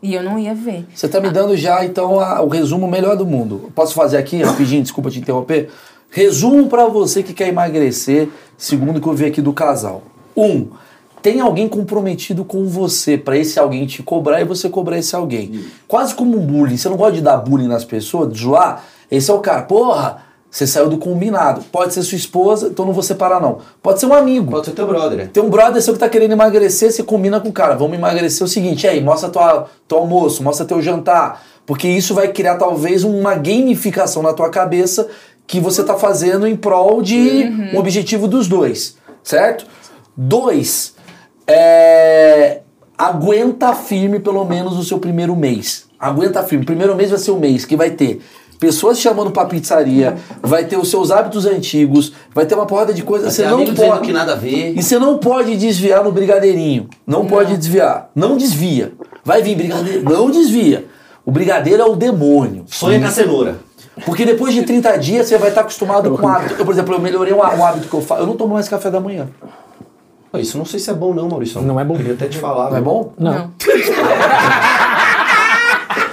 Speaker 3: E eu não ia ver.
Speaker 1: Você tá me dando já, então, a- o resumo melhor do mundo. Posso fazer aqui, rapidinho, desculpa te interromper? Resumo pra você que quer emagrecer, segundo o que eu vi aqui do casal. Um, tem alguém comprometido com você pra esse alguém te cobrar e você cobrar esse alguém. Quase como um bullying. Você não gosta de dar bullying nas pessoas, de zoar? Esse é o cara. Porra, você saiu do combinado. Pode ser sua esposa, então não vou separar, não. Pode ser um amigo. Pode
Speaker 5: ser teu brother. né?
Speaker 1: Tem um brother seu que tá querendo emagrecer, você combina com o cara. Vamos emagrecer o seguinte, e aí, mostra tua, teu almoço, mostra teu jantar. Porque isso vai criar talvez uma gamificação na tua cabeça que você tá fazendo em prol de
Speaker 5: Uhum.
Speaker 1: um objetivo dos dois, certo? Dois, é, aguenta firme pelo menos o seu primeiro mês. Aguenta firme. Primeiro mês vai ser o mês que vai ter pessoas te chamando pra pizzaria, vai ter os seus hábitos antigos, vai ter uma porrada de coisa.
Speaker 5: Uhum. Vai
Speaker 1: Você
Speaker 5: ter
Speaker 1: não
Speaker 5: amigo dizendo
Speaker 1: pode.
Speaker 5: que nada a ver.
Speaker 1: E você não pode desviar no brigadeirinho. Não, pode desviar. Não desvia. Vai vir brigadeiro. Não desvia. O brigadeiro é o demônio.
Speaker 5: Sonha com a cenoura.
Speaker 1: Porque depois de 30 dias você vai estar acostumado com o hábito. Eu, por exemplo, eu melhorei um um hábito que eu faço. Eu não tomo mais café da manhã.
Speaker 5: Pô, Isso não sei se é bom não, Maurício.
Speaker 1: Não
Speaker 5: é bom. Queria até te falar.
Speaker 1: Não é bom?
Speaker 2: Não.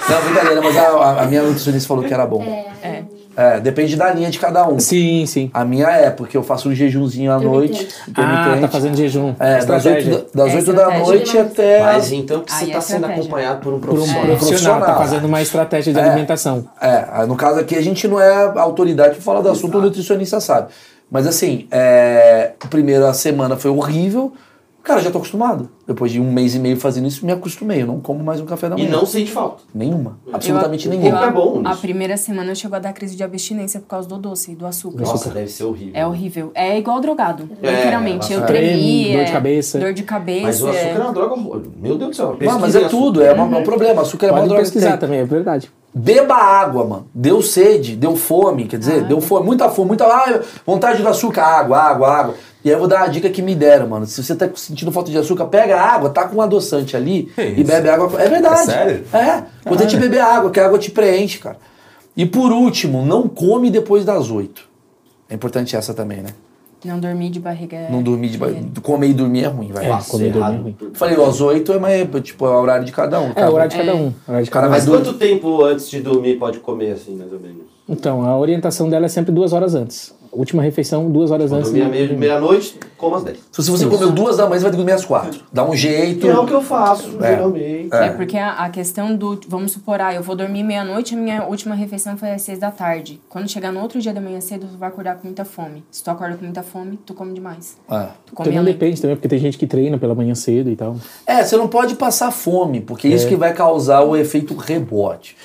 Speaker 1: Não, brincadeira, mas a, a- a minha nutricionista falou que era bom.
Speaker 3: É.
Speaker 1: É, depende da linha de cada um.
Speaker 2: Sim, sim.
Speaker 1: A minha é, porque eu faço um jejumzinho à noite.
Speaker 2: Ah, tá
Speaker 1: intermitente.
Speaker 2: fazendo jejum.
Speaker 1: É, das
Speaker 2: Estratégia.
Speaker 1: 8 da, das oito da noite até.
Speaker 5: Mas então que você
Speaker 1: Aí
Speaker 5: tá
Speaker 1: é
Speaker 5: sendo
Speaker 1: estratégia.
Speaker 5: acompanhado por um
Speaker 2: Por um
Speaker 5: profissional.
Speaker 2: profissional, tá fazendo uma estratégia de
Speaker 1: É.
Speaker 2: alimentação.
Speaker 1: É, ah, no caso aqui a gente não é a autoridade para falar do assunto, o nutricionista sabe. Mas assim, é, a primeira semana foi horrível. Cara, eu já tô acostumado. Depois de um mês e meio fazendo isso, me acostumei. Eu não como mais um café da
Speaker 5: E
Speaker 1: manhã.
Speaker 5: não sente falta.
Speaker 1: Nenhuma. Absolutamente
Speaker 3: eu,
Speaker 5: é
Speaker 1: nenhuma.
Speaker 3: eu- A primeira semana eu chego a dar crise de abstinência por causa do doce e do açúcar.
Speaker 5: Nossa, deve ser horrível.
Speaker 3: É horrível. É igual drogado,
Speaker 5: É,
Speaker 3: literalmente. Eu
Speaker 5: açúcar.
Speaker 3: tremia.
Speaker 5: Treme, dor de cabeça.
Speaker 3: Dor de cabeça.
Speaker 5: Mas o açúcar é uma droga horrorosa. Meu Deus do céu.
Speaker 1: Não, mas é tudo, é, uma- é um problema. Açúcar é uma
Speaker 2: Pode
Speaker 1: droga que
Speaker 2: pesquisar
Speaker 1: tem.
Speaker 2: também, é verdade.
Speaker 1: Beba água, mano. Deu sede, deu fome, quer
Speaker 2: Ah.
Speaker 1: dizer, deu fome, muita fome, muita ah, vontade de açúcar, água, água, água. E aí eu vou dar a dica que me deram, mano. Se você tá sentindo falta de açúcar, pega a água, tá com um adoçante ali e bebe água. É verdade.
Speaker 4: É sério?
Speaker 1: É. Quando te
Speaker 4: Caralho.
Speaker 1: beber água, que a água te preenche, cara. E por último, não come depois das oito. É importante essa também, né?
Speaker 3: Não dormir de barriga. é-
Speaker 1: Não dormir de ba- Comer e dormir é ruim, vai.
Speaker 5: É,
Speaker 1: Nossa,
Speaker 5: comer e dormir é
Speaker 1: errado. Falei, ó, às oito é mais, tipo, é o horário de cada um.
Speaker 2: É, o horário de cada um. horário de
Speaker 1: Cara,
Speaker 2: cada um.
Speaker 1: mas
Speaker 5: Mas quanto tempo antes de dormir pode comer assim, mais ou menos?
Speaker 2: Então, a orientação dela é sempre duas horas antes. Última refeição, duas horas
Speaker 1: Assim,
Speaker 2: antes.
Speaker 5: Dormir à meia- meia-noite, como às 10.
Speaker 1: Se você comeu duas da manhã, você vai ter que dormir às quatro. Dá um jeito.
Speaker 5: É o que eu faço,
Speaker 1: É.
Speaker 5: geralmente.
Speaker 3: É porque a, a questão do, vamos supor, ah, eu vou dormir meia-noite, a minha última refeição foi às seis da tarde. Quando chegar no outro dia da manhã cedo, tu vai acordar com muita fome. Se tu acorda com muita fome, tu come demais.
Speaker 1: Ah.
Speaker 3: Tu come
Speaker 2: Também
Speaker 3: além.
Speaker 2: depende também, porque tem gente que treina pela manhã cedo e tal.
Speaker 1: É, você não pode passar fome, porque é isso
Speaker 2: É.
Speaker 1: que vai causar o efeito rebote.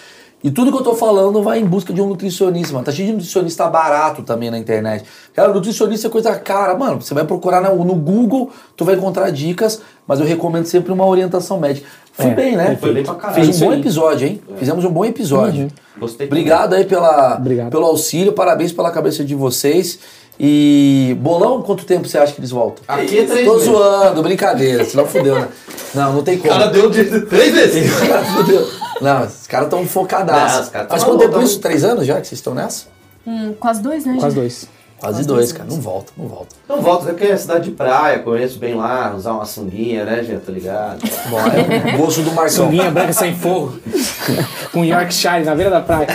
Speaker 1: E tudo que eu tô falando vai em busca de um nutricionista, mano. Tá cheio de nutricionista barato também na internet. Cara, nutricionista é coisa cara. Mano, você vai procurar na- no Google, tu vai encontrar dicas, mas eu recomendo sempre uma orientação médica. Fui
Speaker 5: É,
Speaker 1: bem, né?
Speaker 5: foi bem pra caralho.
Speaker 1: Fiz
Speaker 5: Isso
Speaker 1: um bom
Speaker 5: aí. É.
Speaker 1: episódio, hein? Fizemos um bom episódio.
Speaker 5: Gostei.
Speaker 1: Obrigado aí pela, pelo auxílio, parabéns pela cabeça de vocês. E bolão, quanto tempo você acha que eles voltam?
Speaker 5: Aqui é três
Speaker 1: Tô
Speaker 5: meses.
Speaker 1: zoando, brincadeira, senão fudeu, né? Não, não tem como.
Speaker 5: cara deu de três vezes.
Speaker 1: Esse cara *laughs* fudeu. Não, esses caras estão
Speaker 5: Não,
Speaker 1: focadaços.
Speaker 5: os caras tão
Speaker 1: Faz quanto tempo
Speaker 5: tão-
Speaker 1: isso? Três anos já que vocês estão nessa?
Speaker 3: Hum, quase dois, né? gente?
Speaker 2: dois.
Speaker 1: Quase dois, cara. Não volta, não volta.
Speaker 5: Não volta, é porque é cidade de praia, conheço bem lá, usar uma sunguinha, né, gente? Tá ligado?
Speaker 1: Bom, é o gosto do Marcão.
Speaker 2: Sunguinha branca sem forro. Com Yorkshire na beira da praia.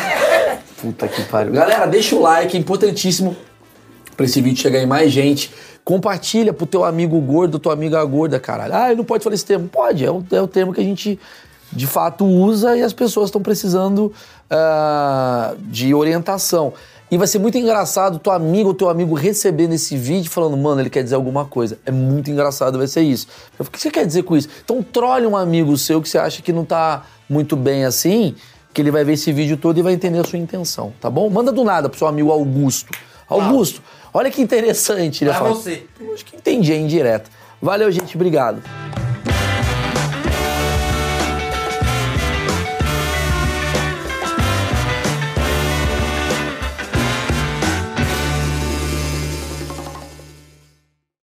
Speaker 1: Puta que pariu. Galera, deixa o like, é importantíssimo pra esse vídeo chegar em mais gente. Compartilha pro teu amigo gordo, tua amiga gorda, caralho. Ah, ele não pode falar esse termo. Pode, é o, é o termo que a gente de fato usa e as pessoas estão precisando ah, de orientação. E vai ser muito engraçado tua amiga ou teu amigo recebendo esse vídeo falando, mano, ele quer dizer alguma coisa. É muito engraçado, vai ser isso. Eu, O que você quer dizer com isso? Então trole um amigo seu que você acha que não tá muito bem assim, que ele vai ver esse vídeo todo e vai entender a sua intenção, tá bom? Manda do nada pro seu amigo Augusto. Augusto, olha que interessante. Ele
Speaker 10: Pra
Speaker 1: fala.
Speaker 10: você.
Speaker 1: Acho que entendi a indireta. Valeu, é gente. Obrigado.